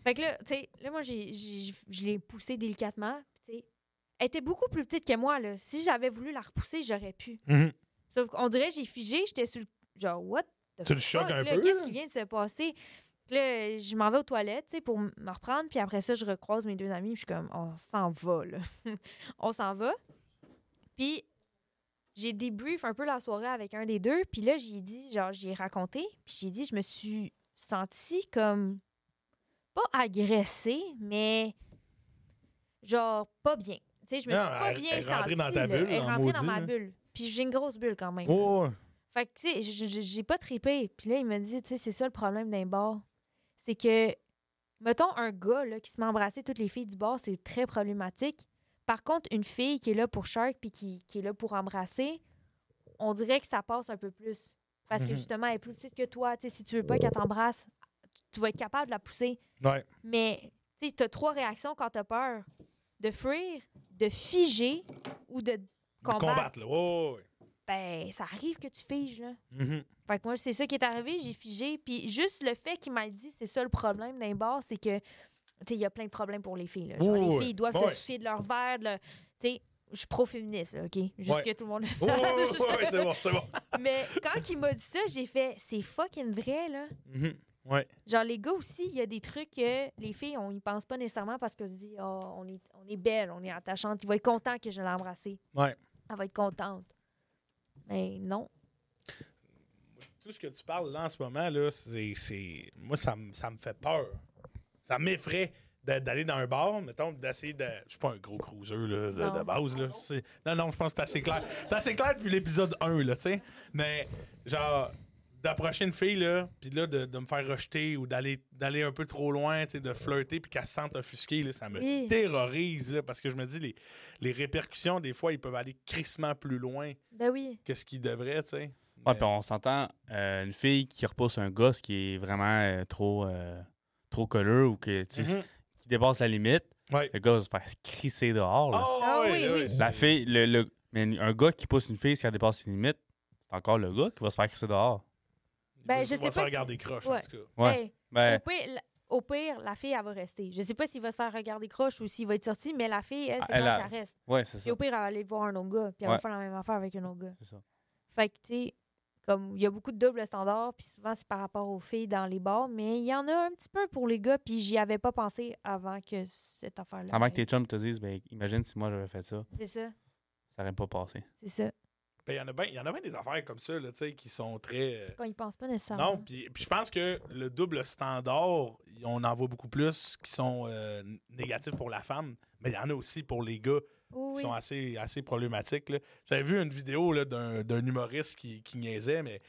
Speaker 3: Fait que là, tu sais, là, moi, j'ai, j'ai- je l'ai poussée délicatement. puis Tu sais, elle était beaucoup plus petite que moi, là. Si j'avais voulu la repousser, j'aurais pu.
Speaker 8: Mm-hmm.
Speaker 2: Mhm.
Speaker 3: Sauf qu'on dirait, j'ai figé, j'étais sur le. Genre, what? the
Speaker 8: Tu le choques
Speaker 3: fuck,
Speaker 8: un
Speaker 3: là?
Speaker 8: peu,
Speaker 3: Qu'est-ce
Speaker 8: là?
Speaker 3: qui vient de se passer? Puis là, je m'en vais aux toilettes, tu sais, pour m- me reprendre. Puis après ça, je recroise mes deux amis. puis je suis comme, on s'en va, là. on s'en va. Puis j'ai débrief un peu la soirée avec un des deux. Puis là, j'ai dit, genre, j'ai raconté. Puis j'ai dit, je me suis sentie comme. Pas agressée, mais. Genre, pas bien. Tu sais, je me
Speaker 8: Non,
Speaker 3: suis pas
Speaker 8: elle-
Speaker 3: bien
Speaker 8: elle est rentrée
Speaker 3: sentie,
Speaker 8: dans ta
Speaker 3: là.
Speaker 8: bulle,
Speaker 3: Elle est
Speaker 8: en
Speaker 3: rentrée dans
Speaker 8: maudit,
Speaker 3: ma
Speaker 8: là.
Speaker 3: bulle. Puis j'ai une grosse bulle quand même.
Speaker 8: Oh, ouais.
Speaker 3: Fait que, tu sais, j- j- j'ai pas trippé. Puis là, il m'a dit, tu sais, c'est ça le problème d'un bar. C'est que, mettons, un gars là, qui se met embrasser toutes les filles du bar, c'est très problématique. Par contre, une fille qui est là pour shark puis qui, qui est là pour embrasser, on dirait que ça passe un peu plus. Parce que
Speaker 2: Mhm.
Speaker 3: justement, elle est plus petite que toi. Tu sais, si tu veux pas qu'elle t'embrasse, tu- tu vas être capable de la pousser.
Speaker 2: Ouais.
Speaker 3: Mais, tu sais, t'as trois réactions quand t'as peur de fuir, de figer ou de
Speaker 2: De Combattre,
Speaker 3: combattre.
Speaker 2: là. Ouais, ouais,
Speaker 3: Ben, ça arrive que tu figes, là.
Speaker 2: ouais. Mhm.
Speaker 3: Fait que moi, c'est ça qui est arrivé, j'ai figé. Puis juste le fait qu'il m'a dit, c'est ça le problème d'un bar, c'est que, tu sais, il y a plein de problèmes pour les filles. là. Genre,
Speaker 2: Oui,
Speaker 3: les
Speaker 2: oui.
Speaker 3: filles doivent
Speaker 2: Ouais.
Speaker 3: se soucier de leur verre. de leur- Tu sais, je suis pro-féministe, là, OK? Juste
Speaker 2: Ouais.
Speaker 3: que tout le monde le
Speaker 2: Ouais,
Speaker 3: sache.
Speaker 2: ouais, ouais, ouais, c'est bon, c'est bon.
Speaker 3: Mais quand il m'a dit ça, j'ai fait, c'est fucking vrai, là.
Speaker 2: Mhm.
Speaker 3: Genre, les gars aussi, il y a des trucs que les filles, on y pense pas nécessairement parce qu'on se dit, Ah, on, est, on est belle, on est attachante, il va être content que je l'ai embrassée.
Speaker 2: Ouais.
Speaker 3: Elle va être contente. Mais non.
Speaker 2: Tout ce que tu parles là en ce moment, là, c'est. c'est- Moi, ça me ça me fait peur. Ça m'effraie d'a- d'aller dans un bar, mettons, d'essayer de. Je suis pas un gros cruiser là, de,
Speaker 3: Non.
Speaker 2: de base. Là. C'est- Non, non, je pense que c'est assez clair. C'est assez clair depuis l'épisode 1, là, tu sais. Mais genre d'approcher une fille là puis là de, de me faire rejeter ou d'aller d'aller un peu trop loin tu sais de flirter puis qu'elle se sente offusquée là, ça me
Speaker 3: Oui.
Speaker 2: terrorise là, parce que je me dis les, les répercussions des fois ils peuvent aller crissement plus loin
Speaker 3: Ben oui.
Speaker 2: que ce qu'ils devraient tu sais
Speaker 1: Ouais, puis on s'entend, euh, une fille qui repousse un gosse qui est vraiment euh, trop, euh, trop colleux ou que, tu sais,
Speaker 2: Mhm.
Speaker 1: qui dépasse la limite,
Speaker 2: Ouais.
Speaker 1: le gars va se faire crisser dehors. là.
Speaker 2: Oh,
Speaker 3: Ah
Speaker 2: ouais,
Speaker 3: oui,
Speaker 2: ouais,
Speaker 3: oui.
Speaker 2: c'est-
Speaker 1: La fille, le, le- mais un gars qui pousse une fille si elle dépasse ses limites, c'est encore le gars qui va se faire crisser dehors.
Speaker 2: il
Speaker 3: Ben,
Speaker 2: va-
Speaker 3: je
Speaker 2: il va
Speaker 3: sais
Speaker 2: se
Speaker 3: pas
Speaker 2: faire
Speaker 3: si-
Speaker 2: regarder croche, en
Speaker 3: Ouais.
Speaker 2: tout cas.
Speaker 1: Ouais.
Speaker 3: Hey,
Speaker 1: Ben,
Speaker 3: Au, pire, la- au pire, la fille, elle va rester. Je sais pas s'il va se faire regarder croche ou s'il va être sorti, mais la fille, elle, c'est
Speaker 1: Ah, elle
Speaker 3: clair
Speaker 1: a-
Speaker 3: qu'elle reste.
Speaker 1: ouais, c'est ça.
Speaker 3: Puis au pire, elle va aller voir un autre gars, puis elle va
Speaker 1: Ouais.
Speaker 3: faire la même affaire avec un autre gars.
Speaker 1: C'est ça.
Speaker 3: Fait que, tu sais, comme il y a beaucoup de doubles standards, puis souvent, c'est par rapport aux filles dans les bars, mais il y en a un petit peu pour les gars, puis j'y avais pas pensé avant que cette affaire-là.
Speaker 1: Avant que
Speaker 3: arrive.
Speaker 1: tes chums te disent, ben, imagine si moi j'avais fait ça,
Speaker 3: C'est ça,
Speaker 1: ça n'aurait pas passé.
Speaker 3: c'est ça.
Speaker 2: Ben, il y en a bien, il y en a bien des affaires comme ça, là, tu sais, qui sont très. euh,
Speaker 3: Quand ils pensent pas nécessairement.
Speaker 2: Non, puis puis je pense que le double standard, on en voit beaucoup plus qui sont euh, négatifs pour la femme, mais il y en a aussi pour les gars.
Speaker 3: Oh,
Speaker 2: qui
Speaker 3: oui.
Speaker 2: sont assez, assez problématiques. là. J'avais vu une vidéo là, d'un, d'un humoriste qui, qui niaisait, mais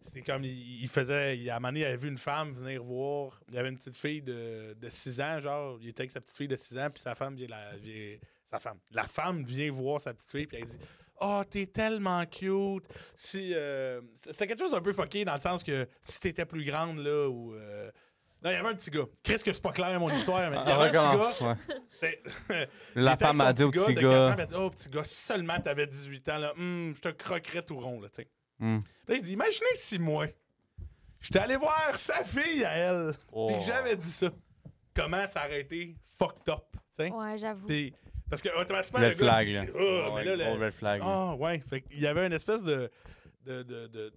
Speaker 2: c'est comme il, il faisait. Il, à un moment donné, il avait vu une femme venir voir. Il y avait une petite fille de, de 6 ans, genre, il était avec sa petite fille de 6 ans, puis sa femme vient la. vient- sa femme. La femme vient voir sa petite fille, puis elle dit Oh, t'es tellement cute. Si, euh, c'était quelque chose d'un peu fucké dans le sens que si t'étais plus grande, là, ou. euh, Non, il y avait un petit gars. Qu'est-ce que c'est pas clair, mon histoire, mais il y avait un
Speaker 1: Ah,
Speaker 2: petit gars.
Speaker 1: ouais.
Speaker 2: c'était- il
Speaker 1: La
Speaker 2: était avec
Speaker 1: femme a dit
Speaker 2: son
Speaker 1: au petit
Speaker 2: de quatre ans,
Speaker 1: gars.
Speaker 2: puis elle dit, oh, petit gars, si seulement t'avais 18 ans, là, hum, je te croquerais tout rond, là, tu sais.
Speaker 1: Hmm.
Speaker 2: Là, il dit, imaginez si moi, j'étais allé voir sa fille à elle,
Speaker 1: Oh.
Speaker 2: puis que j'avais dit ça. Comment ça aurait été fucked up, tu sais.
Speaker 3: Ouais, j'avoue.
Speaker 2: Puis- parce que automatiquement,
Speaker 1: Red
Speaker 2: le gars,
Speaker 1: flag,
Speaker 2: c'est-
Speaker 1: là.
Speaker 2: c'est, Ah,
Speaker 1: Ouais,
Speaker 2: mais là,
Speaker 1: gros
Speaker 2: le-
Speaker 1: red flag. là.
Speaker 2: ah, ouais. Fait qu'il y avait une espèce de. de, de, de-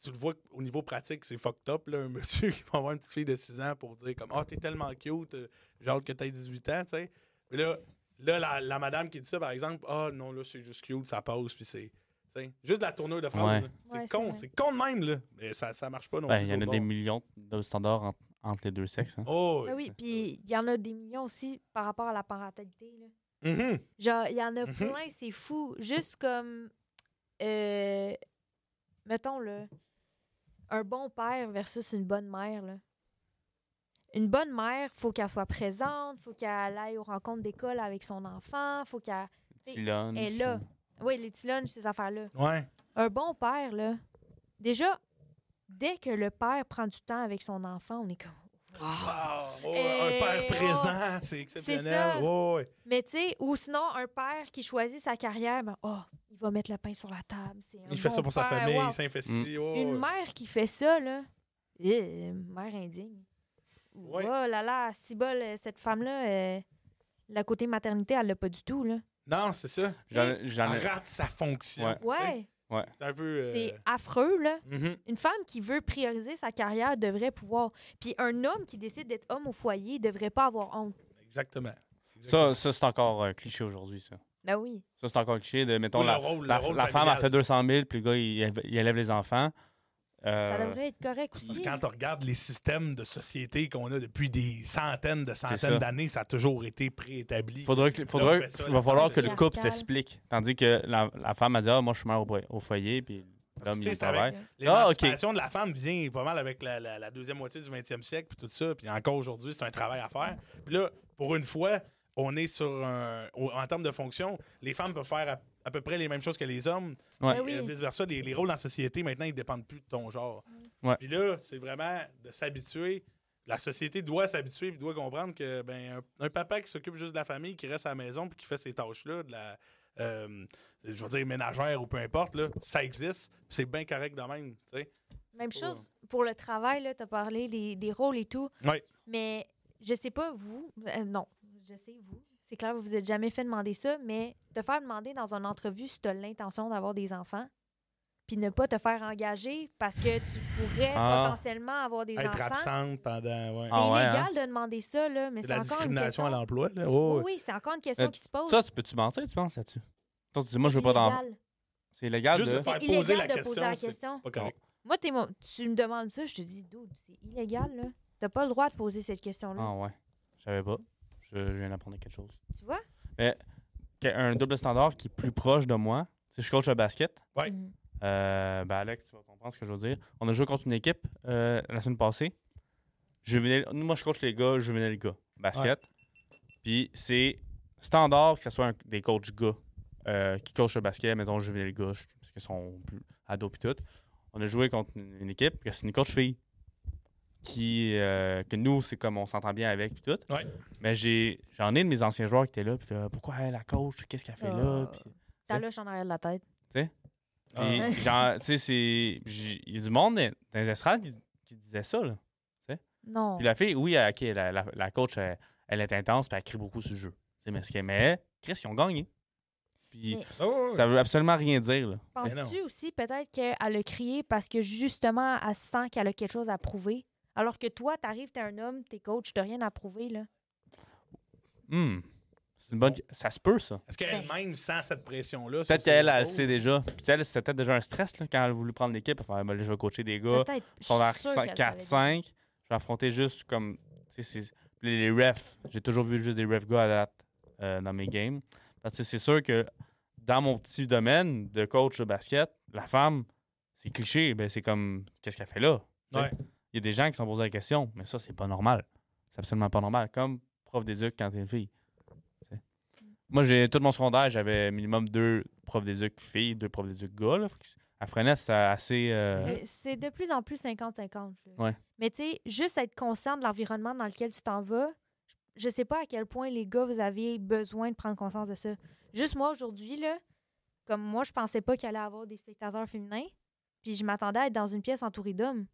Speaker 2: tu le vois au niveau pratique, c'est fucked up, là, un monsieur qui va avoir une petite fille de 6 ans pour dire comme Ah, t'es tellement cute, euh, j'ai hâte que t'aies 18 ans, tu sais. Mais là, là la, la madame qui dit ça, par exemple, Ah, non, là, c'est juste cute, ça passe, puis c'est. tu sais, Juste de la tournure de phrase.
Speaker 1: Ouais.
Speaker 2: là. C'est
Speaker 3: Ouais, c'est
Speaker 2: con,
Speaker 3: vrai.
Speaker 2: c'est con de même, là. Mais ça, ça marche pas non
Speaker 1: Ben,
Speaker 2: plus.
Speaker 1: il y en a
Speaker 2: l'autre
Speaker 1: des
Speaker 2: bord.
Speaker 1: millions de standards entre, entre les deux sexes. hein.
Speaker 2: Oh,
Speaker 3: Ah oui, puis il y en a des millions aussi par rapport à la parentalité. Là.
Speaker 2: Mhm.
Speaker 3: Genre, il y en a
Speaker 2: Mhm.
Speaker 3: plein, c'est fou. Juste comme, euh, mettons, là, un bon père versus une bonne mère. Là. Une bonne mère, faut qu'elle soit présente, faut qu'elle aille aux rencontres d'école avec son enfant, faut qu'elle...
Speaker 1: Petit lunch,
Speaker 3: elle est là. Oui, les petits lunchs, ces affaires-là.
Speaker 2: Ouais.
Speaker 3: Un bon père, là, déjà, dès que le père prend du temps avec son enfant, on est comme...
Speaker 2: Wow. Oh,
Speaker 3: Eh,
Speaker 2: un père
Speaker 3: oh.
Speaker 2: présent, c'est exceptionnel.
Speaker 3: ça.
Speaker 2: Ouais, ouais.
Speaker 3: Mais tu sais, ou sinon, un père qui choisit sa carrière, ben, oh, il va mettre le pain sur la table. c'est un
Speaker 2: Il fait
Speaker 3: bon
Speaker 2: ça pour sa
Speaker 3: père,
Speaker 2: famille,
Speaker 3: wow.
Speaker 2: il s'investit.
Speaker 1: Mm.
Speaker 2: ouais, ouais.
Speaker 3: Une mère qui fait ça, là, eh, mère indigne.
Speaker 2: Ouais.
Speaker 3: Oh là là, si bol, euh, cette femme-là, euh, la côté maternité, elle l'a pas du tout, là.
Speaker 2: Non, c'est ça.
Speaker 1: J'en j'en ai-
Speaker 2: Elle rate sa fonction.
Speaker 1: Ouais.
Speaker 3: Ouais,
Speaker 2: C'est un peu. euh,
Speaker 3: c'est affreux, là.
Speaker 2: mhm.
Speaker 3: Une femme qui veut prioriser sa carrière devrait pouvoir. Puis un homme qui décide d'être homme au foyer devrait pas avoir honte.
Speaker 2: Exactement.
Speaker 1: Ça, ça c'est encore euh, cliché aujourd'hui, ça.
Speaker 3: Ben oui.
Speaker 1: Ça, c'est encore cliché de, mettons,
Speaker 2: Ou le
Speaker 1: la,
Speaker 2: rôle- le
Speaker 1: la-
Speaker 2: rôle
Speaker 1: la femme a
Speaker 2: familial.
Speaker 1: fait 200 000, puis le gars, il, élève- il élève les enfants. Euh,
Speaker 3: Ça devrait être correct
Speaker 2: Parce
Speaker 3: aussi. Ben
Speaker 2: que quand on regarde les systèmes de société qu'on a depuis des centaines de
Speaker 1: ça.
Speaker 2: centaines d'années, ça a toujours été préétabli.
Speaker 1: faudra que- faudra-
Speaker 2: on fait ça,
Speaker 1: il
Speaker 2: la
Speaker 1: va falloir que
Speaker 2: femme,
Speaker 1: le
Speaker 3: le
Speaker 1: couple
Speaker 3: patriarcal.
Speaker 1: s'explique. Tandis que la, la femme a dit Ah, moi, je suis mère au, po- au foyer, puis
Speaker 2: Parce
Speaker 1: l'homme,
Speaker 2: que, tu sais,
Speaker 1: il
Speaker 2: c'est avec
Speaker 1: travaille. Ah,
Speaker 2: L'émancipation de la femme vient pas mal avec la, la- la deuxième moitié du 20e siècle, puis tout ça. Puis encore aujourd'hui, c'est un travail à faire. Puis là, pour une fois, on est sur un. au- en termes de fonction, les femmes peuvent faire à, à peu près les mêmes choses que les hommes.
Speaker 1: Ouais.
Speaker 3: Ben oui.
Speaker 2: euh, Vice-versa, les, les rôles dans la société, maintenant, ils dépendent plus de ton genre.
Speaker 1: Mm. Ouais.
Speaker 2: Puis là, c'est vraiment de s'habituer. La société doit s'habituer puis doit comprendre que ben un, un papa qui s'occupe juste de la famille, qui reste à la maison puis qui fait ces tâches-là, de la. euh, je veux dire ménagère ou peu importe, là, ça existe, puis c'est bien correct de même. tu sais.
Speaker 3: Même
Speaker 2: pas-
Speaker 3: chose pour le travail, là, t'as parlé des, des rôles et tout.
Speaker 2: Ouais.
Speaker 3: Mais je sais pas, vous, euh, non, je sais, vous, c'est clair, vous vous êtes jamais fait demander ça, mais te faire demander dans une entrevue si t'as l'intention d'avoir des enfants, puis ne pas te faire engager parce que tu pourrais
Speaker 1: Ah.
Speaker 3: potentiellement avoir des
Speaker 2: Être
Speaker 3: enfants.
Speaker 2: absente pendant. ouais.
Speaker 3: C'est
Speaker 1: Ah ouais, hein?
Speaker 3: illégal de demander ça, là, mais
Speaker 2: C'est de
Speaker 3: c'est
Speaker 2: la
Speaker 3: encore une question.
Speaker 2: discrimination à l'emploi. là. Oh,
Speaker 3: Oui, oui, c'est encore une question
Speaker 1: Euh,
Speaker 3: qui se pose.
Speaker 1: Ça, tu peux-tu mentir, tu penses là-dessus? Toi, tu dis Moi, je veux pas d'enfants.
Speaker 3: Illégal.
Speaker 1: C'est illégal
Speaker 2: Juste
Speaker 1: de.
Speaker 2: de faire
Speaker 3: C'est
Speaker 2: poser la
Speaker 3: illégal de
Speaker 2: question.
Speaker 3: poser la
Speaker 2: c'est-
Speaker 3: question.
Speaker 2: C'est pas correct.
Speaker 3: Moi, t'es mon- tu me demandes ça, je te dis, dude, c'est illégal, là. T'as pas le droit de poser cette question-là.
Speaker 1: Ah, ouais. Je savais pas. Je, je viens d'apprendre quelque chose.
Speaker 3: Tu vois?
Speaker 1: Qu'il y a Un double standard qui est plus proche de moi. Si je coach le basket,
Speaker 2: Ouais.
Speaker 3: Mhm.
Speaker 1: Euh, ben Alex, tu vas comprendre ce que je veux dire. On a joué contre une équipe euh, la semaine passée. Je venais, moi, je coach les gars, je venais le gars. Basket. Puis c'est standard que ce soit un- des coachs gars euh, qui coachent le basket, mettons, je venais le gars, je- parce qu'ils sont plus ados et tout. On a joué contre une, une équipe, que c'est une coach fille. Qui, euh, que nous, c'est comme on s'entend bien avec puis tout.
Speaker 2: Ouais.
Speaker 1: Mais j'ai, j'en ai de mes anciens joueurs qui étaient là, puis euh, pourquoi elle, la coach, qu'est-ce qu'elle fait là?
Speaker 3: Ah.
Speaker 1: Puis-
Speaker 3: T'as lâche en arrière de la tête.
Speaker 1: et
Speaker 3: Euh,
Speaker 2: Ah.
Speaker 1: genre, tu sais, c'est. j'ai- Il y a du monde dans dans les estrades qui, qui disait ça, là.
Speaker 3: Non.
Speaker 1: Puis la fille, oui, elle- ok, la, la- la coach, elle, elle est intense, puis elle crie beaucoup sur le jeu. Tu sais, mais ce qu'elle mais Chris, ils ont gagné. Puis
Speaker 3: Mais-
Speaker 2: Oh,
Speaker 1: ça veut absolument rien dire, là.
Speaker 2: Mais non.
Speaker 3: Penses-tu aussi peut-être qu'elle a crié parce que justement, elle sent qu'elle a quelque chose à prouver? Alors que toi, t'arrives, t'es un homme, t'es coach, t'as rien à prouver, là.
Speaker 1: Hmm. C'est une bonne. Ça se peut, ça.
Speaker 2: Est-ce qu'elle-même sent cette pression-là? sur
Speaker 1: Peut-être
Speaker 2: ses
Speaker 1: qu'elle, elle le
Speaker 2: épaules?
Speaker 1: sait déjà. Puis tu sais, elle, c'était peut-être déjà un stress, là, quand elle a voulu prendre l'équipe. Enfin, ben, là, je vais coacher des gars.
Speaker 3: Peut-être.
Speaker 1: Ils sont
Speaker 3: Je
Speaker 1: à
Speaker 3: suis sûre qu'elle savait.
Speaker 1: 4-5. Je vais affronter juste comme. tu sais, c'est- Les les refs, j'ai toujours vu juste des refs gars à date euh, dans mes games. Parce que c'est sûr que dans mon petit domaine de coach de basket, la femme, c'est cliché, ben c'est comme qu'est-ce qu'elle fait là? Tu sais,
Speaker 2: Ouais.
Speaker 1: Il y a des gens qui se sont posés la question, mais ça, c'est pas normal. C'est absolument pas normal. Comme prof d'éduc quand t'es une fille. Tu sais. Moi, j'ai tout mon secondaire, j'avais minimum deux profs d'éduc filles, deux profs d'éduc gars. là. Fait que À Fresnes, c'était assez. euh,
Speaker 3: Euh, C'est de plus en plus 50-50. là.
Speaker 1: Ouais.
Speaker 3: Mais tu sais, juste être conscient de l'environnement dans lequel tu t'en vas, je sais pas à quel point les gars, vous avez besoin de prendre conscience de ça. Juste moi, aujourd'hui, là, comme moi, je pensais pas qu'il allait avoir des spectateurs féminins, puis je m'attendais à être dans une pièce entourée d'hommes,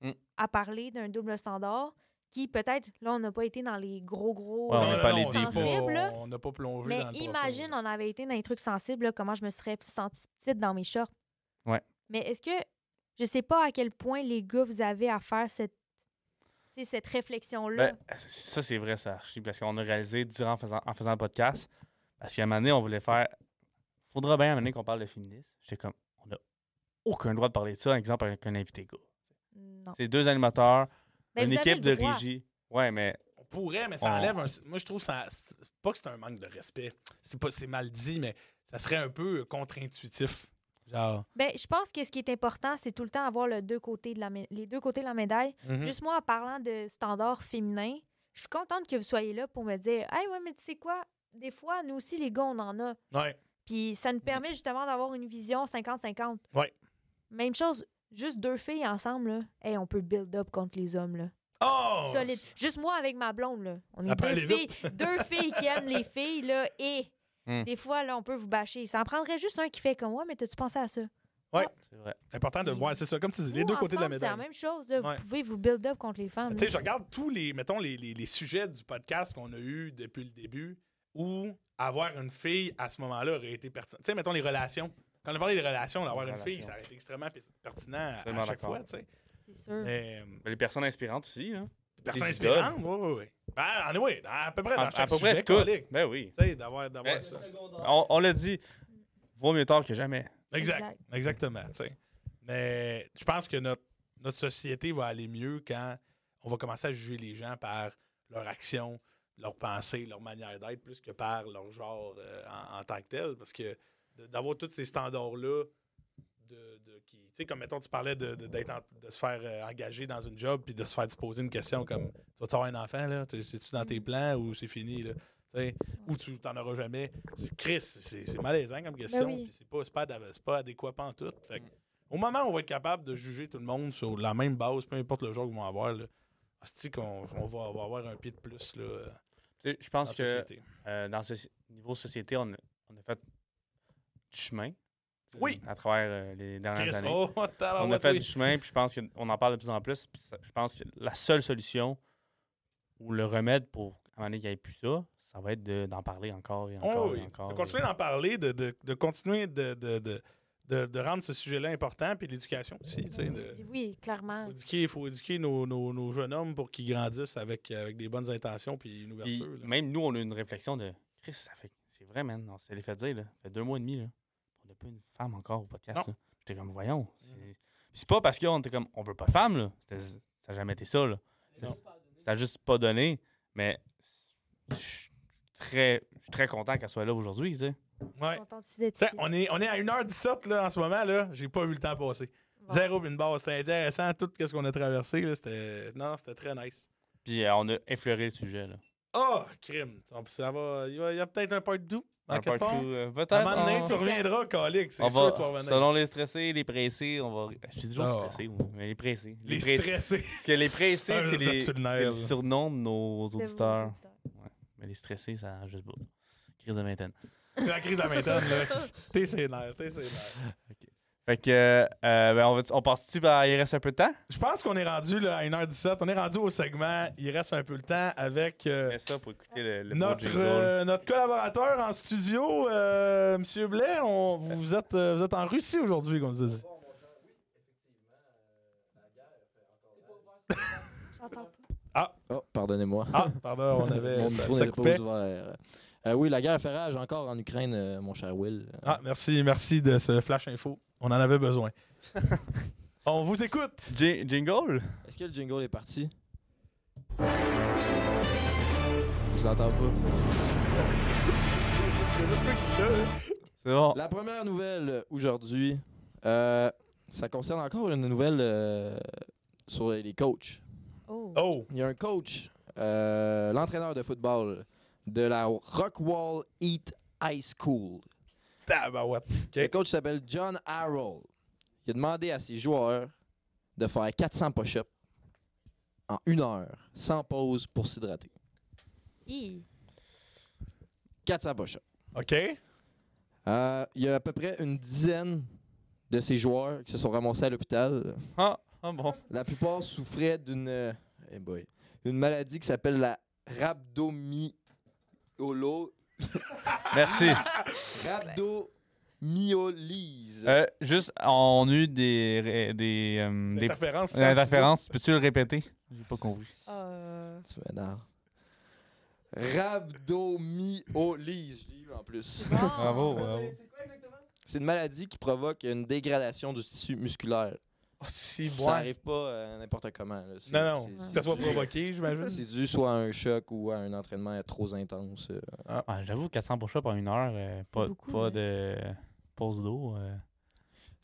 Speaker 1: Mm.
Speaker 3: à parler d'un double standard qui, peut-être, là, on n'a pas été dans les gros, gros...
Speaker 1: Ouais, on
Speaker 3: euh,
Speaker 1: n'est pas allé
Speaker 2: c'est
Speaker 3: deep, là.
Speaker 2: Ah, pas-
Speaker 3: Sensible, là.
Speaker 2: on n'a pas plongé
Speaker 3: mais
Speaker 2: dans le
Speaker 3: imagine, on avait été dans des trucs sensibles, là, comment je me serais sentie petite dans mes shorts.
Speaker 1: Ouais.
Speaker 3: Mais est-ce que je sais pas à quel point les gars vous avez à faire cette, tu sais, cette réflexion-là?
Speaker 1: Ben, ça, c'est vrai, ça, archi, parce qu'on a réalisé durant, en faisant, en faisant le podcast, parce qu'à un moment donné, on voulait faire. Faudra bien à un moment donné qu'on parle de féminisme. J'étais comme, on n'a aucun droit de parler de ça, par exemple, avec un invité gars.
Speaker 3: non.
Speaker 1: C'est deux animateurs,
Speaker 3: Ben,
Speaker 1: une
Speaker 3: vous avez
Speaker 1: équipe
Speaker 3: le
Speaker 1: de
Speaker 3: droit.
Speaker 1: régie. Ouais, mais
Speaker 2: On pourrait, mais ça
Speaker 1: On-
Speaker 2: enlève un. Moi, je trouve ça. c'est Pas que c'est un manque de respect. C'est pas, c'est mal dit, mais ça serait un peu euh, contre-intuitif. Genre.
Speaker 3: Ben, je pense que ce qui est important, c'est tout le temps avoir le deux côtés de la mé- les deux côtés de la médaille.
Speaker 1: Hmm.
Speaker 2: Mhm.
Speaker 3: Juste moi, en parlant de standards féminins, je suis contente que vous soyez là pour me dire Hey, ouais, mais tu sais quoi? Des fois, nous aussi, les gars, on en a.
Speaker 2: Ouais.
Speaker 3: Puis ça nous permet justement d'avoir une vision 50-50.
Speaker 2: Mm. Ouais.
Speaker 3: Même chose, juste deux filles ensemble, là. Hey, on peut build up contre les hommes, là.
Speaker 2: Oh!
Speaker 3: Solide. Juste moi avec ma blonde, là. On
Speaker 2: Ça
Speaker 3: est
Speaker 2: peut
Speaker 3: deux
Speaker 2: aller
Speaker 3: filles,
Speaker 2: vite.
Speaker 3: deux filles qui aiment les filles, là, et
Speaker 1: Hmm.
Speaker 3: des fois, là, on peut vous bâcher. Ça en prendrait juste un qui fait comme, ouais, mais t'as-tu pensé à ça?
Speaker 1: c'est vrai.
Speaker 2: C'est important de voir, c'est ça. Comme tu dis, les
Speaker 3: Vous,
Speaker 2: deux côtés de la
Speaker 3: ensemble, C'est la
Speaker 2: médaille.
Speaker 3: même chose, là.
Speaker 2: Ouais.
Speaker 3: Vous pouvez vous build up contre les femmes.
Speaker 2: Tu sais,
Speaker 3: là.
Speaker 2: je regarde tous les, mettons, les, les- les sujets du podcast qu'on a eu depuis le début où avoir une fille à ce moment-là aurait été pertinent. Tu sais, mettons les relations. Quand on a parlé des relations, d'avoir
Speaker 1: Les
Speaker 2: une fille,
Speaker 1: relations.
Speaker 2: ça aurait été extrêmement pe- pertinent à- à,
Speaker 1: Tellement
Speaker 2: chaque
Speaker 1: d'accord.
Speaker 2: fois, tu sais.
Speaker 3: C'est sûr.
Speaker 2: Mais, euh,
Speaker 1: Ben, les personnes inspirantes aussi. hein. Là.
Speaker 2: personne
Speaker 1: idoles.
Speaker 2: inspirante, oui, oui, oui. Ah, anyway, à peu près dans
Speaker 1: À, à
Speaker 2: chaque
Speaker 1: peu
Speaker 2: sujet,
Speaker 1: près tout.
Speaker 2: colique.
Speaker 1: Ben oui.
Speaker 2: Tu sais, d'avoir, d'avoir
Speaker 1: Ben,
Speaker 2: ça.
Speaker 1: On, on l'a dit, vaut mieux tard que jamais.
Speaker 2: Exact.
Speaker 3: Exact.
Speaker 2: Exactement. tu sais. Mais je pense que notre, notre société va aller mieux quand on va commencer à juger les gens par leur action, leur pensée, leur manière d'être, plus que par leur genre euh, en, en tant que tel. Parce que de- d'avoir tous ces standards-là, de, de- qui, tu sais, comme mettons, tu parlais de, de- d'être en- de se faire euh, engager dans une job puis de se faire te poser une question comme Tu vas-tu avoir un enfant, là Tu- C'est-tu dans tes plans ou c'est fini, là Tu sais, Ou tu t'en auras jamais. C'est- Chris, c'est, c'est malaisant comme question.
Speaker 3: oui.
Speaker 2: puis C'est, pas, c'est, pas, adab- c'est pas adéquat pas en tout. Fait que, au moment où on va être capable de juger tout le monde sur la même base, peu importe le genre qu'ils vont avoir, là, hostie qu'on on va, on va avoir un pied de plus là,
Speaker 1: Tu sais, Je
Speaker 2: dans
Speaker 1: pense
Speaker 2: la
Speaker 1: que
Speaker 2: société.
Speaker 1: euh, dans ce niveau société, on, a- on a fait du chemin.
Speaker 2: Oui.
Speaker 1: À travers euh, les dernières
Speaker 2: Chris,
Speaker 1: années.
Speaker 2: oh,
Speaker 1: on a
Speaker 2: tabarouette,
Speaker 1: fait
Speaker 2: oui.
Speaker 1: du chemin, puis je pense qu'on en parle de plus en plus. Puis ça- je pense que la seule solution ou le remède pour à un moment donné qu'il n'y ait plus ça, ça va être de- d'en parler encore et
Speaker 2: Oh
Speaker 1: encore
Speaker 2: oui.
Speaker 1: et encore.
Speaker 2: De
Speaker 1: et-
Speaker 2: continuer d'en parler, de, de- de continuer de, de- de- de- de rendre ce sujet-là important, puis l'éducation aussi. tu sais, de-
Speaker 3: Oui, clairement.
Speaker 2: euh, faut éduquer, faut éduquer nos, nos- nos jeunes hommes pour qu'ils grandissent avec, avec des bonnes intentions puis une
Speaker 1: Puis
Speaker 2: ouverture. là.
Speaker 1: même nous, on a une réflexion de Chris, ça fait. C'est vrai, man. On s'est les fait dire, là. Ça fait deux mois et demi, là. On n'a pas une femme encore au podcast,
Speaker 2: Non. Mm.
Speaker 1: là. J'étais comme, voyons. c'est- Puis c'est pas parce qu'on était comme, on veut pas de femme, là. C'était- Ça n'a jamais été ça, là. C'est-
Speaker 2: Non.
Speaker 1: Ça a juste pas donné, mais je suis très, je suis très content qu'elle soit là aujourd'hui, tu sais.
Speaker 2: Ouais.
Speaker 3: Contente aussi d'être
Speaker 2: Tiens,
Speaker 3: ici.
Speaker 2: on est, on est à 1h17 là, en ce moment, là. J'ai pas vu le temps passer.
Speaker 3: Bon.
Speaker 2: Zéro puis une barre. C'était intéressant, tout ce qu'on a traversé. là, C'était. Non, non, c'était très nice.
Speaker 1: Puis euh, on a effleuré le sujet, là.
Speaker 2: Oh, crime! Ça, ça va. Il va- il y a peut-être un part doux dans
Speaker 1: Un
Speaker 2: quelque
Speaker 1: part
Speaker 2: part.
Speaker 1: tout, euh,
Speaker 2: À un
Speaker 1: Peut-être.
Speaker 2: moment donné,
Speaker 1: on-
Speaker 2: tu reviendras, Calic.
Speaker 1: on
Speaker 2: C'est sûr
Speaker 1: va-
Speaker 2: que tu vas revenir.
Speaker 1: Selon les stressés, les pressés, on va. Je dis toujours
Speaker 2: Oh.
Speaker 1: stressés, moi, mais les pressés.
Speaker 2: Les
Speaker 1: pressés.
Speaker 2: stressés.
Speaker 1: Parce que les pressés,
Speaker 2: Ah,
Speaker 1: c'est
Speaker 2: ça
Speaker 1: les-
Speaker 2: tue
Speaker 1: c'est
Speaker 2: le nerf,
Speaker 1: le
Speaker 2: là.
Speaker 1: surnom de nos
Speaker 3: De vos
Speaker 1: auditeurs.
Speaker 3: auditeurs.
Speaker 1: Mais les stressés, ça a juste pas. Crise de vingtaine.
Speaker 2: la crise de la vingtaine, là. T'es sénère, t'es sénère.
Speaker 1: Fait que, euh, ben, on, va- on passe-tu par il reste un peu de temps?
Speaker 2: Je pense qu'on est rendu là, à 1h17. On est rendu au segment Il reste un peu le temps avec euh,
Speaker 1: Mets ça pour écouter le, le beau
Speaker 2: notre,
Speaker 1: jingle.
Speaker 2: euh, notre collaborateur en studio, euh, Monsieur Blais. On, vous, vous êtes, euh, vous êtes en Russie aujourd'hui, comme tu dis.
Speaker 3: J'entends pas.
Speaker 9: Oh, pardonnez-moi.
Speaker 2: Ah, pardon, on avait.
Speaker 9: Mon
Speaker 2: ça-
Speaker 9: micro
Speaker 2: ça
Speaker 9: n'était pas
Speaker 2: coupait.
Speaker 9: ouvert. Euh, oui, la guerre fait rage encore en Ukraine, euh, mon cher Will. Euh,
Speaker 2: Ah, merci, merci de ce flash info. On en avait besoin. on vous écoute.
Speaker 1: Ji- jingle?
Speaker 9: Est-ce que le jingle est parti? Je l'entends pas.
Speaker 1: C'est bon.
Speaker 9: La première nouvelle euh, aujourd'hui, euh, ça concerne encore une nouvelle euh, sur les coachs.
Speaker 3: Oh.
Speaker 8: Oh!
Speaker 9: Il y a un coach, euh, l'entraîneur de football de la Rockwall Heat High School.
Speaker 8: Tabarouette!
Speaker 9: Le coach s'appelle John Harrell. Il a demandé à ses joueurs de faire 400 push-ups en une heure, sans pause, pour s'hydrater.
Speaker 3: Hi.
Speaker 9: 400 push-ups.
Speaker 8: OK?
Speaker 9: Euh, il y a à peu près une dizaine de ces joueurs qui se sont ramassés à l'hôpital.
Speaker 1: Ah, ah bon.
Speaker 9: La plupart souffraient d'une euh, eh boy, une maladie qui s'appelle la rhabdomyolo
Speaker 1: Merci.
Speaker 9: rhabdomyolyse.
Speaker 1: Euh, juste, on a eu des, ré- des, euh, des
Speaker 8: Interférence.
Speaker 1: des interférences. Peux-tu le répéter? J'ai pas compris.
Speaker 3: Euh,
Speaker 9: Tu m'énerves. Rhabdomyolyse, je l'ai eu en plus.
Speaker 3: bon.
Speaker 1: Bravo, bravo.
Speaker 9: C'est une maladie qui provoque une dégradation du tissu musculaire.
Speaker 8: Oh, si,
Speaker 9: Ça
Speaker 8: bon.
Speaker 9: n'arrive pas euh, n'importe comment. là. C'est-
Speaker 8: Non, non.
Speaker 9: c'est-
Speaker 8: Que
Speaker 9: c'est
Speaker 8: ça soit
Speaker 9: dû-
Speaker 8: provoqué, j'imagine.
Speaker 9: C'est dû soit à un choc ou à un entraînement trop intense. euh.
Speaker 1: Ah, J'avoue, 400 push-ups en une heure, euh, pas,
Speaker 3: beaucoup,
Speaker 1: pas
Speaker 3: ouais.
Speaker 1: de pause d'eau. euh.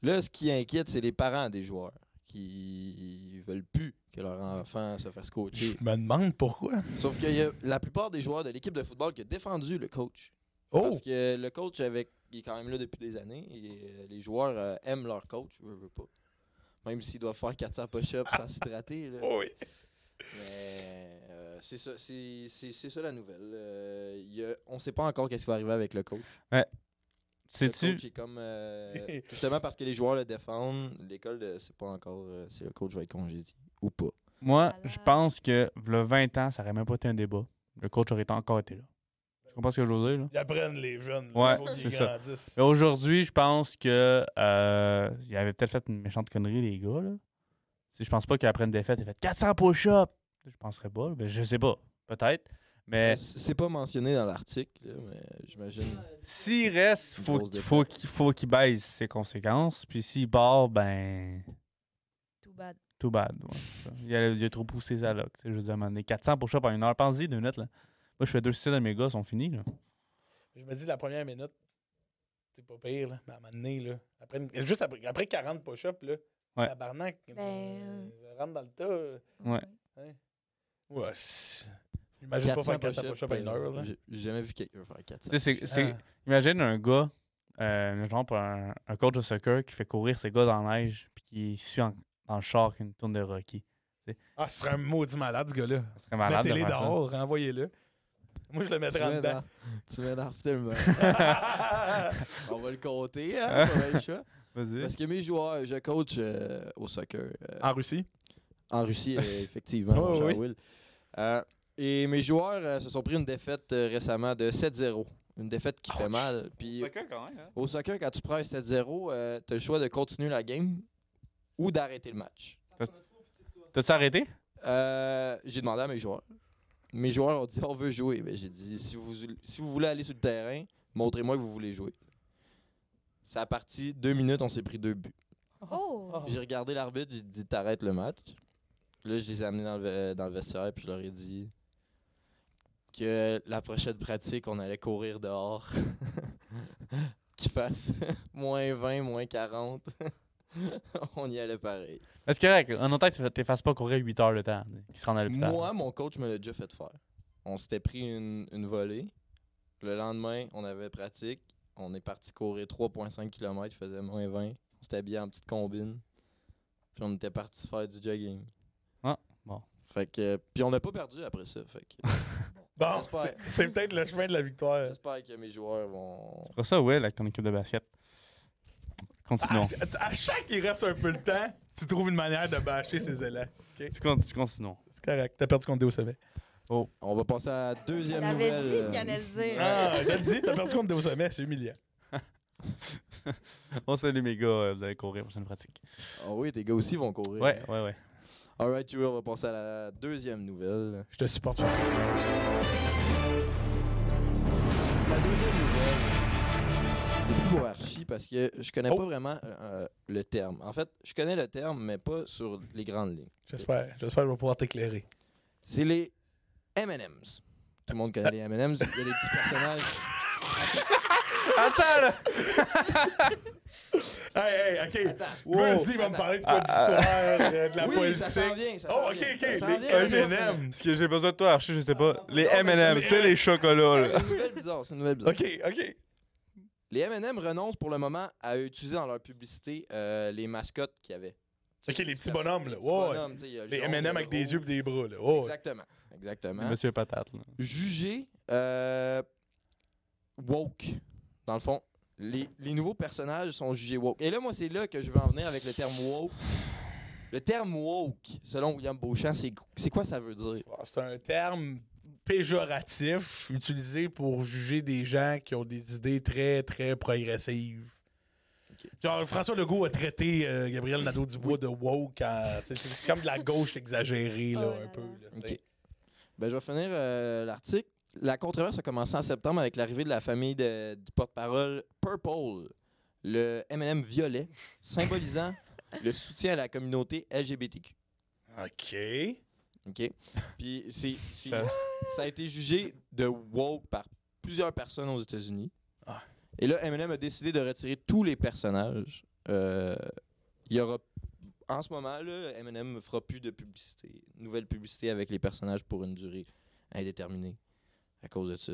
Speaker 9: Là, ce qui inquiète, c'est les parents des joueurs qui veulent plus que leur enfant se fasse
Speaker 8: Je
Speaker 9: coacher.
Speaker 8: me demande pourquoi.
Speaker 9: Sauf que y a la plupart des joueurs de l'équipe de football qui a défendu le coach.
Speaker 8: Oh!
Speaker 9: Parce que le coach, avec, il est quand même là depuis des années. Et euh, les joueurs euh, aiment leur coach, veut, veut pas. Même s'ils doivent faire 400 push-ups sans s'hydrater. là.
Speaker 8: Oui.
Speaker 9: Mais euh, c'est ça, c'est- c'est- c'est ça la nouvelle. Euh, il y a- on sait pas encore qu'est-ce qui va arriver avec le coach. Le
Speaker 1: Sais-tu?
Speaker 9: coach est comme euh, justement parce que les joueurs le défendent, l'école ne sait pas encore euh, si le coach va être congédié ou pas.
Speaker 1: Moi,
Speaker 3: Voilà.
Speaker 1: je pense que le 20 ans, ça aurait même pas été un débat. Le coach aurait encore été là. Tu comprends ce que je veux dire? Là?
Speaker 8: Ils apprennent les jeunes.
Speaker 1: Ouais,
Speaker 8: il faut qu'ils
Speaker 1: c'est ça. Oh.
Speaker 8: grandissent.
Speaker 1: Et Aujourd'hui, je pense que euh, il avait peut-être fait une méchante connerie, les gars. Là. Si je pense pas qu'après une défaite, il a fait 400 push-ups. Je penserais pas. Mais je sais pas. Peut-être.
Speaker 8: Eh.
Speaker 1: Mais
Speaker 9: C'est c'est pas mentionné dans l'article, là, mais j'imagine.
Speaker 1: s'il reste,
Speaker 9: Une
Speaker 1: faut
Speaker 9: grosse
Speaker 1: qu'il faut qu'il faut qu'il baisse ses conséquences. Puis s'il part, ben
Speaker 3: Too bad.
Speaker 1: too bad. ouais, c'est ça. il, a, il a trop poussé sa loque. tu sais, Je veux dire, à un moment donné, 400 push-ups en une heure. Pense-y deux minutes. Là. Moi, je fais deux styles à mes gars, ils sont finis. Là.
Speaker 8: Je me dis, la première minute, c'est pas pire, là, mais à un moment donné, là, après, une- juste après, après 40 push-ups, là,
Speaker 1: Ouais.
Speaker 8: tabarnak,
Speaker 3: Ben,
Speaker 8: euh, rentre dans le tas. euh,
Speaker 1: Ouais.
Speaker 8: Ouais, c'est- j'imagine pas faire 400 push-ups à une heure.
Speaker 9: euh,
Speaker 8: Là.
Speaker 9: J'ai j'ai jamais vu quelqu'un faire 400
Speaker 1: Tu sais, c'est- c'est- Imagine un gars, euh, genre pour un, un coach de soccer qui fait courir ses gars dans la neige puis qui suit en- dans le char avec une tourne de Rocky.
Speaker 8: Ah, ce serait un maudit malade, ce gars-là.
Speaker 1: Ça serait malade de
Speaker 8: Mettez-les
Speaker 1: faire ça.
Speaker 8: dehors, renvoyez-le. Moi, je le
Speaker 9: Tu
Speaker 8: mettrais en dedans.
Speaker 9: m'énerves- Tu m'énerves tellement. On va le compter,
Speaker 1: Ah.
Speaker 9: hein, on a le choix.
Speaker 1: Vas-y.
Speaker 9: Parce que mes joueurs, je coach euh, au soccer euh,
Speaker 2: Ah.
Speaker 8: en Russie.
Speaker 9: en Russie, euh, effectivement, mon
Speaker 8: Ouais,
Speaker 9: cher
Speaker 8: oui.
Speaker 9: Will. Euh, et mes joueurs euh, se sont pris une défaite euh, récemment de 7-0. Une défaite qui fait mal. Puis
Speaker 1: quand même. hein.
Speaker 9: au soccer, quand tu prends un 7-0, euh, t'as le choix de continuer la game ou d'arrêter le match.
Speaker 1: T'as-tu arrêté?
Speaker 9: Euh, j'ai demandé à mes joueurs. Mes joueurs ont dit on veut jouer. Mais j'ai dit si vous, si vous voulez aller sur le terrain, montrez-moi que vous voulez jouer. Ça a parti deux minutes, on s'est pris deux buts.
Speaker 3: Oh!
Speaker 9: J'ai regardé l'arbitre, j'ai dit t'arrêtes le match. Là, je les ai amenés dans le, ve- dans le vestiaire, puis je leur ai dit que la prochaine pratique, on allait courir dehors. Qu'il fasse moins 20, moins 40. on y allait pareil.
Speaker 1: Est-ce correct? En autant que tu t'effaces pas courir 8 heures de temps, qui se rend à l'hôpital.
Speaker 9: Moi, mon coach me l'a déjà fait faire. On s'était pris une, une volée. Le lendemain, on avait pratique. On est parti courir 3,5 km, il faisait moins 20. On s'était habillé en petite combine. Puis on était parti faire du jogging.
Speaker 1: Ah, bon.
Speaker 9: Fait que, puis on n'a pas perdu après ça. Fait que
Speaker 8: Bon,
Speaker 9: J'espère.
Speaker 8: c'est- c'est peut-être le chemin de la victoire.
Speaker 9: j'espère que mes joueurs vont.
Speaker 1: Pour ça, ouais, avec ton équipe de basket. Continuons.
Speaker 9: Ah,
Speaker 8: À, à chaque il reste un peu le temps, tu trouves une manière de bâcher ses élèves.
Speaker 1: tu, continues. continuons.
Speaker 8: C'est correct, t'as perdu contre Déo Sommet.
Speaker 9: On va passer à la deuxième
Speaker 3: J'avais
Speaker 9: nouvelle.
Speaker 3: dit qu'il
Speaker 9: euh,
Speaker 3: allait le dire.
Speaker 8: Ah, je le dis, t'as perdu contre Déo Sommet, c'est humiliant.
Speaker 1: On salue mes gars, euh, vous allez courir, prochaine pratique.
Speaker 9: Ah oui, tes gars aussi vont courir.
Speaker 1: Ouais, ouais, ouais.
Speaker 9: Alright, Joey, on va passer à la deuxième nouvelle.
Speaker 8: Je te supporte.
Speaker 9: La deuxième nouvelle. C'est plus pour Archie parce que je connais
Speaker 8: Oh.
Speaker 9: pas vraiment euh, le terme. En fait, je connais le terme, mais pas sur les grandes lignes.
Speaker 8: J'espère, j'espère que je vais pouvoir t'éclairer.
Speaker 9: C'est les M&M's. Tout le monde connaît les M&M's. Il y a des petits personnages.
Speaker 1: Attends, là!
Speaker 2: Hey, hey, OK.
Speaker 9: Wow.
Speaker 2: Vas-y, il va me parler de quoi
Speaker 1: Ah,
Speaker 2: d'histoire, euh, de la
Speaker 9: oui,
Speaker 2: politique.
Speaker 9: ça s'en vient, ça
Speaker 2: oh,
Speaker 9: s'en
Speaker 2: OK,
Speaker 9: vient,
Speaker 2: OK.
Speaker 9: ça s'en
Speaker 2: Les
Speaker 9: vient.
Speaker 2: M&M.
Speaker 1: Ce que j'ai besoin de toi, Archie, je sais pas. Les
Speaker 9: Non, mais
Speaker 1: M&M, tu sais, les chocolats,
Speaker 9: C'est
Speaker 1: là.
Speaker 9: une nouvelle bizarre, c'est une nouvelle bizarre.
Speaker 2: OK, OK.
Speaker 9: Les M&M renoncent pour le moment à utiliser dans leur publicité euh, les mascottes qu'il y avait.
Speaker 2: OK, les petits bonhommes, là.
Speaker 9: Les petits
Speaker 2: Ouais,
Speaker 9: bonhommes, tu sais, il y a le
Speaker 2: Les
Speaker 9: jaune,
Speaker 2: M&M
Speaker 9: le
Speaker 2: avec des yeux et
Speaker 9: rouge.
Speaker 2: des bras, là. Ouais.
Speaker 8: Oh,
Speaker 9: Exactement.
Speaker 2: Hein?
Speaker 9: Exactement.
Speaker 1: Monsieur Patate, là.
Speaker 9: Jugé euh, woke. Dans le fond, les, les nouveaux personnages sont jugés woke. Et là, moi, c'est là que je veux en venir avec le terme woke. Le terme woke, selon William Beauchamp, c'est c'est quoi ça veut dire?
Speaker 2: Ah, C'est un terme péjoratif utilisé pour juger des gens qui ont des idées très, très progressives.
Speaker 9: Ok.
Speaker 2: Genre, François Legault a traité euh, Gabriel Nadeau-Dubois de woke. quand- c'est- C'est comme de la gauche exagérée, là,
Speaker 3: Oh là
Speaker 2: un peu. là, tu sais.
Speaker 9: Ok. Ben, je vais finir euh, l'article. La controverse a commencé en septembre avec l'arrivée de la famille de- du porte-parole Purple, le MM violet, symbolisant le soutien à la communauté LGBTQ.
Speaker 2: OK.
Speaker 9: OK? Puis c'est, c'est-
Speaker 1: Ça-
Speaker 9: ça a été jugé de woke par plusieurs personnes aux États-Unis.
Speaker 2: Ah.
Speaker 9: Et là, M&M a décidé de retirer tous les personnages. Euh, Il y aura. En ce moment, là, M&M ne fera plus de publicité, nouvelle publicité avec les personnages pour une durée indéterminée à cause de ça.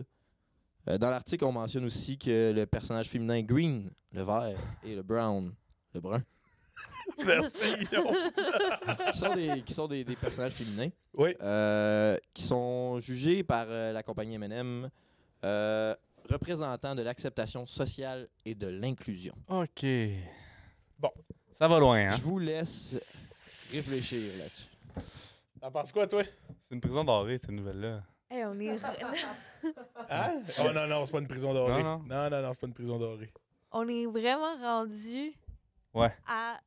Speaker 9: Euh, dans l'article, on mentionne aussi que le personnage féminin Green, le vert, et le brown, le brun,
Speaker 2: Merci, non.
Speaker 9: qui sont des, qui sont des, des personnages féminins.
Speaker 2: Oui.
Speaker 9: Euh, qui sont jugés par euh, la compagnie M&M euh, représentant de l'acceptation sociale et de l'inclusion.
Speaker 1: OK.
Speaker 2: Bon.
Speaker 1: Ça va loin, hein?
Speaker 9: Je vous laisse réfléchir là-dessus.
Speaker 2: T'en penses quoi, toi?
Speaker 1: C'est une prison dorée, cette nouvelle-là.
Speaker 3: Hey, on est, re-
Speaker 2: Hein? Oh non, non, c'est pas une prison dorée.
Speaker 1: Non,
Speaker 2: Non,
Speaker 1: non.
Speaker 2: non, non, c'est pas une prison dorée.
Speaker 3: on est vraiment rendu
Speaker 1: Ouais.
Speaker 3: à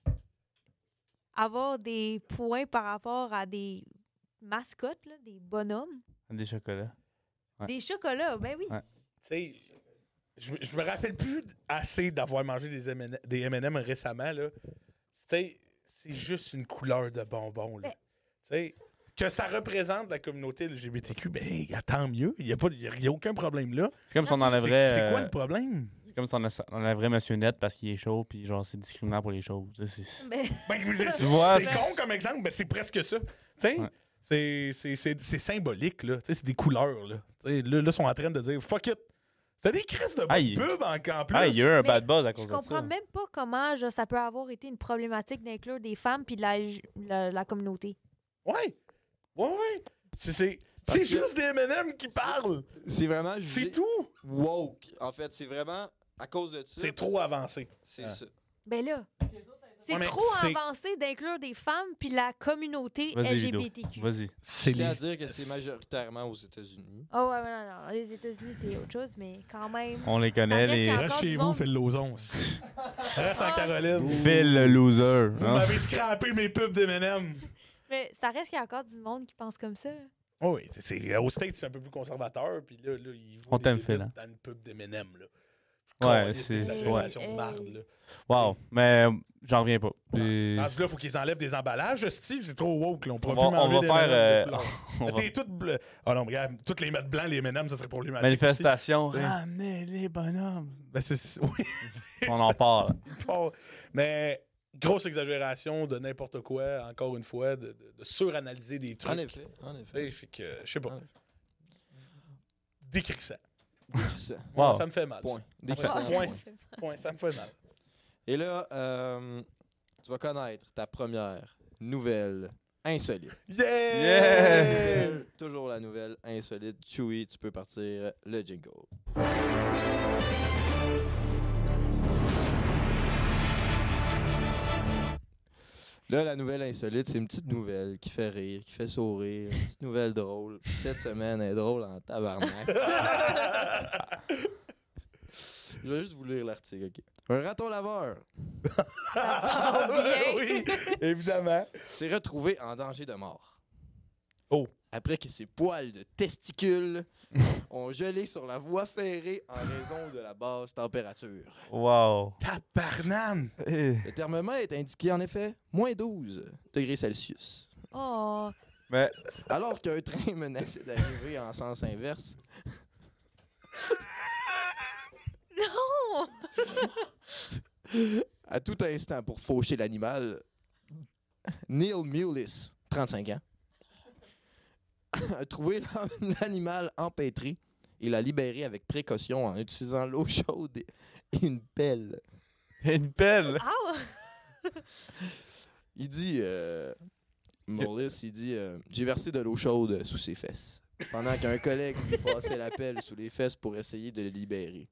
Speaker 3: avoir des points par rapport à des mascottes, là, des bonhommes.
Speaker 1: Des chocolats. Ouais.
Speaker 3: Des chocolats, ben oui.
Speaker 1: Ouais.
Speaker 2: Tu sais, je, me- je me rappelle plus assez d'avoir mangé des M&M des M&M récemment. là. Tu sais, c'est juste une couleur de bonbon. Là.
Speaker 3: Ben-
Speaker 2: Tu sais, que ça représente la communauté LGBTQ, ben, tant mieux. Il n'y a, pas- il y a- il y a aucun problème là.
Speaker 1: C'est comme si on
Speaker 2: C'est
Speaker 1: enlèverait...
Speaker 2: Ah, c'est quoi
Speaker 1: euh,
Speaker 2: le problème?
Speaker 1: C'est comme si on a- on enlèverait Monsieur Net parce qu'il est chaud, puis genre, c'est discriminant pour les chauves. Tu sais, c'est-
Speaker 3: Ben,
Speaker 2: Ben, c'est
Speaker 1: Tu vois,
Speaker 2: c'est
Speaker 1: c'est-
Speaker 2: con comme exemple, mais c'est presque ça. Tu sais,
Speaker 1: Ouais.
Speaker 2: c'est- c'est- c'est c'est symbolique, là. Tu sais, c'est des couleurs, là. Tu sais, là, là, ils sont en train de dire « Fuck it! » C'était des crises de
Speaker 1: Aïe.
Speaker 2: pub en, en plus.
Speaker 1: Ah, il y a eu un
Speaker 3: Mais
Speaker 1: bad buzz à
Speaker 3: je
Speaker 1: cause de ça.
Speaker 3: comprends même pas comment genre, ça peut avoir été une problématique d'inclure des femmes puis de la, ju- la, la communauté.
Speaker 2: Ouais. Ouais, ouais. C'est- C'est
Speaker 9: Parce
Speaker 2: c'est
Speaker 9: que-
Speaker 2: juste des M&M qui parlent.
Speaker 9: C'est vraiment
Speaker 2: C'est
Speaker 9: jugé
Speaker 2: tout.
Speaker 9: woke. En fait, c'est vraiment à cause de ça.
Speaker 2: C'est trop avancé.
Speaker 9: C'est
Speaker 2: Ah.
Speaker 9: ça.
Speaker 3: Ben là, c'est
Speaker 2: Ouais, mais
Speaker 3: trop
Speaker 2: c'est-
Speaker 3: avancé d'inclure des femmes puis la communauté
Speaker 1: Vas-y, Ludo.
Speaker 3: LGBTQ.
Speaker 1: Vas-y.
Speaker 2: C'est
Speaker 9: à dire que c'est majoritairement aux États-Unis.
Speaker 3: Oh ouais, ouais, non, non, les États-Unis, c'est autre chose, mais quand même.
Speaker 1: On les connaît,
Speaker 3: reste
Speaker 1: les...
Speaker 3: encore-
Speaker 2: Reste chez
Speaker 3: du
Speaker 2: vous,
Speaker 3: monde.
Speaker 2: fais le lozon. aussi. Reste en
Speaker 3: Ah.
Speaker 2: Caroline.
Speaker 1: Phil le loser.
Speaker 2: Vous
Speaker 1: hein?
Speaker 2: m'avez scrappé mes pubs des M&M.
Speaker 3: Mais ça reste qu'il y a encore du monde qui pense comme ça.
Speaker 2: Oh oui, c'est- c'est- au States, c'est un peu plus conservateur. Puis là, là ils
Speaker 1: On t'aime, Phil,
Speaker 2: fait
Speaker 1: hein.
Speaker 2: Dans une pub des M&M, là.
Speaker 1: Ouais,
Speaker 2: Câlisse,
Speaker 1: c'est-
Speaker 2: des
Speaker 1: ouais.
Speaker 2: exagérations de
Speaker 3: Hey.
Speaker 2: marde, là.
Speaker 1: Wow, mais euh, j'en reviens pas.
Speaker 2: Ah,
Speaker 1: Puis-
Speaker 2: Rendu là, faut qu'ils enlèvent des emballages, Steve, c'est trop woke, là. On pourra
Speaker 1: On
Speaker 2: plus
Speaker 1: va- on
Speaker 2: manger
Speaker 1: va
Speaker 2: des
Speaker 1: faire,
Speaker 2: M&M de
Speaker 1: euh,
Speaker 2: couleur.
Speaker 1: on va-
Speaker 2: T'es toute bleue. Ah non, regarde, toutes les mètres blancs, les M&M, ça serait problématique. aussi.
Speaker 1: Manifestation, hein,
Speaker 2: Ramenez les bonhommes. Ben, c'est. Oui,
Speaker 1: on en parle.
Speaker 2: bon. Mais grosse exagération de n'importe quoi, encore une fois, de, de- de suranalyser des
Speaker 9: En
Speaker 2: trucs.
Speaker 9: effet, en
Speaker 2: Fait,
Speaker 9: effet.
Speaker 2: fait que, je sais pas.
Speaker 9: Ah.
Speaker 2: Décris ça.
Speaker 9: Ça.
Speaker 1: Wow.
Speaker 2: Ça me fait mal.
Speaker 9: Point.
Speaker 2: ça.
Speaker 9: Des
Speaker 2: Après ça, point.
Speaker 9: personnages, point.
Speaker 2: Point, ça me fait mal.
Speaker 9: Et là, euh, tu vas connaître ta première nouvelle insolite.
Speaker 2: Yeah!
Speaker 9: Nouvelle, toujours la nouvelle insolite. Chewy, tu peux partir le jingle. Là, la nouvelle insolite, c'est une petite nouvelle qui fait rire, qui fait sourire, une petite nouvelle drôle. Cette semaine, elle est drôle en tabarnak. Je vais juste vous lire l'article, OK? Un raton laveur
Speaker 2: Oh, oui, évidemment.
Speaker 9: s'est retrouvé en danger de mort.
Speaker 2: Oh.
Speaker 9: Après que ses poils de testicules ont gelé sur la voie ferrée en raison de la basse température.
Speaker 1: Wow.
Speaker 2: Tabarnane!
Speaker 1: Eh.
Speaker 9: Le thermomètre indiqué en effet moins 12 degrés Celsius.
Speaker 3: Oh,
Speaker 1: Mais
Speaker 9: Alors qu'un train menaçait d'arriver en sens inverse.
Speaker 3: Non!
Speaker 9: à tout instant pour faucher l'animal. Neil Mulis, 35 ans, a trouvé l'an- l'animal empêtré et l'a libéré avec précaution en utilisant l'eau chaude et et une pelle.
Speaker 1: Une pelle!
Speaker 3: Ah!
Speaker 9: Il dit, euh, Maurice, il dit euh, J'ai versé de l'eau chaude sous ses fesses. Pendant qu'un collègue lui passait la pelle sous les fesses pour essayer de le libérer.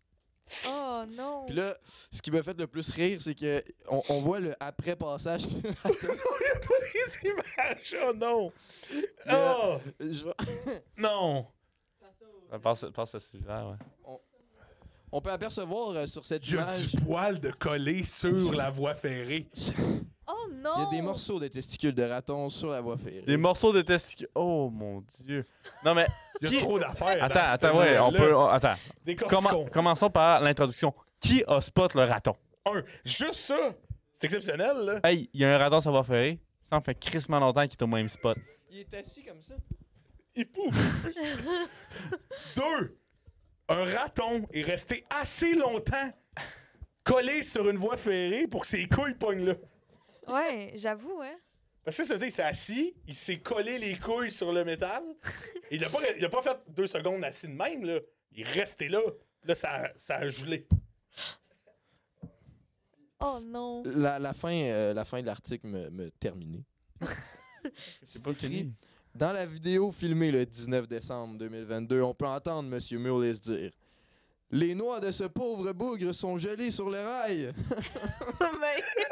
Speaker 3: Oh non!
Speaker 9: Puis là, ce qui m'a fait le plus rire, c'est que on, on voit le après-passage sur
Speaker 2: les images, oh non!
Speaker 9: le-
Speaker 2: Oh!
Speaker 9: je vois-
Speaker 2: Non!
Speaker 1: Passe, passe à celui-là, ouais.
Speaker 9: On peut apercevoir euh, sur cette
Speaker 2: Il y a
Speaker 9: image.
Speaker 2: du poil de coller sur la voie ferrée.
Speaker 3: Oh
Speaker 9: Il y
Speaker 3: non!
Speaker 9: a des morceaux de testicules de raton sur la voie ferrée.
Speaker 1: Des morceaux de testicules. Oh mon dieu. Non mais.
Speaker 2: Il y a
Speaker 1: Qui-
Speaker 2: trop d'affaires.
Speaker 1: Attends,
Speaker 2: dans cette
Speaker 1: attends, ouais, on
Speaker 2: nouvelle-là.
Speaker 1: peut. on- attends.
Speaker 2: Des
Speaker 1: Commen-
Speaker 2: corticons.
Speaker 1: commençons par l'introduction. Qui a spot le raton?
Speaker 2: Un, juste ça! C'est exceptionnel, là.
Speaker 1: Hey, il y a un raton ça va faire. Ça fait crissement longtemps qu'il est au même spot.
Speaker 9: Il est assis comme ça.
Speaker 2: Il pousse. Deux, un raton est resté assez longtemps collé sur une voie ferrée pour que ses couilles pognent là.
Speaker 3: Ouais, j'avoue, hein.
Speaker 2: Parce que ça veut dire qu'il s'est assis, il s'est collé les couilles sur le métal. Et il a pas, il a pas fait deux secondes assis de même, là. Il est resté là. Là, ça, a- ça a gelé.
Speaker 3: Oh non!
Speaker 9: La, la fin, euh, la fin de l'article me, me terminait.
Speaker 1: C'est pas
Speaker 9: fini. Dans la vidéo filmée le 19 décembre 2022, on peut entendre M. Mulis dire Les noix de ce pauvre bougre sont gelées sur le rail.
Speaker 3: Mais-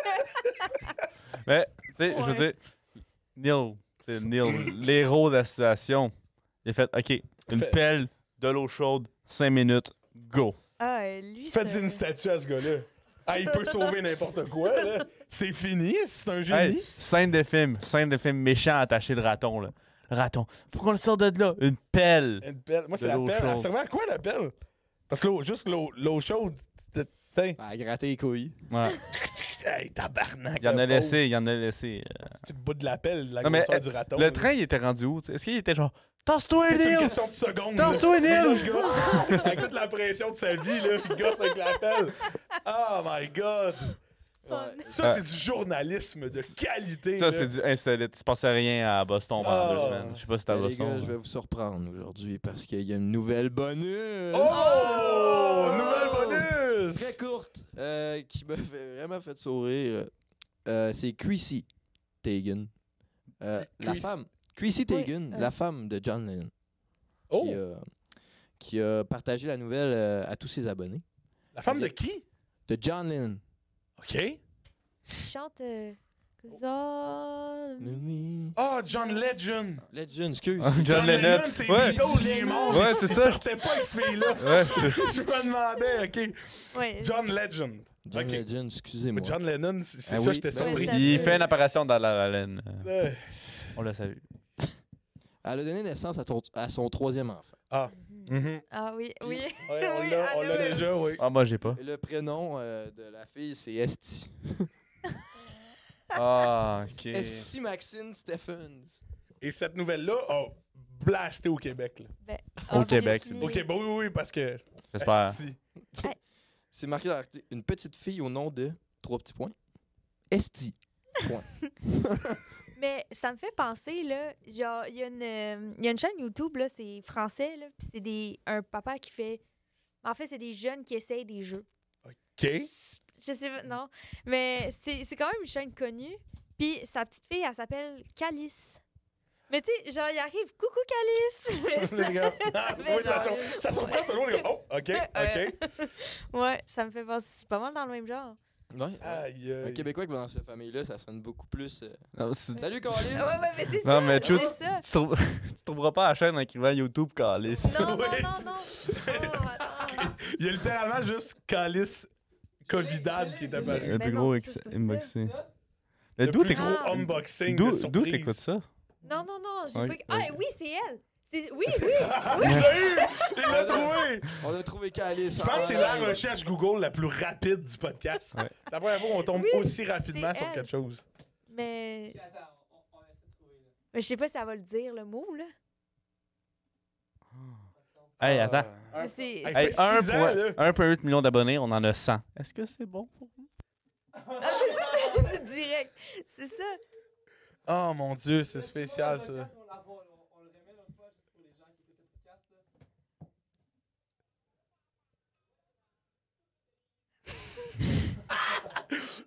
Speaker 1: Mais, tu sais, je veux dire, Neil, tu sais, Neil, l'héros de la situation, il a fait OK, une
Speaker 2: Fait-
Speaker 1: pelle, de l'eau chaude, 5 minutes, go.
Speaker 3: ah, euh, lui,
Speaker 2: Faites
Speaker 3: ça-
Speaker 2: une statue à ce gars-là. Ah, il peut sauver n'importe quoi, là. C'est fini, c'est un génie.
Speaker 1: Hey, scène de film, scène de film méchant attaché le raton, là. Raton, faut qu'on le sorte de là, une pelle.
Speaker 2: Une pelle. Moi, c'est
Speaker 1: De
Speaker 2: la
Speaker 1: l'eau
Speaker 2: pelle. Elle
Speaker 1: chaude.
Speaker 2: servait à quoi, la pelle? Parce que l'eau- juste l'eau l'eau chaude, c'était- tiens.
Speaker 9: À gratter les couilles.
Speaker 1: Ouais.
Speaker 2: Hey, tabarnak.
Speaker 1: Il en
Speaker 2: le
Speaker 1: a
Speaker 2: pauvre.
Speaker 1: laissé, il en a laissé. euh.
Speaker 2: Petit bout de la pelle, la
Speaker 1: Non, mais,
Speaker 2: grosseur
Speaker 1: euh,
Speaker 2: du raton. là.
Speaker 1: Le train, il était rendu où? tu sais? Est-ce qu'il était genre, tasse-toi,
Speaker 2: C'est une
Speaker 1: Neil!
Speaker 2: question de seconde.
Speaker 1: Tasse-toi, Neil!
Speaker 2: gars, avec toute la pression de sa vie, là, il gosse avec la pelle. Oh my god!
Speaker 3: Oh
Speaker 9: Ouais.
Speaker 3: non.
Speaker 2: Ça,
Speaker 1: Ouais.
Speaker 2: c'est du journalisme de qualité.
Speaker 1: Euh. Ça,
Speaker 2: là.
Speaker 1: c'est du insolite. Il se passait rien à Boston pendant
Speaker 2: Ah.
Speaker 1: deux semaines. Je sais pas si c'était à
Speaker 9: Mais les
Speaker 1: Boston.
Speaker 9: gars, je
Speaker 1: là.
Speaker 9: vais vous surprendre aujourd'hui parce qu'il y a une nouvelle bonus.
Speaker 2: Oh! Nouvelle
Speaker 9: Très
Speaker 2: bonus!
Speaker 9: courte, euh, qui m'a fait- vraiment fait sourire. Euh, c'est Chrissy Teigen. Euh, la
Speaker 2: Chrissy-
Speaker 9: femme. Chrissy Teigen,
Speaker 3: euh.
Speaker 9: la femme de John Lennon. Qui,
Speaker 2: Oh!
Speaker 9: a, qui a partagé la nouvelle euh, à tous ses abonnés.
Speaker 2: La femme de qui?
Speaker 9: De John Lennon.
Speaker 2: OK.
Speaker 3: Il chante. euh, 'Cause all-
Speaker 2: Ah, John Legend!
Speaker 9: Legend, excuse.
Speaker 2: Ah.
Speaker 1: John, Lennon.
Speaker 2: c'est
Speaker 1: Ouais.
Speaker 2: Beatles, il est mort.
Speaker 1: Ouais,
Speaker 2: Il-
Speaker 1: c'est
Speaker 2: il
Speaker 1: ça.
Speaker 2: sortait pas avec ce fille-là.
Speaker 1: Ouais.
Speaker 2: Je me demandais, OK.
Speaker 3: Ouais.
Speaker 2: John Legend.
Speaker 9: John
Speaker 2: Ok.
Speaker 9: Legend, excusez-moi.
Speaker 2: Mais John Lennon, c'est c'est
Speaker 9: Ah
Speaker 2: ça,
Speaker 9: oui,
Speaker 2: j'étais
Speaker 9: ben
Speaker 2: surpris.
Speaker 3: oui.
Speaker 1: Il fait une apparition dans la laine.
Speaker 2: Euh,
Speaker 1: On l'a salu.
Speaker 9: Elle a donné naissance à, ton- à son troisième enfant.
Speaker 2: mhm.
Speaker 3: Ah oui, oui.
Speaker 2: Ouais, on
Speaker 3: Oui,
Speaker 2: l'a- on
Speaker 3: allô,
Speaker 2: l'a
Speaker 3: oui.
Speaker 2: déjà, oui.
Speaker 1: Ah, moi, j'ai pas.
Speaker 9: Et le prénom euh, de la fille, c'est Esti.
Speaker 1: Ah, ok.
Speaker 9: Esti Maxine Stephens.
Speaker 2: Et cette nouvelle-là a blasté au Québec. là.
Speaker 1: Au Québec, c'est
Speaker 2: Au
Speaker 3: Brésil.
Speaker 2: Québec, oui, oui, oui, parce que.
Speaker 1: J'espère.
Speaker 2: Asti.
Speaker 9: C'est marqué dans l'article, Une petite fille au nom de. Trois petits points. Esti.
Speaker 3: Mais ça me fait penser, là, genre, il y, a une, euh, il y a une chaîne YouTube, là, c'est français, là, puis c'est des- un papa qui fait... En fait, c'est des jeunes qui essayent des jeux.
Speaker 2: OK.
Speaker 3: Je sais pas, non. Mais c'est c'est quand même une chaîne connue. Puis sa petite fille, elle s'appelle Calice. Mais tu sais, genre, il arrive, coucou Calice! Mais
Speaker 2: Les gars, ah,
Speaker 3: fait
Speaker 2: oui, ça,
Speaker 3: genre-
Speaker 2: sur- ça surprend tout le monde. les gars. Oh, OK,
Speaker 3: Ouais.
Speaker 2: OK.
Speaker 3: Euh, ouais, ça me fait penser, c'est pas mal dans le même genre.
Speaker 9: Ouais. ouais.
Speaker 2: Aïe,
Speaker 9: Un
Speaker 2: aïe.
Speaker 9: Québécois qui va dans cette famille-là, ça sonne beaucoup plus. euh,
Speaker 1: Non, c'est-
Speaker 9: Salut,
Speaker 3: Ouais,
Speaker 9: Carlis!
Speaker 2: Ah
Speaker 3: ouais, mais c'est ça!
Speaker 1: Non, mais tu-
Speaker 3: c'est ça.
Speaker 1: tu, trouves- tu trouveras pas la chaîne en écrivant YouTube, Calis.
Speaker 3: Non, non,
Speaker 2: Ouais.
Speaker 3: non, non! Oh, attends.
Speaker 2: Il y a littéralement juste Calice Covidal qui est apparu.
Speaker 1: Le
Speaker 3: Mais
Speaker 1: Ben, plus
Speaker 3: Ben, non,
Speaker 1: gros
Speaker 3: c'est ça, c'est
Speaker 1: ex-
Speaker 3: pas
Speaker 1: unboxing. Mais
Speaker 2: Le
Speaker 1: Euh, D'où
Speaker 2: plus
Speaker 1: t'éc-
Speaker 2: gros
Speaker 3: Ah.
Speaker 2: unboxing de
Speaker 1: d'où- d'où
Speaker 2: surprise.
Speaker 1: t'écoutes ça?
Speaker 3: Non, non, non, j'ai
Speaker 1: Ouais,
Speaker 3: pas... Ah,
Speaker 1: ouais.
Speaker 3: oui, c'est elle! C'est- Oui, oui!
Speaker 2: Ah, il l'a eu! Il l'a trouvé!
Speaker 9: On a trouvé hein. Calis.
Speaker 2: Je pense que c'est la recherche Google la plus rapide du podcast.
Speaker 1: Ouais.
Speaker 2: C'est la première fois qu'on tombe
Speaker 3: Oui,
Speaker 2: aussi rapidement
Speaker 3: c'est
Speaker 2: sur
Speaker 3: elle.
Speaker 2: quelque chose.
Speaker 3: Mais. Mais je sais pas si ça va le dire, le mot, là.
Speaker 1: Hey, attends.
Speaker 2: Un-
Speaker 3: Mais c'est-
Speaker 2: Hey,
Speaker 1: Hey,
Speaker 2: fait six ans, là.
Speaker 1: 1,8 million d'abonnés, on en a 100. Est-ce que c'est bon pour nous?
Speaker 3: Ah, c'est ça, c'est direct. C'est ça.
Speaker 2: Oh mon dieu, c'est spécial ça.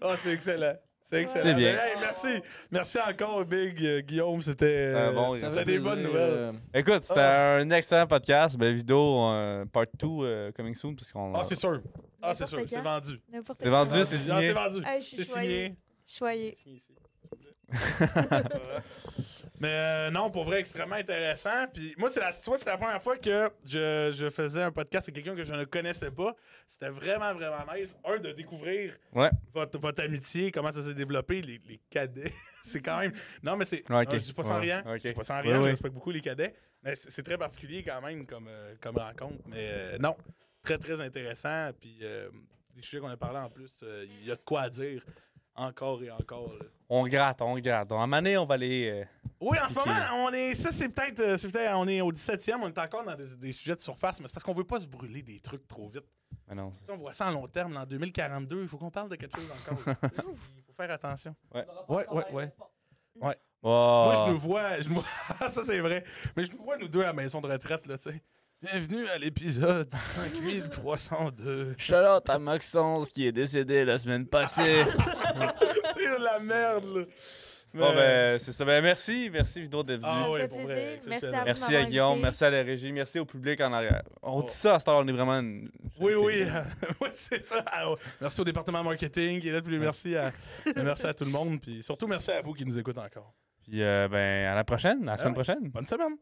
Speaker 2: Ah, c'est excellent. C'est excellent.
Speaker 1: C'est bien.
Speaker 2: Mais, hey, merci. Merci encore, Big euh, Guillaume. C'était.
Speaker 1: Ah, bon,
Speaker 2: ça
Speaker 1: ça
Speaker 2: faisait
Speaker 1: fait
Speaker 2: des bonnes nouvelles.
Speaker 1: Écoute, c'était
Speaker 2: Ah
Speaker 1: un excellent podcast. Belle vidéo, euh, part 2, euh, coming soon. Parce qu'on,
Speaker 2: Ah, c'est sûr. Ah, c'est
Speaker 3: N'importe
Speaker 2: sûr. C'est
Speaker 3: quand.
Speaker 2: vendu.
Speaker 3: N'importe
Speaker 1: C'est
Speaker 3: quoi.
Speaker 1: vendu,
Speaker 2: Ah,
Speaker 1: c'est
Speaker 2: ah,
Speaker 1: signé.
Speaker 2: c'est vendu.
Speaker 3: Ah, je suis
Speaker 2: C'est signé.
Speaker 3: choyée. Choyée.
Speaker 2: Mais euh, non, pour vrai, extrêmement intéressant. Puis moi, c'est la, tu vois, c'est la première fois que je, je faisais un podcast avec quelqu'un que je ne connaissais pas. C'était vraiment, vraiment nice. Un, de découvrir
Speaker 1: Ouais.
Speaker 2: votre, votre amitié, comment ça s'est développé, les, les cadets. c'est quand même. Non, mais c'est.
Speaker 1: Ouais, Ah, ok.
Speaker 2: non, je dis pas sans
Speaker 1: Ouais,
Speaker 2: rien.
Speaker 1: ok.
Speaker 2: Je dis pas sans
Speaker 1: Oui,
Speaker 2: rien. je
Speaker 1: oui.
Speaker 2: respecte beaucoup les cadets. Mais c'est, c'est très particulier quand même comme, euh, comme rencontre. Mais euh, non, très, très intéressant. Puis euh, les sujets qu'on a parlé en plus, euh, il y a de quoi à dire encore et encore. là.
Speaker 1: On gratte, on gratte. Donc, à un moment donné, on va aller. euh,
Speaker 2: Oui, en ce
Speaker 1: Ok.
Speaker 2: moment, on est. Ça, c'est peut-être. euh, c'est peut-être- on est au 17e, on est encore dans des, des sujets de surface, mais c'est parce qu'on veut pas se brûler des trucs trop vite.
Speaker 1: mais non.
Speaker 2: Tu sais, on voit ça en long terme, là, en 2042, il faut qu'on parle de quelque chose encore. il faut faire attention.
Speaker 1: Ouais.
Speaker 2: Ouais, ouais, ouais.
Speaker 1: Oh.
Speaker 2: Moi, je nous vois. Je me vois- ça, c'est vrai. Mais je nous vois, nous deux, à la maison de retraite, là, tu sais. Bienvenue à l'épisode 5302.
Speaker 9: Charlotte à Maxence qui est décédé la semaine passée.
Speaker 2: c'est la merde, là. Mais-
Speaker 1: Bon, ben, c'est ça. Ben, merci, merci, Vidéo, d'être venu.
Speaker 2: Ah
Speaker 3: Ça
Speaker 2: ouais,
Speaker 3: fait
Speaker 2: pour vrai,
Speaker 3: plaisir. Merci
Speaker 2: exceptionnel.
Speaker 3: à vous.
Speaker 1: Merci à
Speaker 3: m'avoir
Speaker 1: Guillaume,
Speaker 3: invité.
Speaker 1: merci à la régie, merci au public en arrière. On
Speaker 2: Oh.
Speaker 1: dit ça à cette heure, on est vraiment. une-
Speaker 2: Oui, oui, oui, c'est ça. Alors, merci au département marketing qui est là, puis merci à, merci à tout le monde, puis surtout merci à vous qui nous écoutez encore.
Speaker 1: Puis, euh, ben, à la prochaine, à la
Speaker 2: Ah
Speaker 1: semaine
Speaker 2: ouais.
Speaker 1: prochaine.
Speaker 2: Bonne semaine!